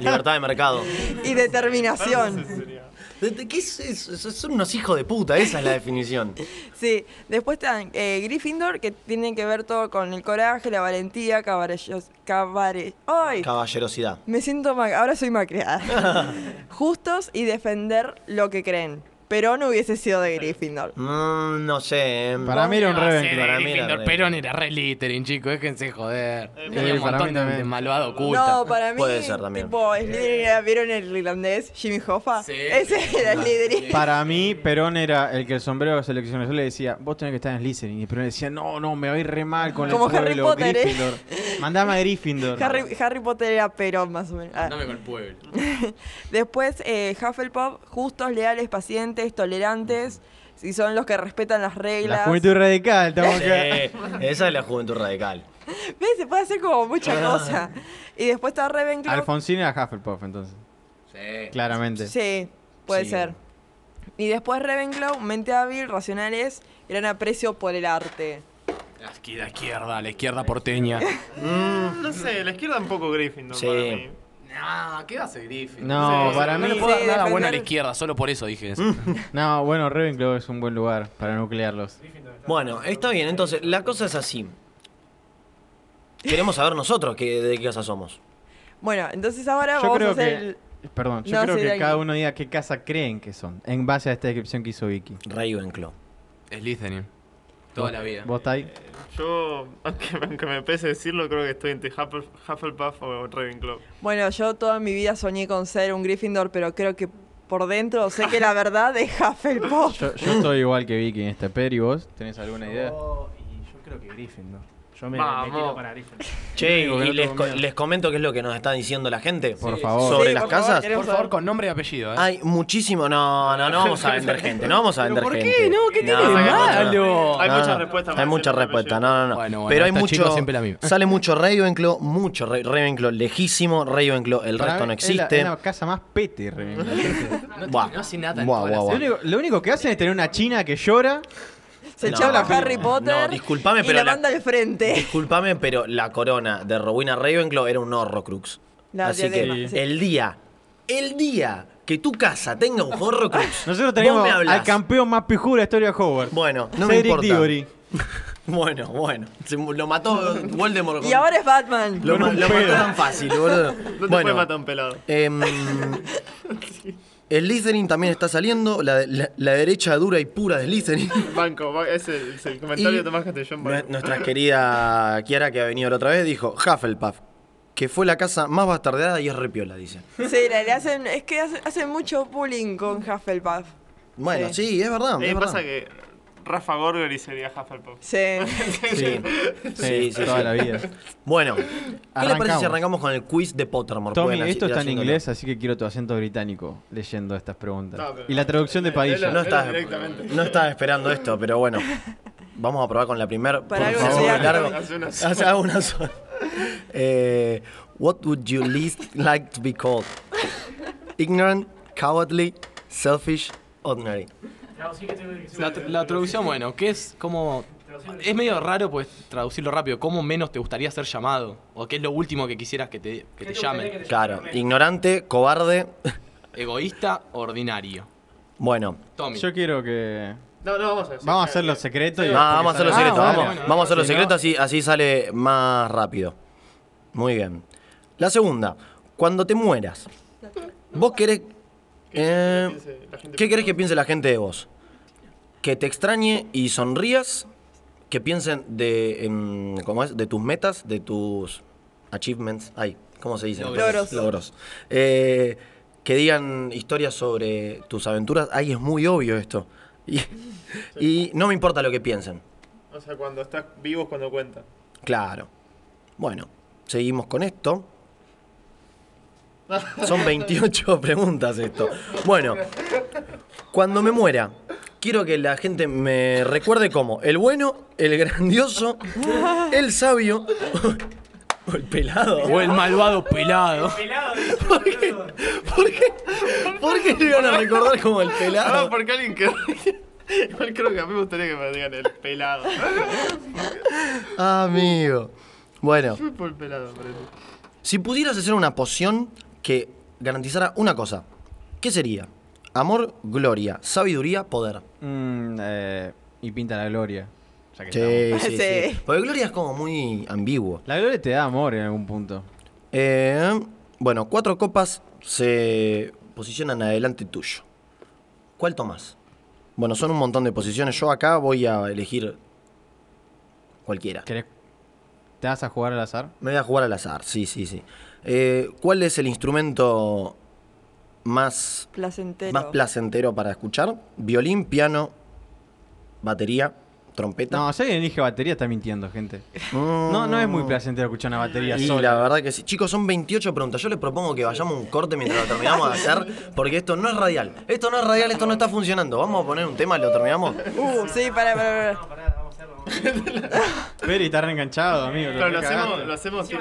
libertad de mercado.
Y
No sé si
determinación.
sería.
¿De- de ¿Qué es eso? Esos Son unos hijos de puta, esa es la definición.
Sí. Después están eh, Gryffindor, que tienen que ver todo con el coraje, la valentía, caballos, cabare... ¡Ay!
Caballerosidad.
Me siento ma- Ahora soy macreada. Justos y defender lo que creen. Pero no hubiese sido de Gryffindor.
Mm, no sé. eh.
Para mí era un Ravenclaw.
Para mí era
Gryffindor,
Ravenclaw.
Perón era re Slytherin, chicos, déjense joder.
Eh,
Tenía un
para mí
montón de-
también.
de malvado oculta.
No, para mí.
Puede ser también.
Tipo, Slytherin era- ¿vieron el irlandés Jimmy Hoffa?
Sí.
Ese era Slytherin.
Para mí, Perón era el que el sombrero de selecciones. Yo le decía, vos tenés que estar en Slytherin. Y Perón decía, no, no, me va a ir re mal con
Como
el
Harry
pueblo,
Potter, ¿eh?
Gryffindor. Mandame a Gryffindor.
Harry, Harry Potter era Perón, más o menos. Ah.
Andame con el pueblo.
Después, eh, Hufflepuff, justos, leales, pacientes, tolerantes. Si son los que respetan las
La
reglas.
juventud radical, estamos
Sí,
acá.
esa es la juventud radical.
¿Ves? Se puede hacer como mucha cosa. Y después está Ravenclaw.
Alfonsina era Hufflepuff, entonces.
Sí.
Claramente.
Sí, puede
Sí.
ser. Y después Ravenclaw, mente hábil, racionales, gran aprecio por el arte.
La izquierda, izquierda, la izquierda porteña.
No sé, la izquierda un poco Gryffindor
Mm. Sí.
para mí.
No, ¿qué va a hacer Griffin?
No,
Sí,
para
no
mí.
le puedo dar
Sí,
nada
defender-
bueno a la izquierda, solo por eso dije eso.
Mm. No, bueno, Ravenclaw es un buen lugar para nuclearlos.
Bueno, está bien, entonces, la cosa es así. Queremos saber nosotros que, de qué casa somos.
Bueno, entonces ahora
Yo
vamos a
creo que.
hacer el...
Perdón, yo
No,
creo
sí,
que
dale.
cada uno diga qué casa creen que son, en base a esta descripción que hizo Vicky.
Ravenclaw.
Slytherin. Toda la vida.
¿Vos estáis?
Yo, aunque, aunque me pese decirlo, creo que estoy entre Huffle- Hufflepuff o Ravenclaw.
Bueno, yo toda mi vida soñé con ser un Gryffindor, pero creo que por dentro sé que la verdad es Hufflepuff.
Yo, yo estoy igual que Vicky en este per y vos, ¿tenés alguna idea?
Yo, y yo creo que Gryffindor. Yo me,
Vamos.
me tiro para Gryffindor.
Che,
que
y
no
les,
tengo
co-
miedo.
les comento qué es lo que nos está diciendo la gente.
Por favor.
Sobre
Sí,
las
por favor,
casas.
queremos
Por favor, con nombre y apellido, ¿eh?
Hay muchísimo. No, no, no vamos a vender gente. No vamos a vender
¿Por
gente.
qué? No, ¿qué tiene
No,
de
no, no, no.
malo?
Hay
No,
muchas
no,
respuestas,
Hay
Marcelo,
muchas respuestas, no, no, no.
Bueno, bueno,
Pero hay
esta chica
mucho.
siempre la misma.
Sale mucho Ravenclaw, mucho Ra- Ravenclaw lejísimo, Ravenclaw, el
Para
resto
mí
no
Es la, es
existe.
la casa más pete, Ravenclaw.
No,
Buah.
no hace nada en
Buah,
toda la
Lo
buah, buah.
serie.
único, lo único que hacen es tener una china que llora.
Se
No,
echaba
no,
a Harry
no,
Potter
disculpame,
y
pero
la
la-
manda al frente.
Disculpame, pero la corona de Rowena Ravenclaw era un Horrocrux.
La
Así
diadema,
que
sí.
el día, el día que tu casa tenga un Horrocrux.
Nosotros
vos
teníamos
me hablás.
al campeón más pijudo de la historia de Hogwarts.
Bueno, no me
Cedric
importa.
Diggory.
Bueno, bueno. Se mu- lo mató Voldemort.
Y ahora es Batman.
Lo,
Con
ma-
un
lo
pedo.
mató tan fácil, boludo.
No te puedes matar un pelado.
em, el Slytherin también está saliendo. La, la- la derecha dura y pura de Slytherin.
Banco, ba- ese es el comentario
Y
de Tomás Castellón.
nue-
banco.
Nuestra querida Kiara, que ha venido la otra vez, dijo Hufflepuff, que fue la casa más bastardeada y es repiola, dice.
Sí, la- le hacen, es que hace- hacen, mucho bullying con Hufflepuff.
Bueno,
Sí.
sí, es verdad.
Eh,
es
pasa
verdad.
que Rafa Gorgori sería Hufflepuff.
Sí.
Sí. Sí,
Sí,
sí,
toda
sí.
la vida.
Bueno, ¿qué le parece
Arrancamos.
si arrancamos con el quiz de Pottermore?
Tommy,
Pueden así-
esto está en
haciéndolo.
inglés, así que quiero tu acento británico leyendo estas preguntas.
No, pero-
y la traducción de Padilla.
No
Pero
estás,
directamente.
no estás esperando esto, pero bueno. Vamos a probar con la primera.
Para algo
se hace.
Hace una sola.
Hace una sola. Eh, what would you least like to be called? Ignorant, cowardly, Selfish Ordinary.
La, tr- la traducción, bueno, que es como... Es medio raro pues traducirlo rápido. ¿Cómo menos te gustaría ser llamado? ¿O qué es lo último que quisieras que te, que te llamen?
Claro, ignorante, cobarde.
Egoísta, ordinario.
Bueno,
Tommy.
Yo quiero que.
No, no, vamos a ver.
Vamos a hacer los secretos y.
no, Ah, vamos a hacer los
después que
secretos,
salga-
vamos,
Ah, bueno.
vamos a hacer los
Si no-
secretos, así, así sale más rápido. Muy bien. La segunda, cuando te mueras, vos querés... eh, ¿Qué querés que piense la gente de vos? Que te extrañe y sonrías, que piensen de, em, ¿cómo es? de tus metas, de tus achievements, ay, ¿cómo se dice?
Logros.
Logros. Eh, que digan historias sobre tus aventuras, ay, es muy obvio esto. Y, y no me importa lo que piensen.
O sea, cuando estás vivo es cuando cuenta.
Claro. Bueno, seguimos con esto. Son 28 preguntas esto. Bueno, cuando me muera, quiero que la gente me recuerde como el bueno, el grandioso, el sabio o el pelado.
O el malvado pelado.
¿Por qué? ¿Por qué? ¿Por qué me van a recordar como el
Ah,
pelado?
porque alguien que. Igual creo que a mí me gustaría que me digan el pelado.
Amigo. Bueno.
Fui por el pelado, parece.
Si pudieras hacer una poción que garantizara una cosa, ¿qué sería? Amor, gloria, sabiduría, poder.
Mm, eh, y pinta la gloria. ya que estamos.
Sí, sí,
Sí.
sí. Porque gloria es como muy ambiguo.
La gloria te da amor en algún punto.
Eh, bueno, cuatro copas se posicionan adelante tuyo. ¿Cuál tomás? Bueno, son un montón de posiciones. Yo acá voy a elegir cualquiera.
¿Querés- ¿Te vas a jugar al azar?
Me voy a jugar al azar, sí, sí, sí. Eh, ¿Cuál es el instrumento más
Placentero.
más placentero para escuchar. Violín, piano, batería, trompeta.
No, si alguien elige batería está mintiendo, gente.
Mm.
No, no es muy placentero escuchar una batería
Y
sola.
la verdad que sí. Chicos, son 28 preguntas. Yo les propongo que vayamos a un corte mientras lo terminamos de hacer, porque esto no es radial. Esto no es radial, esto no está funcionando. Vamos a poner un tema, lo terminamos.
Uh, sí, pará, pará, pará.
Peri está reenganchado, amigo.
Pero lo hacemos,
recagaste.
lo hacemos tipo.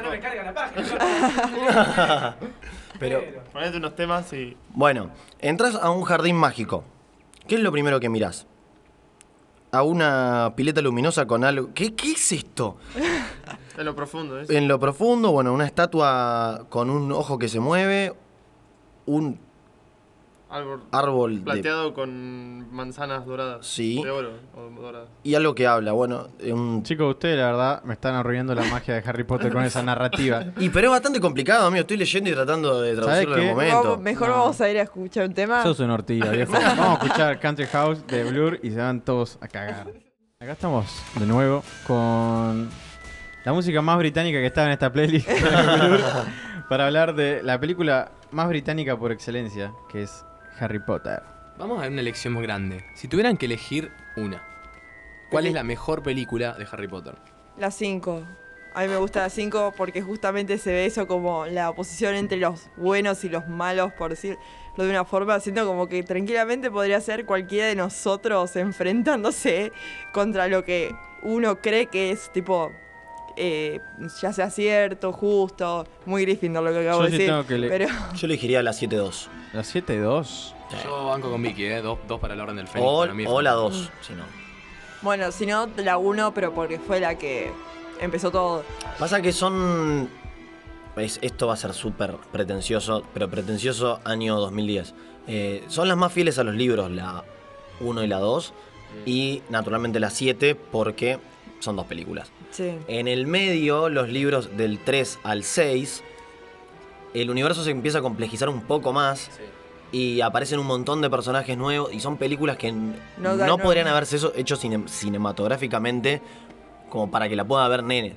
Pero
Ponete unos temas y.
bueno, entras a un jardín mágico. ¿Qué es lo primero que mirás? A una pileta luminosa con algo. ¿Qué, qué es esto?
En lo profundo, ¿eh?
En lo profundo, bueno, una estatua con un ojo que se mueve, un
Algo
ah, árbol de...
plateado con manzanas doradas.
Sí.
De oro o doradas.
y algo que habla, bueno, eh, un...
Chicos, ustedes la verdad me están arruinando la magia de Harry Potter con esa narrativa.
Y pero es bastante complicado, amigo, estoy leyendo y tratando de traducirlo en
qué?
el
Vamos-
momento.
mejor
No.
vamos a ir a escuchar un tema.
Sos un ortiga, viejo. Vamos a escuchar Country House de Blur y se van todos a cagar. Acá estamos de nuevo con la música más británica que estaba en esta playlist de Blur, para hablar de la película más británica por excelencia, que es Harry Potter.
Vamos a ver una elección muy grande. Si tuvieran que elegir una, ¿cuál es la mejor película de Harry Potter?
La 5. A mí me gusta la 5 porque justamente se ve eso como la oposición entre los buenos y los malos, por decirlo de una forma. Siento como que tranquilamente podría ser cualquiera de nosotros enfrentándose contra lo que uno cree que es tipo. eh, ya sea cierto, justo, muy Gryffindor lo que acabo
Yo
de
sí
decir.
tengo que le-
Pero
Yo elegiría la 7-2.
La 7-2.
Yo banco con Vicky, ¿eh? Dos, dos para el orden del Fénix.
O,
para mí es
o la
fantástico.
2, si no.
bueno, si no, la 1, pero porque fue la que empezó todo.
Pasa que son... es- esto va a ser súper pretencioso, pero pretencioso año 2010. Eh, son las más fieles a los libros, la 1 y la 2. Y naturalmente la 7 porque son dos películas.
Sí.
En el medio, los libros del 3 al 6, el universo se empieza a complejizar un poco más y aparecen un montón de personajes nuevos y son películas que n- no,
No da- no-
podrían haberse eso- hecho cine- cinematográficamente como para que la pueda ver nenes.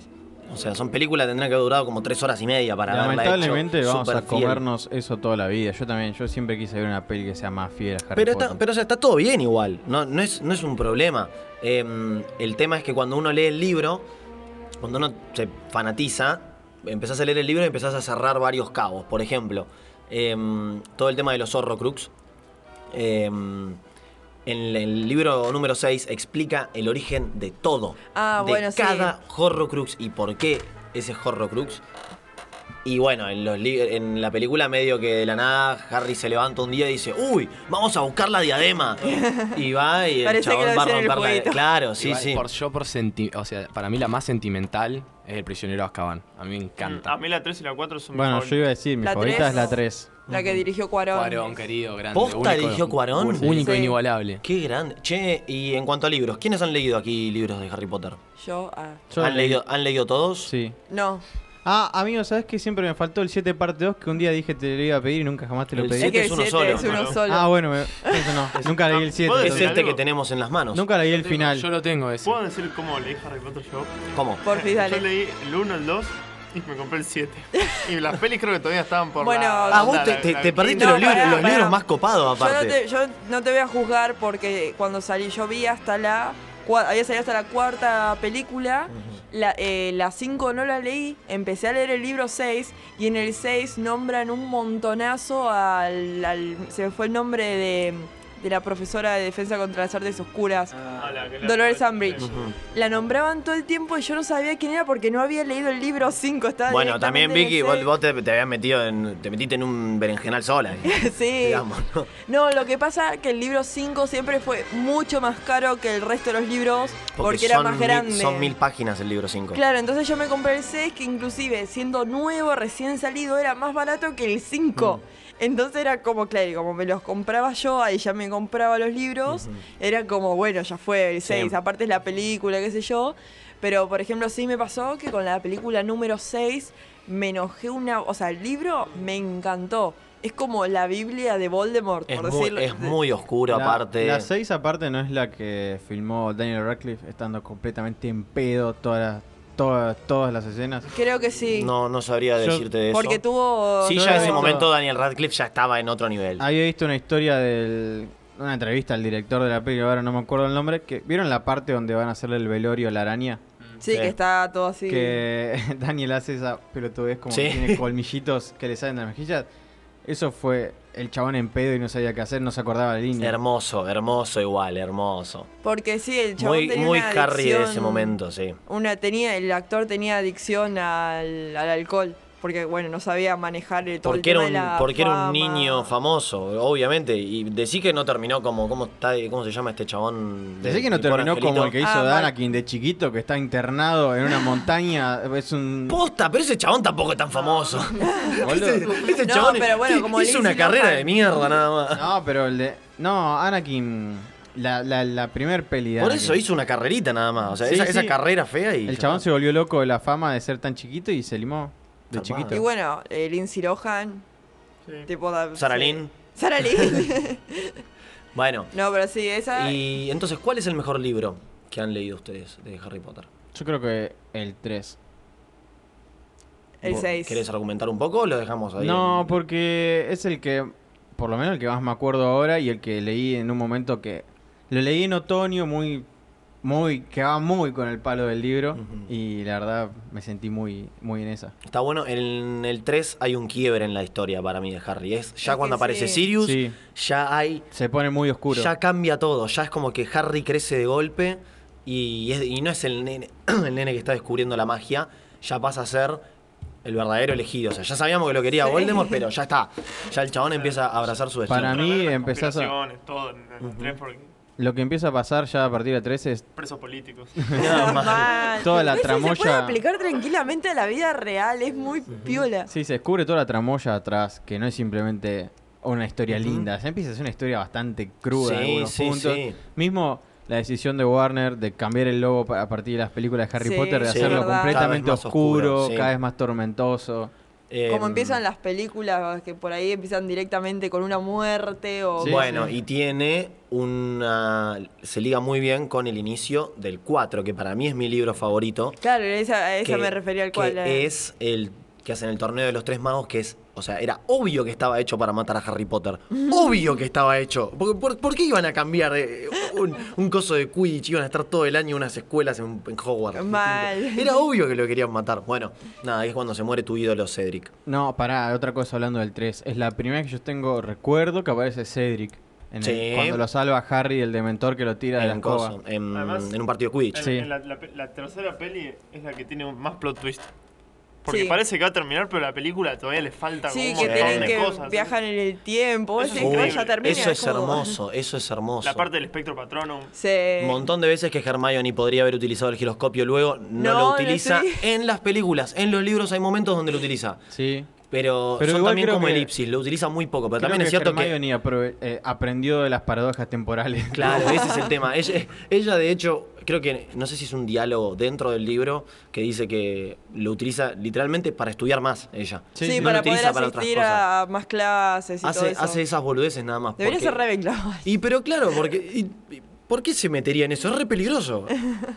O sea, son películas que tendrían que haber durado como tres horas y media para haberla hecho
Lamentablemente vamos a
superfiel.
comernos eso toda la vida. Yo también, yo siempre quise ver una peli que sea más fiel a Harry
Pero,
Potter.
está, pero o sea, está todo bien igual, no, no, es, no es un problema. Em, el tema es que cuando uno lee el libro, cuando uno se fanatiza, empezás a leer el libro y empezás a cerrar varios cabos. Por ejemplo, em, todo el tema de los Horrocrux. em, en el- el libro número 6 explica el origen de todo.
Ah,
de
bueno, sí.
cada Horrocrux y por qué ese Horrocrux. Y bueno, en, los li- en la película medio que de la nada Harry se levanta un día y dice, uy, vamos a buscar la diadema. Y va y el
Parece que
chabón
lo
va a
decía en el
romper la
jueguito.
Claro, sí,
Igual,
sí.
Por, yo por senti- o sea, para mí la más sentimental es El prisionero de Azkaban. A mí me encanta.
Mm, A mí la 3 y la 4 son mis
Bueno,
favoritas.
yo iba a decir, mi
La
favorita
tres.
es la 3.
La que dirigió Cuarón.
Cuarón, querido, grande.
¿Posta dirigió Cuarón?
Único e
Sí.
inigualable.
Qué grande. Che, y en cuanto a libros, ¿quiénes han leído aquí libros de Harry Potter?
Yo, ah.
¿Han leído, ¿Han leído todos?
Sí.
No.
Ah, amigo, ¿sabes que siempre me faltó el 7 parte 2 que un día dije te lo iba a pedir y nunca jamás te lo
El
pedí?
siete
que
es uno
siete
solo,
Es uno
¿no?
solo.
Ah, bueno, me- eso no. nunca leí el 7.
¿puedo
Es
decir
entonces.
este
algo?
que tenemos en las manos.
Nunca leí el final.
Yo lo tengo ese.
¿Puedo decir cómo leí Harry Potter yo?
¿Cómo?
Porfis,
Yo
dale.
leí el 1, el 2 y me compré el 7. Y las pelis creo que todavía estaban por
Bueno,
la-
Ah, vos
la-
te,
la-
te-
la-
te perdiste
No,
los, libros,
pará,
los
pará.
libros más copados
Yo no,
aparte.
te, yo no te voy a juzgar porque cuando salí, yo vi hasta la. cua- Había salido hasta la cuarta película. La, eh, la 5 no la leí, empecé a leer el libro 6 y en el 6 nombran un montonazo al, al- Se me fue el nombre de, de la profesora de defensa contra las artes oscuras.
Ah, la- la-
Dolores Umbridge.
Ujú.
La nombraban todo el tiempo y yo no sabía quién era porque no había leído el libro 5. Estaba
Bueno, también
directamente
Vicky,
en el
vos,
seis.
vos te, te habías metido en, te metiste en un berenjenal sola. eh,
sí.
digamos, ¿no?
No, lo que pasa que el libro 5 siempre fue mucho más caro que el resto de los libros porque, era
son
más
mil-
grande.
son mil páginas el libro 5.
Claro, entonces yo me compré el 6 que inclusive siendo nuevo, recién salido, era más barato que el 5.
Mm.
Entonces era como, claro, y como me los compraba yo, ahí ya me compraba los libros, era como, bueno, ya fue el 6, aparte es la película, qué sé yo. Pero, por ejemplo, sí me pasó que con la película número 6 me enojé una... O sea, el libro me encantó. Es como la Biblia de Voldemort,
Es
por
muy,
decirlo.
es muy oscuro
La-
aparte.
La 6 aparte no es la que filmó Daniel Radcliffe estando completamente en pedo todas las, todas, todas las escenas.
Creo que sí.
No, no sabría
Yo-
decirte de eso.
porque tuvo...
Sí,
Yo
ya en
he
ese
visto-
momento Daniel Radcliffe ya estaba en otro nivel.
Había visto una historia del. Una entrevista al director de la película, ahora no me acuerdo el nombre. que ¿Vieron la parte donde van a hacerle el velorio a la araña?
Sí,
eh.
que está todo así.
Que Daniel hace esa pelotudez como
Sí.
que tiene colmillitos que le salen de las mejillas. Eso fue el chabón en pedo y no sabía qué hacer, no se acordaba la línea.
Hermoso, hermoso igual, hermoso.
Porque sí, el chabón
Muy,
tenía
muy
una
Harry de
adicción-
ese momento, sí.
Una tenía, el actor tenía adicción al, al alcohol. Porque, bueno, no sabía manejar el todo el
Porque era
tema
un,
de la
porque era
fama.
un niño famoso, obviamente. Y decís que no terminó como. ¿Cómo, está, cómo se llama este chabón? de-
Decís que no
tipo
terminó
Angelito?
como el que hizo
Ah, mal.
Danakin de chiquito, que está internado en una montaña. Es un.
Posta, pero ese chabón tampoco es tan famoso. ese ese
No,
chabón
pero bueno, como
hizo una
Lindsay
carrera
Lohan.
de mierda nada más.
No, pero el de. No, Anakin. La, la, la primer peli de
Por
Anakin.
eso hizo una carrerita nada más. O sea,
Sí,
esa,
sí.
esa carrera fea y.
El
ya
chabón se
está.
volvió loco de la fama de ser tan chiquito y se limó de
Zarpado.
chiquito.
Y bueno, eh, Lindsay Lohan.
Sí.
Tipo, da-
Sarah
sí.
Lynn.
Sarah Lynn.
Bueno.
no, pero sí, esa.
Y entonces, ¿cuál es el mejor libro que han leído ustedes de Harry Potter?
Yo creo que el 3.
el
¿Vos
6.
¿Querés argumentar un poco o lo dejamos ahí?
No, porque es el que, por lo menos el que más me acuerdo ahora y el que leí en un momento que lo leí en otoño muy, muy, quedaba muy con el palo del libro
Ujú.
y la verdad me sentí muy, muy en esa.
Está bueno, en el 3 hay un quiebre en la historia para mí de Harry. Es ya
Es
cuando
que
aparece
sí.
Sirius,
Sí.
ya hay.
Se pone muy oscuro.
Ya cambia todo. Ya es como que Harry crece de golpe y, es- y no es el nene, el nene que está descubriendo la magia. Ya pasa a ser el verdadero elegido. O sea, ya sabíamos que lo quería Voldemort, pero ya está. Ya el chabón empieza a abrazar su destino.
Para
Para
mí
ver las
empezás a-
conspiraciones, todo en el 3 porque
Lo que empieza a pasar ya a partir de 3 es
presos políticos.
Nada más.
Mal.
Toda la
Eso
tramoya-
Se puede aplicar tranquilamente a la vida real, es muy piola.
Sí, se descubre toda la tramoya atrás, que no es simplemente una historia linda. Se empieza a hacer una historia bastante cruda en
Sí,
algunos
sí,
puntos.
sí.
Mismo la decisión de Warner de cambiar el logo pa- a partir de las películas de Harry
Sí,
Potter, de
sí,
hacerlo
es verdad.
completamente
Cada vez más
oscuro,
oscuro, sí.
cada vez más tormentoso.
Eh,
Como empiezan las películas que por ahí empiezan directamente con una muerte o
Sí,
bueno,
sí.
y tiene una. Se liga muy bien con el inicio del 4, que para mí es mi libro favorito.
Claro, esa, a esa
que-
me refería al cual.
Que
eh.
es el que hacen el torneo de los tres magos, que es. O sea, era obvio que estaba hecho para matar a Harry Potter. Obvio que estaba hecho. ¿Por, por- por qué iban a cambiar eh, un, un coso de Quidditch? Iban a estar todo el año en unas escuelas en, en Hogwarts.
Mal.
Era obvio que lo querían matar. Bueno, nada, ahí es cuando se muere tu ídolo Cedric.
No, pará, otra cosa hablando del 3. Es la primera que yo tengo recuerdo que aparece Cedric. en el-
Sí.
cuando lo salva Harry, el dementor que lo tira de la
En,
escoba.
coso, en,
Además-
en un partido de Quidditch.
Sí.
En- en la, la pe- la tercera peli es la que tiene más plot twist. Porque
Sí.
parece que va a terminar, pero la película todavía le falta
Sí,
un
que
montón
tienen
de
que
¿eh?
cosas.
viajar en el tiempo.
Eso
ese-
es increíble.
ya termina,
eso es
como-
hermoso, eso es hermoso.
La parte del espectro patronum.
Sí.
Un montón de veces que Hermione podría haber utilizado el giroscopio luego, no,
No,
lo
no,
utiliza
sí.
en las películas. En los libros hay momentos donde lo utiliza.
Sí.
Pero,
Pero
son
igual
también
creo
como
que-
elipsis, lo utiliza muy poco. Pero
Creo
también es cierto que.
Hermione aprove- eh, aprendió de las paradojas temporales.
Claro, ese es el tema. Ella, ella, de hecho, creo que, no sé si es un diálogo dentro del libro que dice que lo utiliza literalmente para estudiar más ella.
Sí,
Sí, no
para
lo utiliza
poder
para otras
asistir a más clases y todo
Hace,
eso.
hace esas boludeces nada más.
Debería
porque-
ser Ravenclaw.
Y pero claro, porque... y- y- ¿Por qué se metería en eso? Es re peligroso.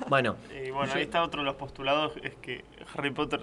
Bueno,
Y bueno, ahí está otro de los postulados, es que Harry Potter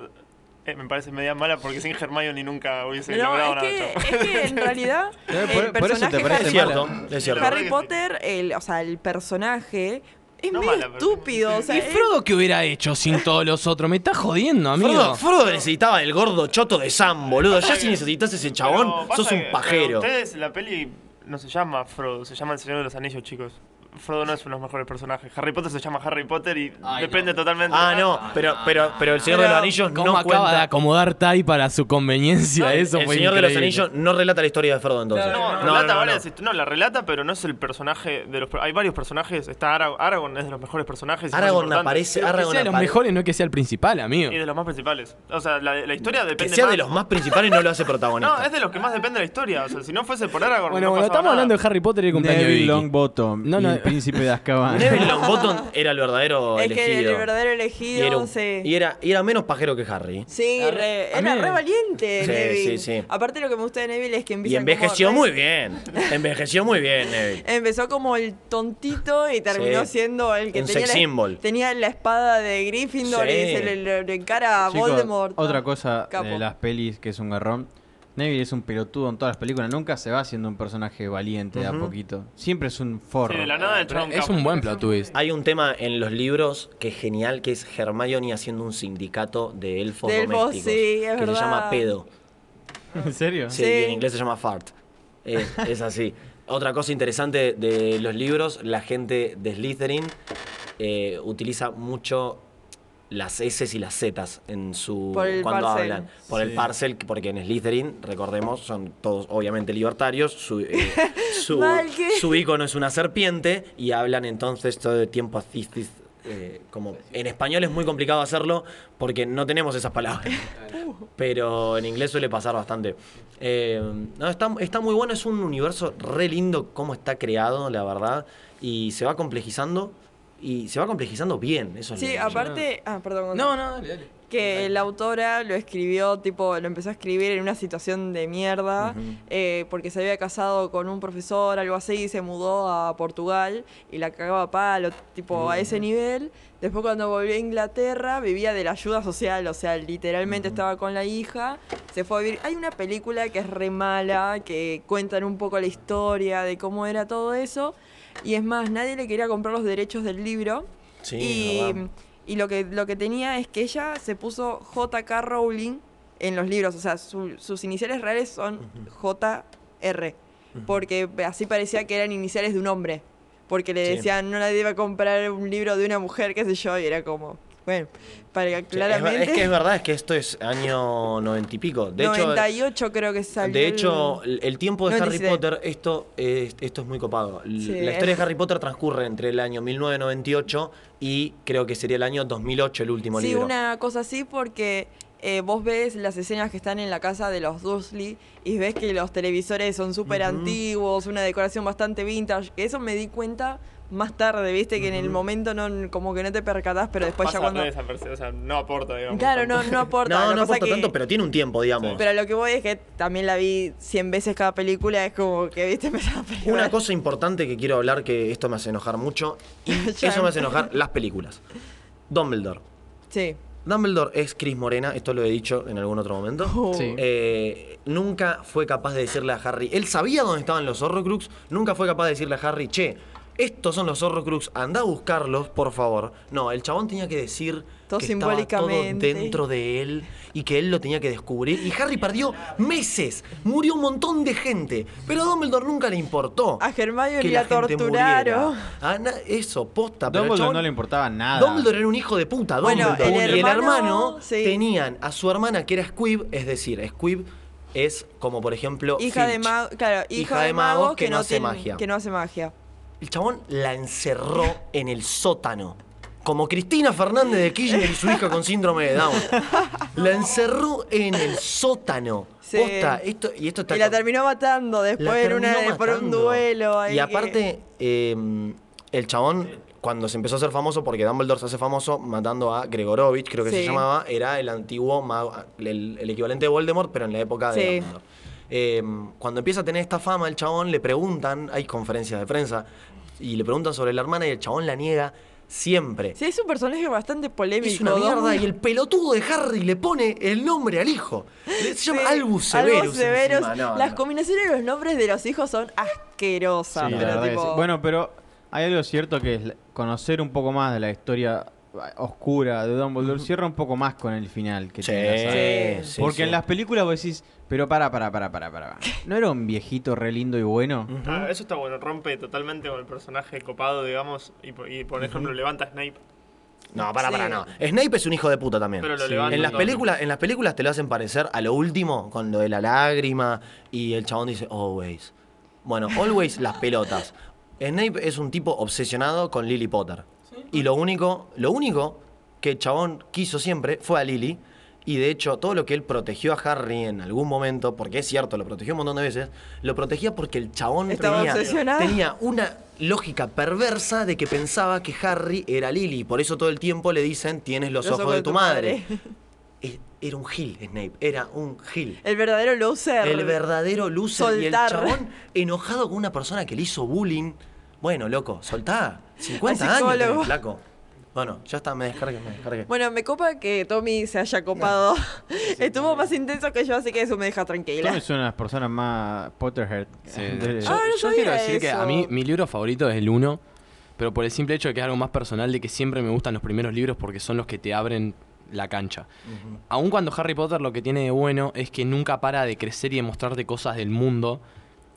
eh, me parece media mala porque sin Hermione nunca hubiese logrado
No, es
nada.
que,
chavo.
es que en realidad
Eh,
el
por- por eso te
personaje
parece
es
Harry
mala.
cierto, es cierto.
Harry-
Harry Potter, el, o sea, el personaje es
No
medio
mala, pero-
estúpido. O sea,
Y
es-
Frodo qué hubiera hecho sin todos los otros? Me está jodiendo, amigo.
Frodo, Frodo necesitaba el gordo choto de Sam, boludo. Ya si necesitas ese chabón,
Pero
sos
pasa que-
un
pero
pajero.
Ustedes, la peli no se llama Frodo, se llama El Señor de los Anillos, chicos. Frodo no es uno de los mejores personajes. Harry Potter se llama Harry Potter y depende totalmente.
Ah,
de-
no, pero, pero, pero el Señor de
Pero,
los Anillos
¿Cómo
no
acaba de
cuenta...
acomodar Tai para su conveniencia? Eso
el
fue
Señor de los
increíble.
Anillos no relata la historia de Frodo entonces.
No, relata varias histo- no, la relata, pero no es el personaje de los. Hay varios personajes. Está Aragorn, Aragorn es de los mejores personajes. y más
Aragorn
importantes.
aparece,
Pero que
Aragorn
sea de los
apare-
mejores, no es que sea el principal, amigo.
Y de los más principales. O sea, la, la historia depende.
Que sea
más-
de los más principales no lo hace protagonista.
No, es de los que más depende de la historia. O sea, si no fuese por Aragorn.
Bueno,
no
bueno,
pasaba
estamos hablando de
nada.
Harry Potter y el cumpleaños de
Neville
Vicky.
Longbottom
No,
y
no.
el príncipe de Azkaban.
Neville Longbottom era el verdadero
es
elegido.
que el verdadero
y
elegido,
era, un-
sí.
y era- y era menos pajero que Harry.
Sí, re-
a
era
mí-
re valiente
Sí,
Neville.
sí, sí.
Aparte lo que me gusta de Neville es que empieza
Y envejeció
como,
muy bien. Envejeció muy bien, Neville.
Empezó como el tontito y terminó
Sí.
siendo el que
Un
tenía,
sex symbol.
la, tenía la espada de Gryffindor
Sí.
y se le, le- le encara a
Chicos,
Voldemort.
Otra cosa
Capo.
de las pelis que es un garrón. Neville es un pelotudo en todas las películas. Nunca se va haciendo un personaje valiente de a poquito. Siempre es un forro.
Sí, de la nada del
Pero
chabón
Es
capo.
un buen plot twist.
Hay un tema en los libros que es genial, que es Hermione haciendo un sindicato de elfos
De elfos,
domésticos.
sí, es
que
verdad.
se llama pedo.
¿En serio?
Sí,
Sí.
y en inglés se llama fart. Es, es así. Otra cosa interesante de los libros, la gente de Slytherin eh, utiliza mucho las S y las Z en su
Por el
cuando
parcel.
hablan por el parcel porque en Slytherin recordemos son todos obviamente libertarios su eh, su,
Mal que-
su icono es una serpiente y hablan entonces todo el tiempo así, así, eh, como en español es muy complicado hacerlo porque no tenemos esas palabras pero en inglés suele pasar bastante. Eh, no, está, está muy bueno, es un universo re lindo cómo está creado, la verdad, y se va complejizando, y se va complejizando bien, eso es lo
Sí,
que-
aparte... Ah, perdón.
No, no, dale, dale.
Que la autora lo escribió, tipo, lo empezó a escribir en una situación de mierda, eh, porque se había casado con un profesor, algo así, y se mudó a Portugal y la cagaba a palo, tipo, a ese nivel. Después cuando volvió a Inglaterra, vivía de la ayuda social, o sea, literalmente estaba con la hija, se fue a vivir. Hay una película que es re mala, que cuentan un poco la historia de cómo era todo eso, y es más, nadie le quería comprar los derechos del libro.
Sí, es
Y,
verdad.
y lo que, lo que tenía es que ella se puso J.K. Rowling en los libros. O sea, su- sus iniciales reales son J.R. Porque así parecía que eran iniciales de un hombre. Porque le
Sí.
decían, no nadie va a comprar un libro de una mujer, qué sé yo. Y era como, bueno, para
Sí, es ver-
claramente.
Es, que es verdad, es que esto es año noventa y pico. De hecho,
98 creo que salió.
de hecho,
el-
el el tiempo de Harry
97.
Potter, esto, es- esto es muy copado. L-
Sí,
la historia
es-
de Harry Potter transcurre entre el año 1998 y creo que sería el año 2008 el último
Sí,
libro.
una cosa así porque eh, vos ves las escenas que están en la casa de los Dursley y ves que los televisores son súper antiguos, una decoración bastante vintage. que Eso me di cuenta más tarde, viste, que en el momento no, como que no te percatás, pero después
Pasa
ya cuando...
re desapercibido, o sea, no aporta, digamos.
Claro, no,
tanto.
no aporta.
No,
lo
no
pasa
aporta
que-
tanto, pero tiene un tiempo, digamos.
Pero lo que voy es que también la vi 100 veces cada película, es como que, viste, me la película.
Una cosa importante que quiero hablar, que esto me hace enojar mucho, y
Ya.
eso me hace enojar las películas. Dumbledore.
Sí.
Dumbledore es Chris Morena, esto lo he dicho en algún otro momento.
Oh.
Sí.
Eh, nunca fue capaz de decirle a Harry, él sabía dónde estaban los Horrocrux, nunca fue capaz de decirle a Harry, che, Estos son los Horrocrux, anda a buscarlos, por favor. No, el chabón tenía que decir
Todo
que estaba todo
simbólicamente.
dentro de él y que él lo tenía que descubrir. Y Harry perdió meses, murió un montón de gente, pero a Dumbledore nunca le importó.
A Hermione
que
la,
gente
torturaron.
muriera. A na- eso,
Ah,
posta, pero el
Dumbledore
chabón-
no le importaba nada.
Dumbledore era un hijo de puta,
Bueno,
Dumbledore.
el
y el
hermano,
hermano
sí.
tenían a su hermana que era Squib, es decir, Squib es como por ejemplo
Hija de
Filch.
mago, claro, hija, de magos que, no
hace
tiene-
magia.
Que no hace magia.
El chabón la encerró en el sótano. Como Cristina Fernández de Kirchner y su hija con síndrome de Down. La encerró en el sótano.
Sí.
Posta, esto, y esto está
Y la
con-
terminó matando después
la
en una-
terminó
por un
matando.
duelo. ahí
Y
que-
aparte, eh, el chabón, cuando se empezó a hacer famoso, porque Dumbledore se hace famoso matando a Gregorovich, creo que se
Sí.
llamaba, era el antiguo mago, el, el equivalente de Voldemort, pero en la época de
Sí.
Dumbledore. Eh, cuando empieza a tener esta fama, el chabón le preguntan, hay conferencias de prensa, y le preguntan sobre la hermana y el chabón la niega siempre.
Sí, es un personaje bastante polémico.
Es una mierda
Dumbledore.
y el pelotudo de Harry le pone el nombre al hijo. Se llama
Sí,
Albus Severus. encima. No,
Las
no.
combinaciones de los nombres de los hijos son asquerosas.
Sí, la
pero
verdad que
tipo,
sí. Bueno, pero hay algo cierto que es la- conocer un poco más de la historia eh, oscura de Dumbledore cierra un poco más con el final que
Sí,
tiene la saga.
sí,
Porque
sí.
en las películas vos decís, pero para, para, para, para, para. ¿No era un viejito re lindo y bueno?
Ah, eso está bueno, rompe totalmente con el personaje copado, digamos, y, po- y por ejemplo levanta a Snape.
No, para,
Sí.
para, no. Snape es un hijo de puta también.
Pero lo
Sí.
levanta
en, las
todo.
películas, en las películas te lo hacen parecer a lo último, con lo de la lágrima, y el chabón dice, always. Bueno, always las pelotas. Snape es un tipo obsesionado con Lily Potter. Y lo único, lo único que el chabón quiso siempre fue a Lily. Y de hecho, todo lo que él protegió a Harry en algún momento, porque es cierto, lo protegió un montón de veces, lo protegía porque el chabón
Estaba
tenía-
obsesionado.
tenía tenía una lógica perversa de que pensaba que Harry era Lily. Por eso todo el tiempo le dicen, tienes los, ojos, de, tu madre. E- Era un gil, Snape. Era un gil.
El verdadero loser.
El verdadero loser y el
Soltar.
chabón enojado con una persona que le hizo bullying. Bueno, loco, soltá. 50
Al
años,
psicólogo.
tenés, flaco. Bueno, ya está, me descargué, me descargué.
Bueno, me copa que Tommy se haya copado. Estuvo más intenso que yo, así que eso me deja tranquila.
Tom es una de las personas más Potterhead. de-
Yo,
Ah, no
yo
sabía
quiero decir que
eso.
a mí mi libro favorito es el 1, pero por el simple hecho de que es algo más personal de que siempre me gustan los primeros libros porque son los que te abren la cancha. Aun cuando Harry Potter lo que tiene de bueno es que nunca para de crecer y de mostrarte cosas del mundo.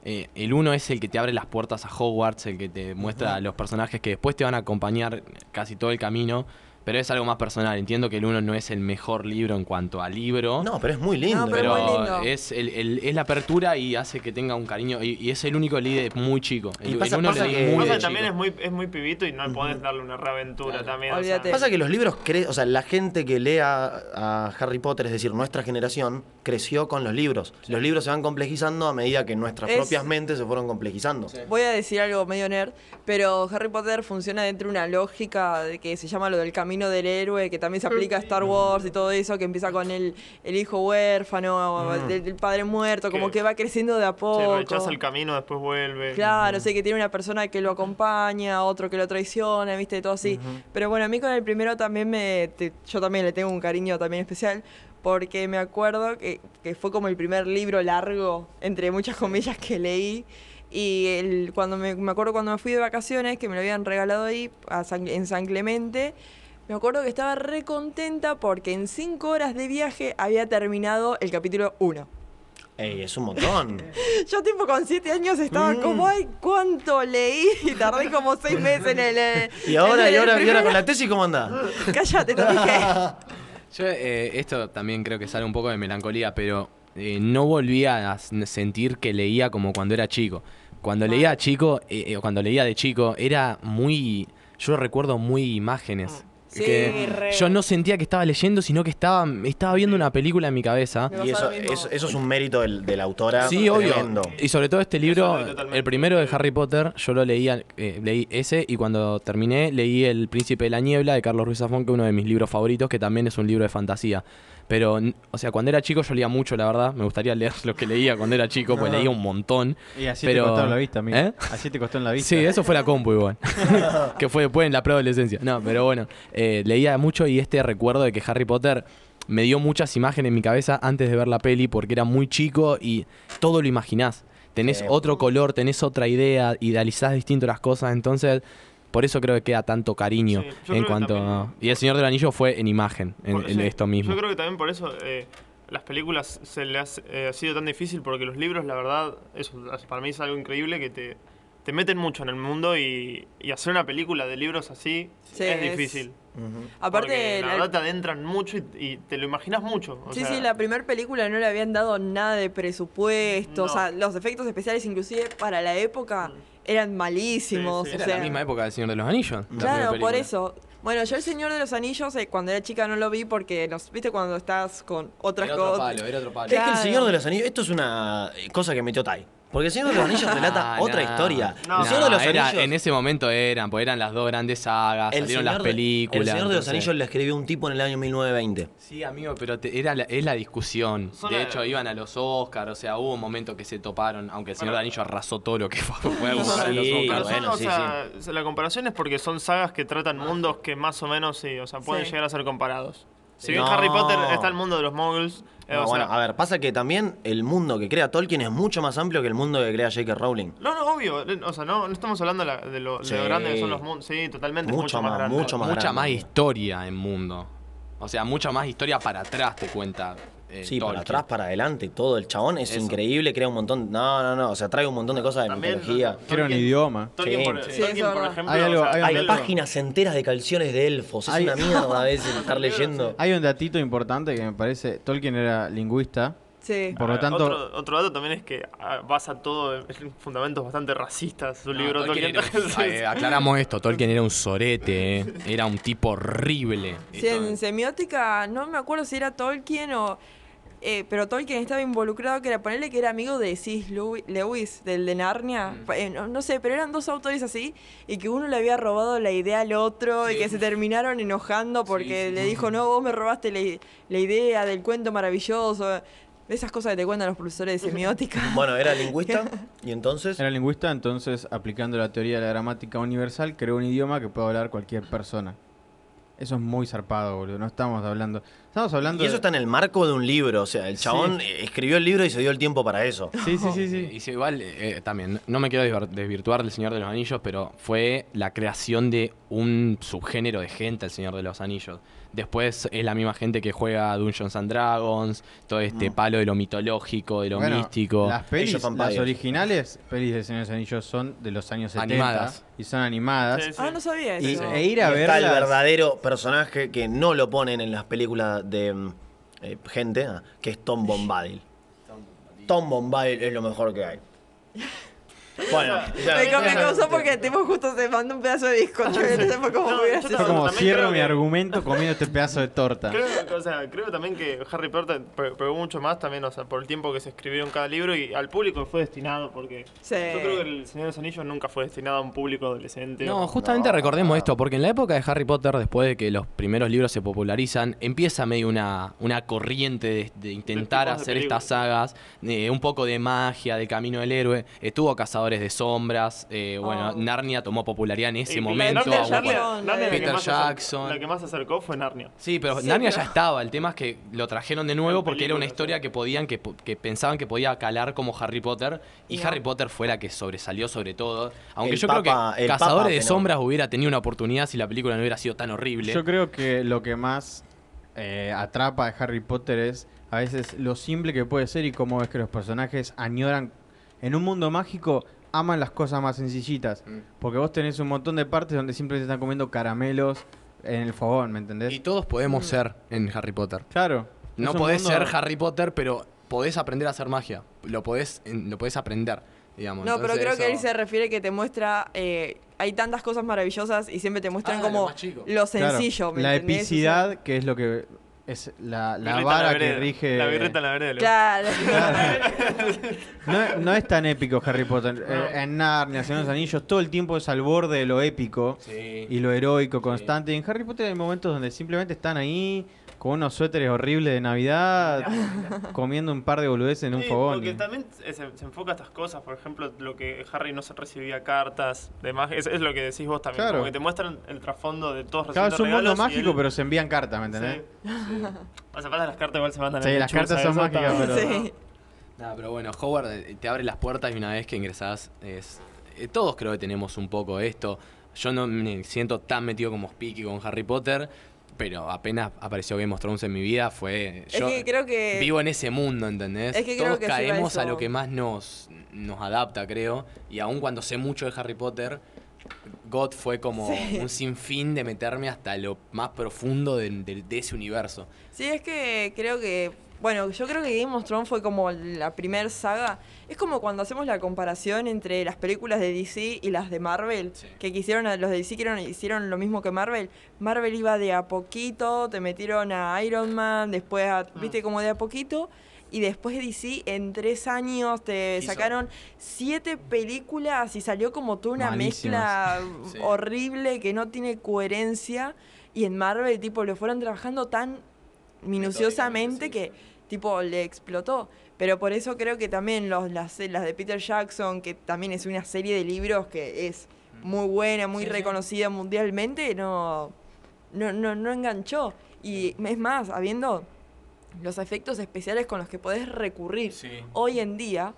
eh, el 1 es el que te abre las puertas a Hogwarts, el que te muestra los personajes que después te van a acompañar casi todo el camino, pero es algo más personal. Entiendo que el 1 no es el mejor libro en cuanto a libro.
No, pero es muy lindo.
No, pero es muy
Pero
lindo.
es, el- el- es la apertura y hace que tenga un cariño. Y, y es el único líder muy chico.
Y
El,
pasa-
el uno
pasa
le di
que-
muy
Pasa
de
que también es
chico.
muy, es muy pibito y no podés darle una reaventura también. o sea,
Olvídate.
Pasa que los libros, cre- o sea, la gente que lea a Harry Potter, es decir, nuestra generación, creció con los libros. Los libros se van complejizando a medida que nuestras
Es-
propias mentes se fueron complejizando.
Voy a decir algo medio nerd, pero Harry Potter funciona dentro de una lógica de que se llama lo del camino del héroe, que también se aplica a Star Wars y todo eso, que empieza con el, el hijo huérfano, el, el padre muerto, como
Mm. Que-
que va creciendo de a poco.
se rechaza el camino, después vuelve.
Claro, sé que tiene una persona que lo acompaña, otro que lo traiciona, viste, todo así. Pero bueno, a mí con el primero también me. te- yo también le tengo un cariño también especial. Porque me acuerdo que, que fue como el primer libro largo, entre muchas comillas, que leí. Y el- cuando me, me acuerdo cuando me fui de vacaciones, que me lo habían regalado ahí a San- en San Clemente, me acuerdo que estaba re contenta porque en cinco horas de viaje había terminado el capítulo 1.
Ey, Eh, es un montón.
Yo tipo con siete años estaba
Mm.
como, ay, ¿cuánto leí? Y tardé como seis meses en el... eh,
Y ahora,
en el
y ahora, y ahora
primero.
con la tesis, ¿cómo anda?
Cállate, te dije.
Yo, eh, esto también creo que sale un poco de melancolía, pero eh, no volví a s- sentir que leía como cuando era chico.
Ah.
Cuando leía chico, eh, eh, cuando leía de chico, era muy. Yo recuerdo muy imágenes.
Sí,
que
re.
yo no sentía que estaba leyendo, sino que estaba, estaba viendo una película en mi cabeza.
Me
Y
pasa
eso,
lo mismo.
eso, eso es un mérito del, de la autora.
Sí, obvio.
tremendo.
Y sobre todo este
Eso
libro,
es totalmente
el primero de Harry Potter, yo lo leía, eh, leí ese y cuando terminé leí El Príncipe de la Niebla de Carlos Ruiz Zafón, que es uno de mis libros favoritos, que también es un libro de fantasía. Pero, n- o sea, cuando era chico yo leía mucho, la verdad. Me gustaría leer lo que leía cuando era chico, pues leía un montón.
Y así
Pero-
te costó en la vista, amigo.
¿Eh?
Así te costó en la vista.
Sí, eso fue la compu igual. que fue después en la preadolescencia. No, pero bueno, eh, leía mucho y este recuerdo de que Harry Potter me dio muchas imágenes en mi cabeza antes de ver la peli porque era muy chico y todo lo imaginás. tenés
Sí.
otro color, tenés otra idea, idealizás distinto las cosas, entonces por eso creo que queda tanto cariño
Sí, yo creo
en
que
cuanto...
también-
Y El Señor del Anillo fue en imagen, en,
Por-
en
sí,
esto mismo.
Yo creo que también por eso eh, las películas se les ha sido tan difícil porque los libros, la verdad, eso para mí es algo increíble que te, te meten mucho en el mundo y, y hacer una película de libros así
Sí,
es
es-
difícil.
Aparte,
porque la,
la-
verdad te adentran mucho y, y te lo imaginas mucho. o
Sí,
sea,
sí, la primera película no le habían dado nada de presupuesto, o
No.
sea, los efectos especiales inclusive para la época eran malísimos.
Sí, sí.
o
Mm. Era
sea,
la misma época del Señor de los Anillos. la primera
Claro, por
película.
eso. Bueno, yo El Señor de los Anillos, eh, cuando era chica no lo vi porque, nos, viste, cuando estás con otras
Era otro
cosas.
palo, era otro palo.
Es que el
Claro.
Señor de los Anillos, esto es una eh, cosa que metió Tai. Porque el Señor de los Anillos relata
Ah,
otra
no.
historia.
No.
el Señor de los
era-
Anillos.
en ese momento eran, porque eran las dos grandes sagas,
el
salieron
Señor
las
de-
películas.
El Señor de los
entonces-
Anillos la escribió un tipo en el año 1920.
Sí, amigo, pero te- era la- es la discusión.
Son
de
la-
hecho, iban a los Oscars, o sea, hubo un momento que se toparon, aunque el Señor
Bueno.
del Anillo arrasó todo lo que fue. fue a buscar
Sí, ah,
los Oscars.
Pero son,
bueno,
o
sí,
sea, la comparación es porque son sagas que
Ah.
tratan mundos que más o menos sí, o sea, pueden
Sí.
llegar a ser comparados. Si
Sí.
bien
No.
Harry Potter está el mundo de los moguls, eh, o
No,
sea,
bueno, a ver, pasa que también el mundo que crea Tolkien es mucho más amplio que el mundo que crea J.K. Rowling.
No, no, obvio. O sea, no, no estamos hablando de, la- de lo, de lo
Sí.
grande que son los mundos. Sí, totalmente.
Mucho
Mucho, más,
más,
grande.
mucho más.
mucha
grande.
más historia en mundo. O sea, mucha más historia para atrás te cuenta. eh,
Sí, para
Tolkien.
atrás, para adelante, todo. El chabón es
Eso.
increíble, crea un montón. No, no, no. O sea, trae un montón de cosas de
También,
mitología.
no,
Quiero un
Tolkien-
idioma.
Tolkien,
Sí.
por,
Sí,
Tolkien,
eso es
por
verdad.
ejemplo.
Hay algo- hay
Hay
algo-
páginas enteras de canciones de elfos. Es
Hay-
una mierda a veces estar leyendo.
Hay un datito importante que me parece, Tolkien era lingüista,
Sí.
por lo
Ah,
tanto...
Otro, otro dato también es que ah, basa todo en fundamentos bastante racistas su
No,
libro.
Tolkien
Tolkien,
era un-
Entonces,
eh, aclaramos esto, Tolkien era un sorete, eh. era un tipo horrible.
Sí, en semiótica, no me acuerdo si era Tolkien o. eh, pero Tolkien estaba involucrado, que era ponerle que era amigo de Sis Lewis, del de Narnia.
Mm.
Pa- eh, no, no sé, pero eran dos autores así, y que uno le había robado la idea al otro, y que se terminaron enojando porque le dijo, no, vos me robaste la, i- la idea del cuento maravilloso. Esas cosas que te cuentan los profesores de semiótica.
Bueno, era lingüista y entonces.
Era lingüista, entonces aplicando la teoría de la gramática universal, creó un idioma que puede hablar cualquier persona. Eso es muy zarpado, boludo. No estamos hablando. Estamos hablando.
Y eso
de-
está en el marco de un libro. O sea, el
Sí.
chabón eh, escribió el libro y se dio el tiempo para eso.
Sí, sí, sí, sí.
Y si igual, eh, eh, también, no me quiero desvir- desvirtuar del Señor de los Anillos, pero fue la creación de un subgénero de gente, el Señor de los Anillos. Después es la misma gente que juega Dungeons and Dragons, todo este palo de lo mitológico, de lo
Bueno,
místico.
Las pelis,
Ellos son
las
payos.
originales pelis de Señor de los Anillos son de los años 70
Animadas.
y son animadas.
sí, sí.
Ah, no sabía
Y,
eso.
E ir a
Y
ver
está el verdadero personaje que no lo ponen en las películas de mm, eh, gente, ah, que es Tom Bombadil. Tom Bombadil es lo mejor que hay. Bueno, ya.
Me, me causó porque el tipo justo se mandó un pedazo de bizcocho, entonces fue como
No,
muy
yo
gracioso.
Fue como
También
cierro
creo
mi
que-
argumento comiendo este pedazo de torta.
Creo, o sea, creo también que Harry Potter pe- pegó mucho más también, o sea, por el tiempo que se escribieron cada libro y al público fue destinado, porque
Sí.
yo creo que El Señor de los Anillos nunca fue destinado a un público adolescente.
No,
o-
justamente recordemos esto, porque en la época de Harry Potter, después de que los primeros libros se popularizan, empieza medio una, una corriente de, de intentar
tipos de
hacer
películas.
estas sagas, eh, un poco de magia, de camino del héroe. Estuvo Cazadores de Sombras, eh, bueno,
Oh.
Narnia tomó popularidad en ese
Ah. Y- y
momento.
Narnia-
aún
Jackson,
Narnia-
cuando-
cuando-
Narnia la que
Peter
más se acer-
Jackson.
La que más se acercó fue Narnia.
Sí, pero
Sí,
Narnia
pero-
ya estaba. El tema es que lo trajeron de nuevo
En
porque era una
películas,
historia
sí.
que podían, que, po- que pensaban que podía calar como Harry Potter. Y
No.
Harry Potter fue la que sobresalió sobre todo. Aunque
El
yo
Papa-
creo que
el Papa
Cazadores de
Fenómeno.
Sombras hubiera tenido una oportunidad si la película no hubiera sido tan horrible.
Yo creo que lo que más eh, atrapa de Harry Potter es a veces lo simple que puede ser y cómo es que los personajes añoran. En un mundo mágico aman las cosas más sencillitas.
Mm.
Porque vos tenés un montón de partes donde siempre se están comiendo caramelos en el fogón, ¿me entendés?
Y todos
Mm.
podemos ser en Harry Potter.
claro.
No
es un
podés
mundo-
ser Harry Potter, pero podés aprender a hacer magia. Lo podés, en- lo podés aprender, digamos.
No, pero
Entonces,
creo que él
eso-
se refiere que te muestra. eh, hay tantas cosas maravillosas y siempre te muestran
Ah, lo
como
más chico.
lo
Claro,
sencillo. ¿me
La
entendés? O sea,
epicidad, que es lo que. Es la, la
Birrita en
vara que
vereda,
rige.
La birrita en la vereda.
Claro.
No, no es tan épico Harry Potter. Eh, En Narnia, Señor de los Anillos, todo el tiempo es al borde de lo épico
Sí.
y lo heroico constante. Y en Harry Potter hay momentos donde simplemente están ahí con unos suéteres horribles de Navidad, comiendo un par de boludeces en un
Sí,
fogón.
Porque también se, se enfoca a estas cosas, por ejemplo, lo que Harry no se recibía cartas, demás, es, es lo que decís vos también,
Claro.
como que te muestran el trasfondo de todos
Claro,
recibiendo
es un mundo
regalos y
mágico,
él-
pero se envían cartas, ¿me entendés?
Sí, sí. O sea, aparte las cartas igual se mandan
Sí,
en
las
chuza,
cartas son
eso
mágicas,
está-
pero-
Sí.
Nah, pero bueno, Howard eh, te abre las puertas y una vez que ingresás, es, eh, todos creo que tenemos un poco esto. Yo no me siento tan metido como Speaky con Harry Potter, pero apenas apareció Game of Thrones en mi vida fue... eh,
Es
yo
que creo que-
Vivo en ese mundo, ¿entendés?
Es que creo
todos
que se va
caemos a
eso.
lo que más nos, nos adapta, creo. Y aun cuando sé mucho de Harry Potter, God fue como
Sí.
un sinfín de meterme hasta lo más profundo de- de- de ese universo.
Sí, es que creo que. Bueno, yo creo que Game of Thrones fue como la primer saga. Es como cuando hacemos la comparación entre las películas de DC y las de Marvel.
Sí.
Que quisieron, los de DC que eran- hicieron lo mismo que Marvel. Marvel iba de a poquito, te metieron a Iron Man, después a.
Mm.
¿Viste? Como de a poquito. Y después DC, en tres años, te
Hizo.
sacaron siete películas y salió como toda una
Malísimas.
mezcla
Sí.
horrible que no tiene coherencia. Y en Marvel, tipo, lo fueron trabajando tan minuciosamente que tipo le explotó. Pero por eso creo que también los, las, las de Peter Jackson, que también es una serie de libros que es muy buena, muy reconocida mundialmente, no, no, no, no enganchó. Y es más, habiendo los efectos especiales con los que podés recurrir hoy en día,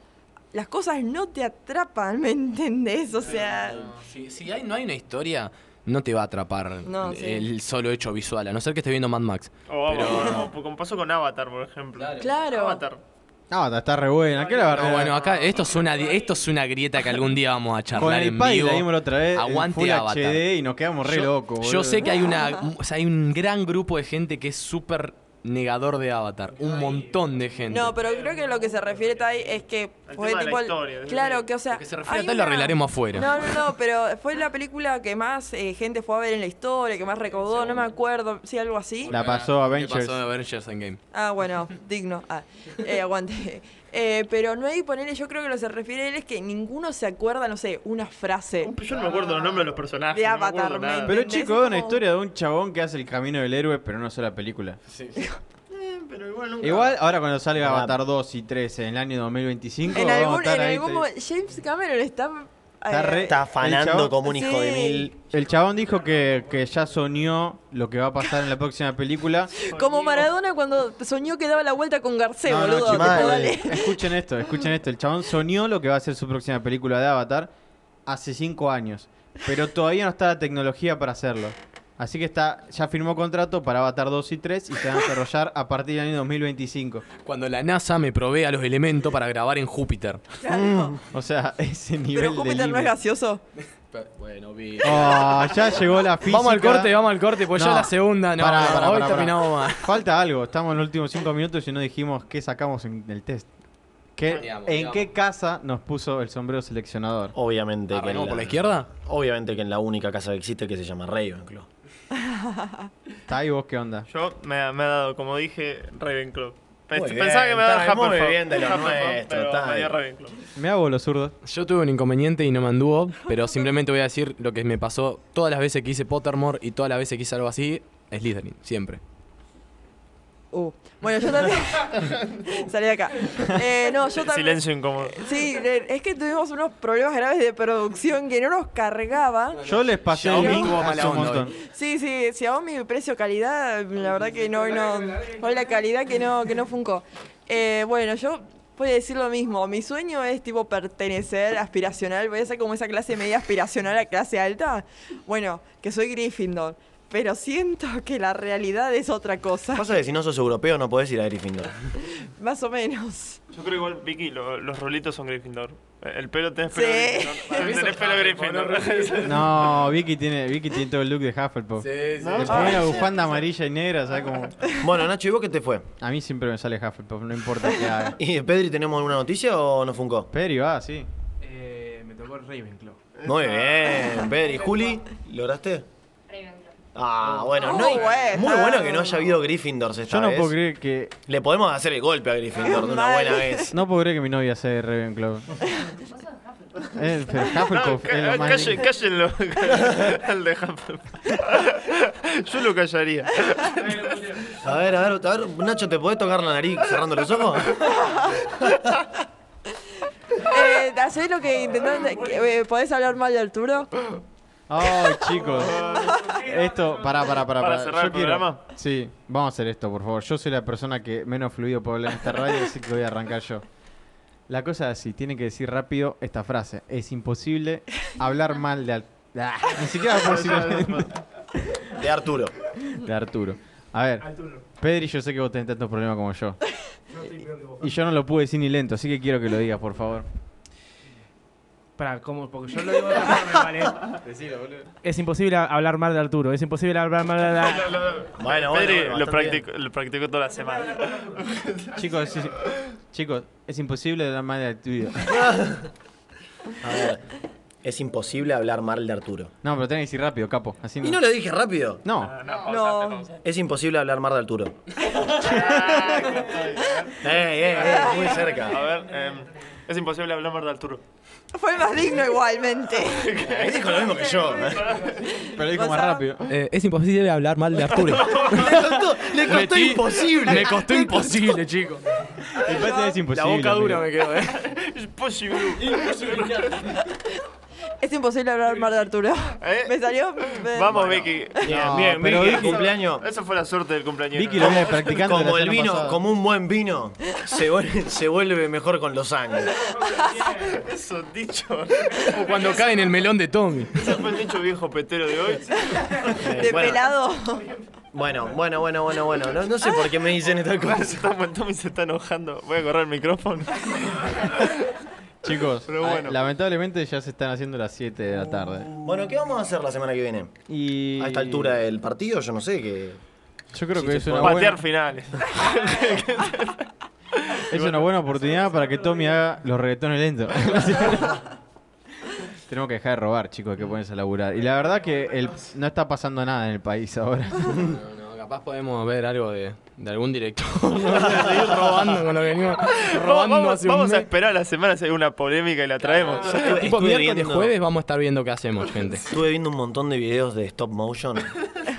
las cosas no te atrapan, ¿me entendés? O sea,
Si, si hay, no hay una historia, no te va a atrapar
No, sí.
el solo hecho visual, a no ser que estés viendo Mad Max.
O,
Pero-
o- o- como pasó con Avatar, por ejemplo.
Claro.
Avatar.
Ah, está re buena. ¿Qué la
No,
verdad?
bueno, acá esto es, una, esto es una grieta que algún día vamos a
con
charlar
el
en
iPad
vivo.
la vimos la otra vez. en
Aguante
Full
Avatar.
HD y nos quedamos re
yo,
locos.
yo
boludo.
sé que hay, una, o sea, hay un gran grupo de gente que es súper negador de Avatar. Un montón de gente.
No, pero creo que lo que se refiere Tai es que
El
fue
tema de la
tipo. el-
historia, ¿no?
claro, que o sea.
Lo que se refiere a
hay
Tai lo arreglaremos afuera.
No, no, no, pero fue la película que más eh, gente fue a ver en la historia, que más recaudó, no me acuerdo, sí, algo así.
La pasó Avengers.
pasó Avengers Endgame.
Ah, bueno, digno. Ah, eh, aguante. Eh, pero no hay ponerle, yo creo que lo que se refiere él es que ninguno se acuerda, no sé, una frase.
Yo no me acuerdo los nombres de los personajes.
De
no me
Avatar,
acuerdo nada.
men.
Pero
¿Entendés?
chico, es una
Como-
historia de un chabón que hace el camino del héroe, pero no sola película.
Eh, pero igual nunca.
Igual, ahora cuando salga
Ahora-
Avatar 2 y 3 en el año 2025,
En
vamos a
algún,
estar
en
ahí,
algún
te-
momento. James Cameron está. eh,
Está re-
Está
El
afanando
chabón-
como un hijo de
Sí.
mil.
El chabón dijo que, que ya soñó lo que va a pasar en la próxima película.
como Maradona cuando soñó que daba la vuelta con Garcés,
No, no,
boludo.
chicos,
tipo,
mal,
dale.
Escuchen esto, escuchen esto. El chabón soñó lo que va a ser su próxima película de Avatar hace 5 años. Pero todavía no está la tecnología para hacerlo. Así que está, ya firmó contrato para Avatar 2 y 3 y se van a desarrollar a partir del año 2025.
Cuando la NASA me provea los elementos para grabar en Júpiter.
O sea, ese nivel
Pero
de
Júpiter no es
libre.
gaseoso.
Bueno, vi.
Oh, ya llegó la física.
Vamos al corte, vamos al corte, pues
No.
ya la segunda, no,
Pará,
no,
pará,
hoy
pará, pará.
terminamos más.
Falta algo, estamos en los últimos cinco minutos y no dijimos qué sacamos en el test. ¿Qué-
Ah, Digamos,
¿En
digamos.
qué casa nos puso el sombrero seleccionador?
Obviamente que, en
¿Arrancamos por la izquierda?
obviamente que en la única casa que existe que se llama Ravenclaw.
¿Está ahí vos qué onda?
Yo me, me ha dado, como dije, Ravenclaw. Pens-
Muy bien,
Pensaba que me ha dado
está muy
Hufflepuff.
bien de lo
Hufflepuff,
nuestro,
pero
está
me dio
bien.
Ravenclaw.
Me hago los zurdos.
Yo tuve un inconveniente y no me anduvo, pero simplemente voy a decir lo que me pasó todas las veces que hice Pottermore y todas las veces que hice algo así, Slytherin, siempre.
Uh, Bueno, yo también. Salí de acá. Eh, no, yo también.
Silencio incómodo.
Sí, eh, es que tuvimos unos problemas graves de producción que no nos cargaba.
Yo les pasé el
Xiaomi
link
tuvo
hace
mala
un
onda
montón.
Sí, sí, si aún mi precio-calidad, la verdad que no, no. Hoy la calidad que no, que no funcó. Eh, bueno, yo voy a decir lo mismo. Mi sueño es tipo pertenecer aspiracional. Voy a ser como esa clase media aspiracional a clase alta. Bueno, que soy Gryffindor. Pero siento que la realidad es otra cosa.
Pasa que si no sos europeo no podés ir a Gryffindor.
Más o menos.
Yo creo igual, Vicky, lo- los rolitos son Gryffindor. El pelo tenés
Sí.
pelo Gryffindor. Tenés pelo Gryffindor.
No, Vicky tiene, Vicky tiene todo el look de Hufflepuff.
Ah,
Le ponía una bufanda amarilla y negra, ¿sabes cómo?
Bueno, Nacho, ¿y vos qué te fue?
A mí siempre me sale Hufflepuff, no importa qué haga.
¿Y de Pedri tenemos alguna noticia o no funcó?
Pero va, sí.
Eh, me tocó Ravenclaw.
Muy bien, Pedri. ¿Juli? ¿Lograste?
Ravenclaw.
Ah, bueno,
Muy
no hay-
buena.
muy bueno que no haya habido Gryffindors esta
Yo no
vez.
puedo creer que.
Le podemos hacer el golpe a Gryffindor de una
Mal.
buena vez.
No puedo creer que mi novia sea de Ravenclaw. Eh, pero
No,
Hufflepuff es
ca-
lo más
calle- cállenlo. El de Hufflepuff. Yo lo callaría.
A ver, a ver, a ver, Nacho, ¿te podés tocar la nariz cerrando los ojos?
Eh, ¿Sabés lo que intentaron? que, eh, ¿Podés hablar mal de Arturo?
Ay, chicos. Esto, pará, pará, pará.
Para
pará.
cerrar el
quiero-
programa.
Sí, vamos a hacer esto, por favor. Yo soy la persona que menos fluido puedo hablar en esta radio, así que voy a arrancar yo. La cosa es así, tienen que decir rápido esta frase. Es imposible hablar mal de... Al- Ah, ni siquiera posible
De Arturo.
de Arturo. A ver, Pedri, yo sé que vos tenés tantos problemas como yo. Y yo no lo pude decir ni lento, así que quiero que lo digas, por favor.
Para, ¿cómo? Porque yo lo digo de otra forma, ¿vale? Es imposible hablar mal de Arturo. Es imposible hablar mal de... la-
Bueno, bueno,
Pedri
bueno,
lo,
bastante
practicó, lo practicó toda la semana.
Chicos, sí, sí. chicos, es imposible hablar mal de Arturo.
A ver, es imposible hablar mal de Arturo.
No, pero tenés que decir rápido, capo. Así no.
Y no lo dije rápido.
No,
No,
Es imposible hablar mal de Arturo. Eh, Ey, ey, ey, eh, muy
A
cerca.
ver, em, es imposible hablar más de Arturo.
fue más digno igualmente.
Ahí dijo lo mismo que yo. ¿eh?
pero dijo más
Gonzalo.
rápido.
Eh, es imposible hablar mal de Arturo.
Le costó, le costó
Metí-
imposible.
Me costó imposible, chico.
Y parece es
La
imposible.
boca dura
amigo.
me quedó, eh.
Es posible.
Es imposible hablar mal de Arturo.
¿Eh?
Me salió.
Vamos, Vicky.
Bien,
No,
bien,
pero
Vicky, el
Vicky-
cumpleaños.
Esa fue la suerte del cumpleañero.
Vicky lo viene practicando. la
Como el
semana
vino,
pasada.
como un buen vino, se vuelve, se vuelve mejor con los años.
Eso dicho.
O cuando cae en el melón de Tommy.
Ese fue el dicho viejo petero de hoy.
Eh,
De
bueno,
pelado.
Bueno, bueno, bueno, bueno, bueno. No, no sé por qué me dicen esta
Ahora
cosa.
se está montando y se está enojando. Voy a correr el micrófono.
Chicos,
Pero
ah,
bueno.
lamentablemente ya se están haciendo las 7 de la tarde.
Bueno, ¿qué vamos a hacer la semana que viene?
Y
A esta altura del partido, yo no sé qué.
Yo creo
Sí,
que
se
es una,
Patear
buena,
finales.
es una buena oportunidad para que Tommy haga los reggaetones lentos. Tenemos que dejar de robar, chicos, hay que ponerse a laburar. Y la verdad que el- no está pasando nada en el país ahora.
No, no, capaz podemos ver algo de, de algún director. No sé, seguir robando con lo que venimos
Vamos,
robando
vamos-
hace un
vamos a
mes.
esperar la semana si hay una polémica y la traemos.
Estuve-
Tipo
estuve
miércoles,
viendo-
jueves vamos a estar viendo qué hacemos, gente.
Estuve viendo un montón de videos de stop motion,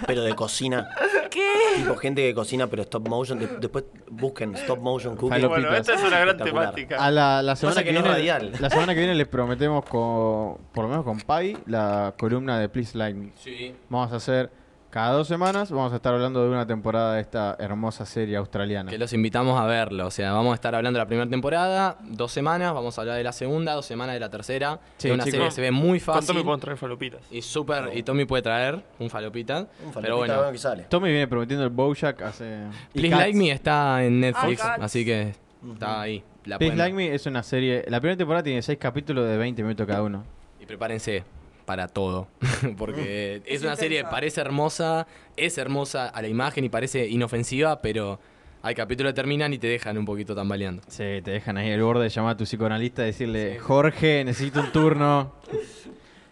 pero de cocina.
¿Qué?
Tipo gente que cocina, pero stop motion. De- después busquen stop motion cooking.
Falopitas.
Bueno, esta es una gran
Espectacular.
A
temática.
la, la semana
Pasa
que,
que no es
viene,
radial.
la semana que viene les prometemos con, por lo menos con Pai, la columna de Please Like Me.
Sí.
Vamos a hacer cada dos semanas, vamos a estar hablando de una temporada de esta hermosa serie australiana.
Que los invitamos a verlo. O sea, vamos a estar hablando de la primera temporada, dos semanas, vamos a hablar de la segunda, dos semanas de la tercera.
Sí,
es una
chicos.
serie que se ve muy
Con Tommy
fácil.
podemos traer falopitas.
Y súper, y Tommy puede traer un falopita.
Un
pero
falopita,
bueno,
bueno que sale.
Tommy viene prometiendo el Bojack hace... y
Please
Cats.
Like Me está en Netflix,
Ah, Cats.
así que está ahí. La
Please
pueden
Like
ver.
Me es una serie... La primera temporada tiene seis capítulos de 20 minutos cada uno.
Y prepárense para todo, porque
Mm.
es,
Es
una serie que
intensa.
parece hermosa, es hermosa a la imagen y parece inofensiva, pero hay capítulos que terminan y te dejan un poquito tambaleando.
Sí, te dejan ahí al borde de llamar a tu psicoanalista y decirle, Jorge, necesito un turno.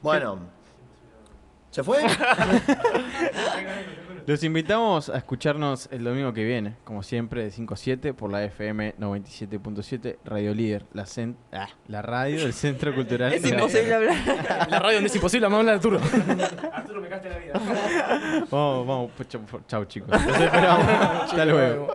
Bueno. ¿Se fue?
Los invitamos a escucharnos el domingo que viene, como siempre, de 5 a 7 por la FM 97.7 Radio Líder, la, cen- ah, la radio del Centro Cultural.
Es
de la-
imposible hablar.
La radio donde es imposible, vamos a hablar de Arturo.
Arturo, me cagaste la vida.
Vamos, vamos, chau, chau, chicos. Los esperamos. Hasta luego.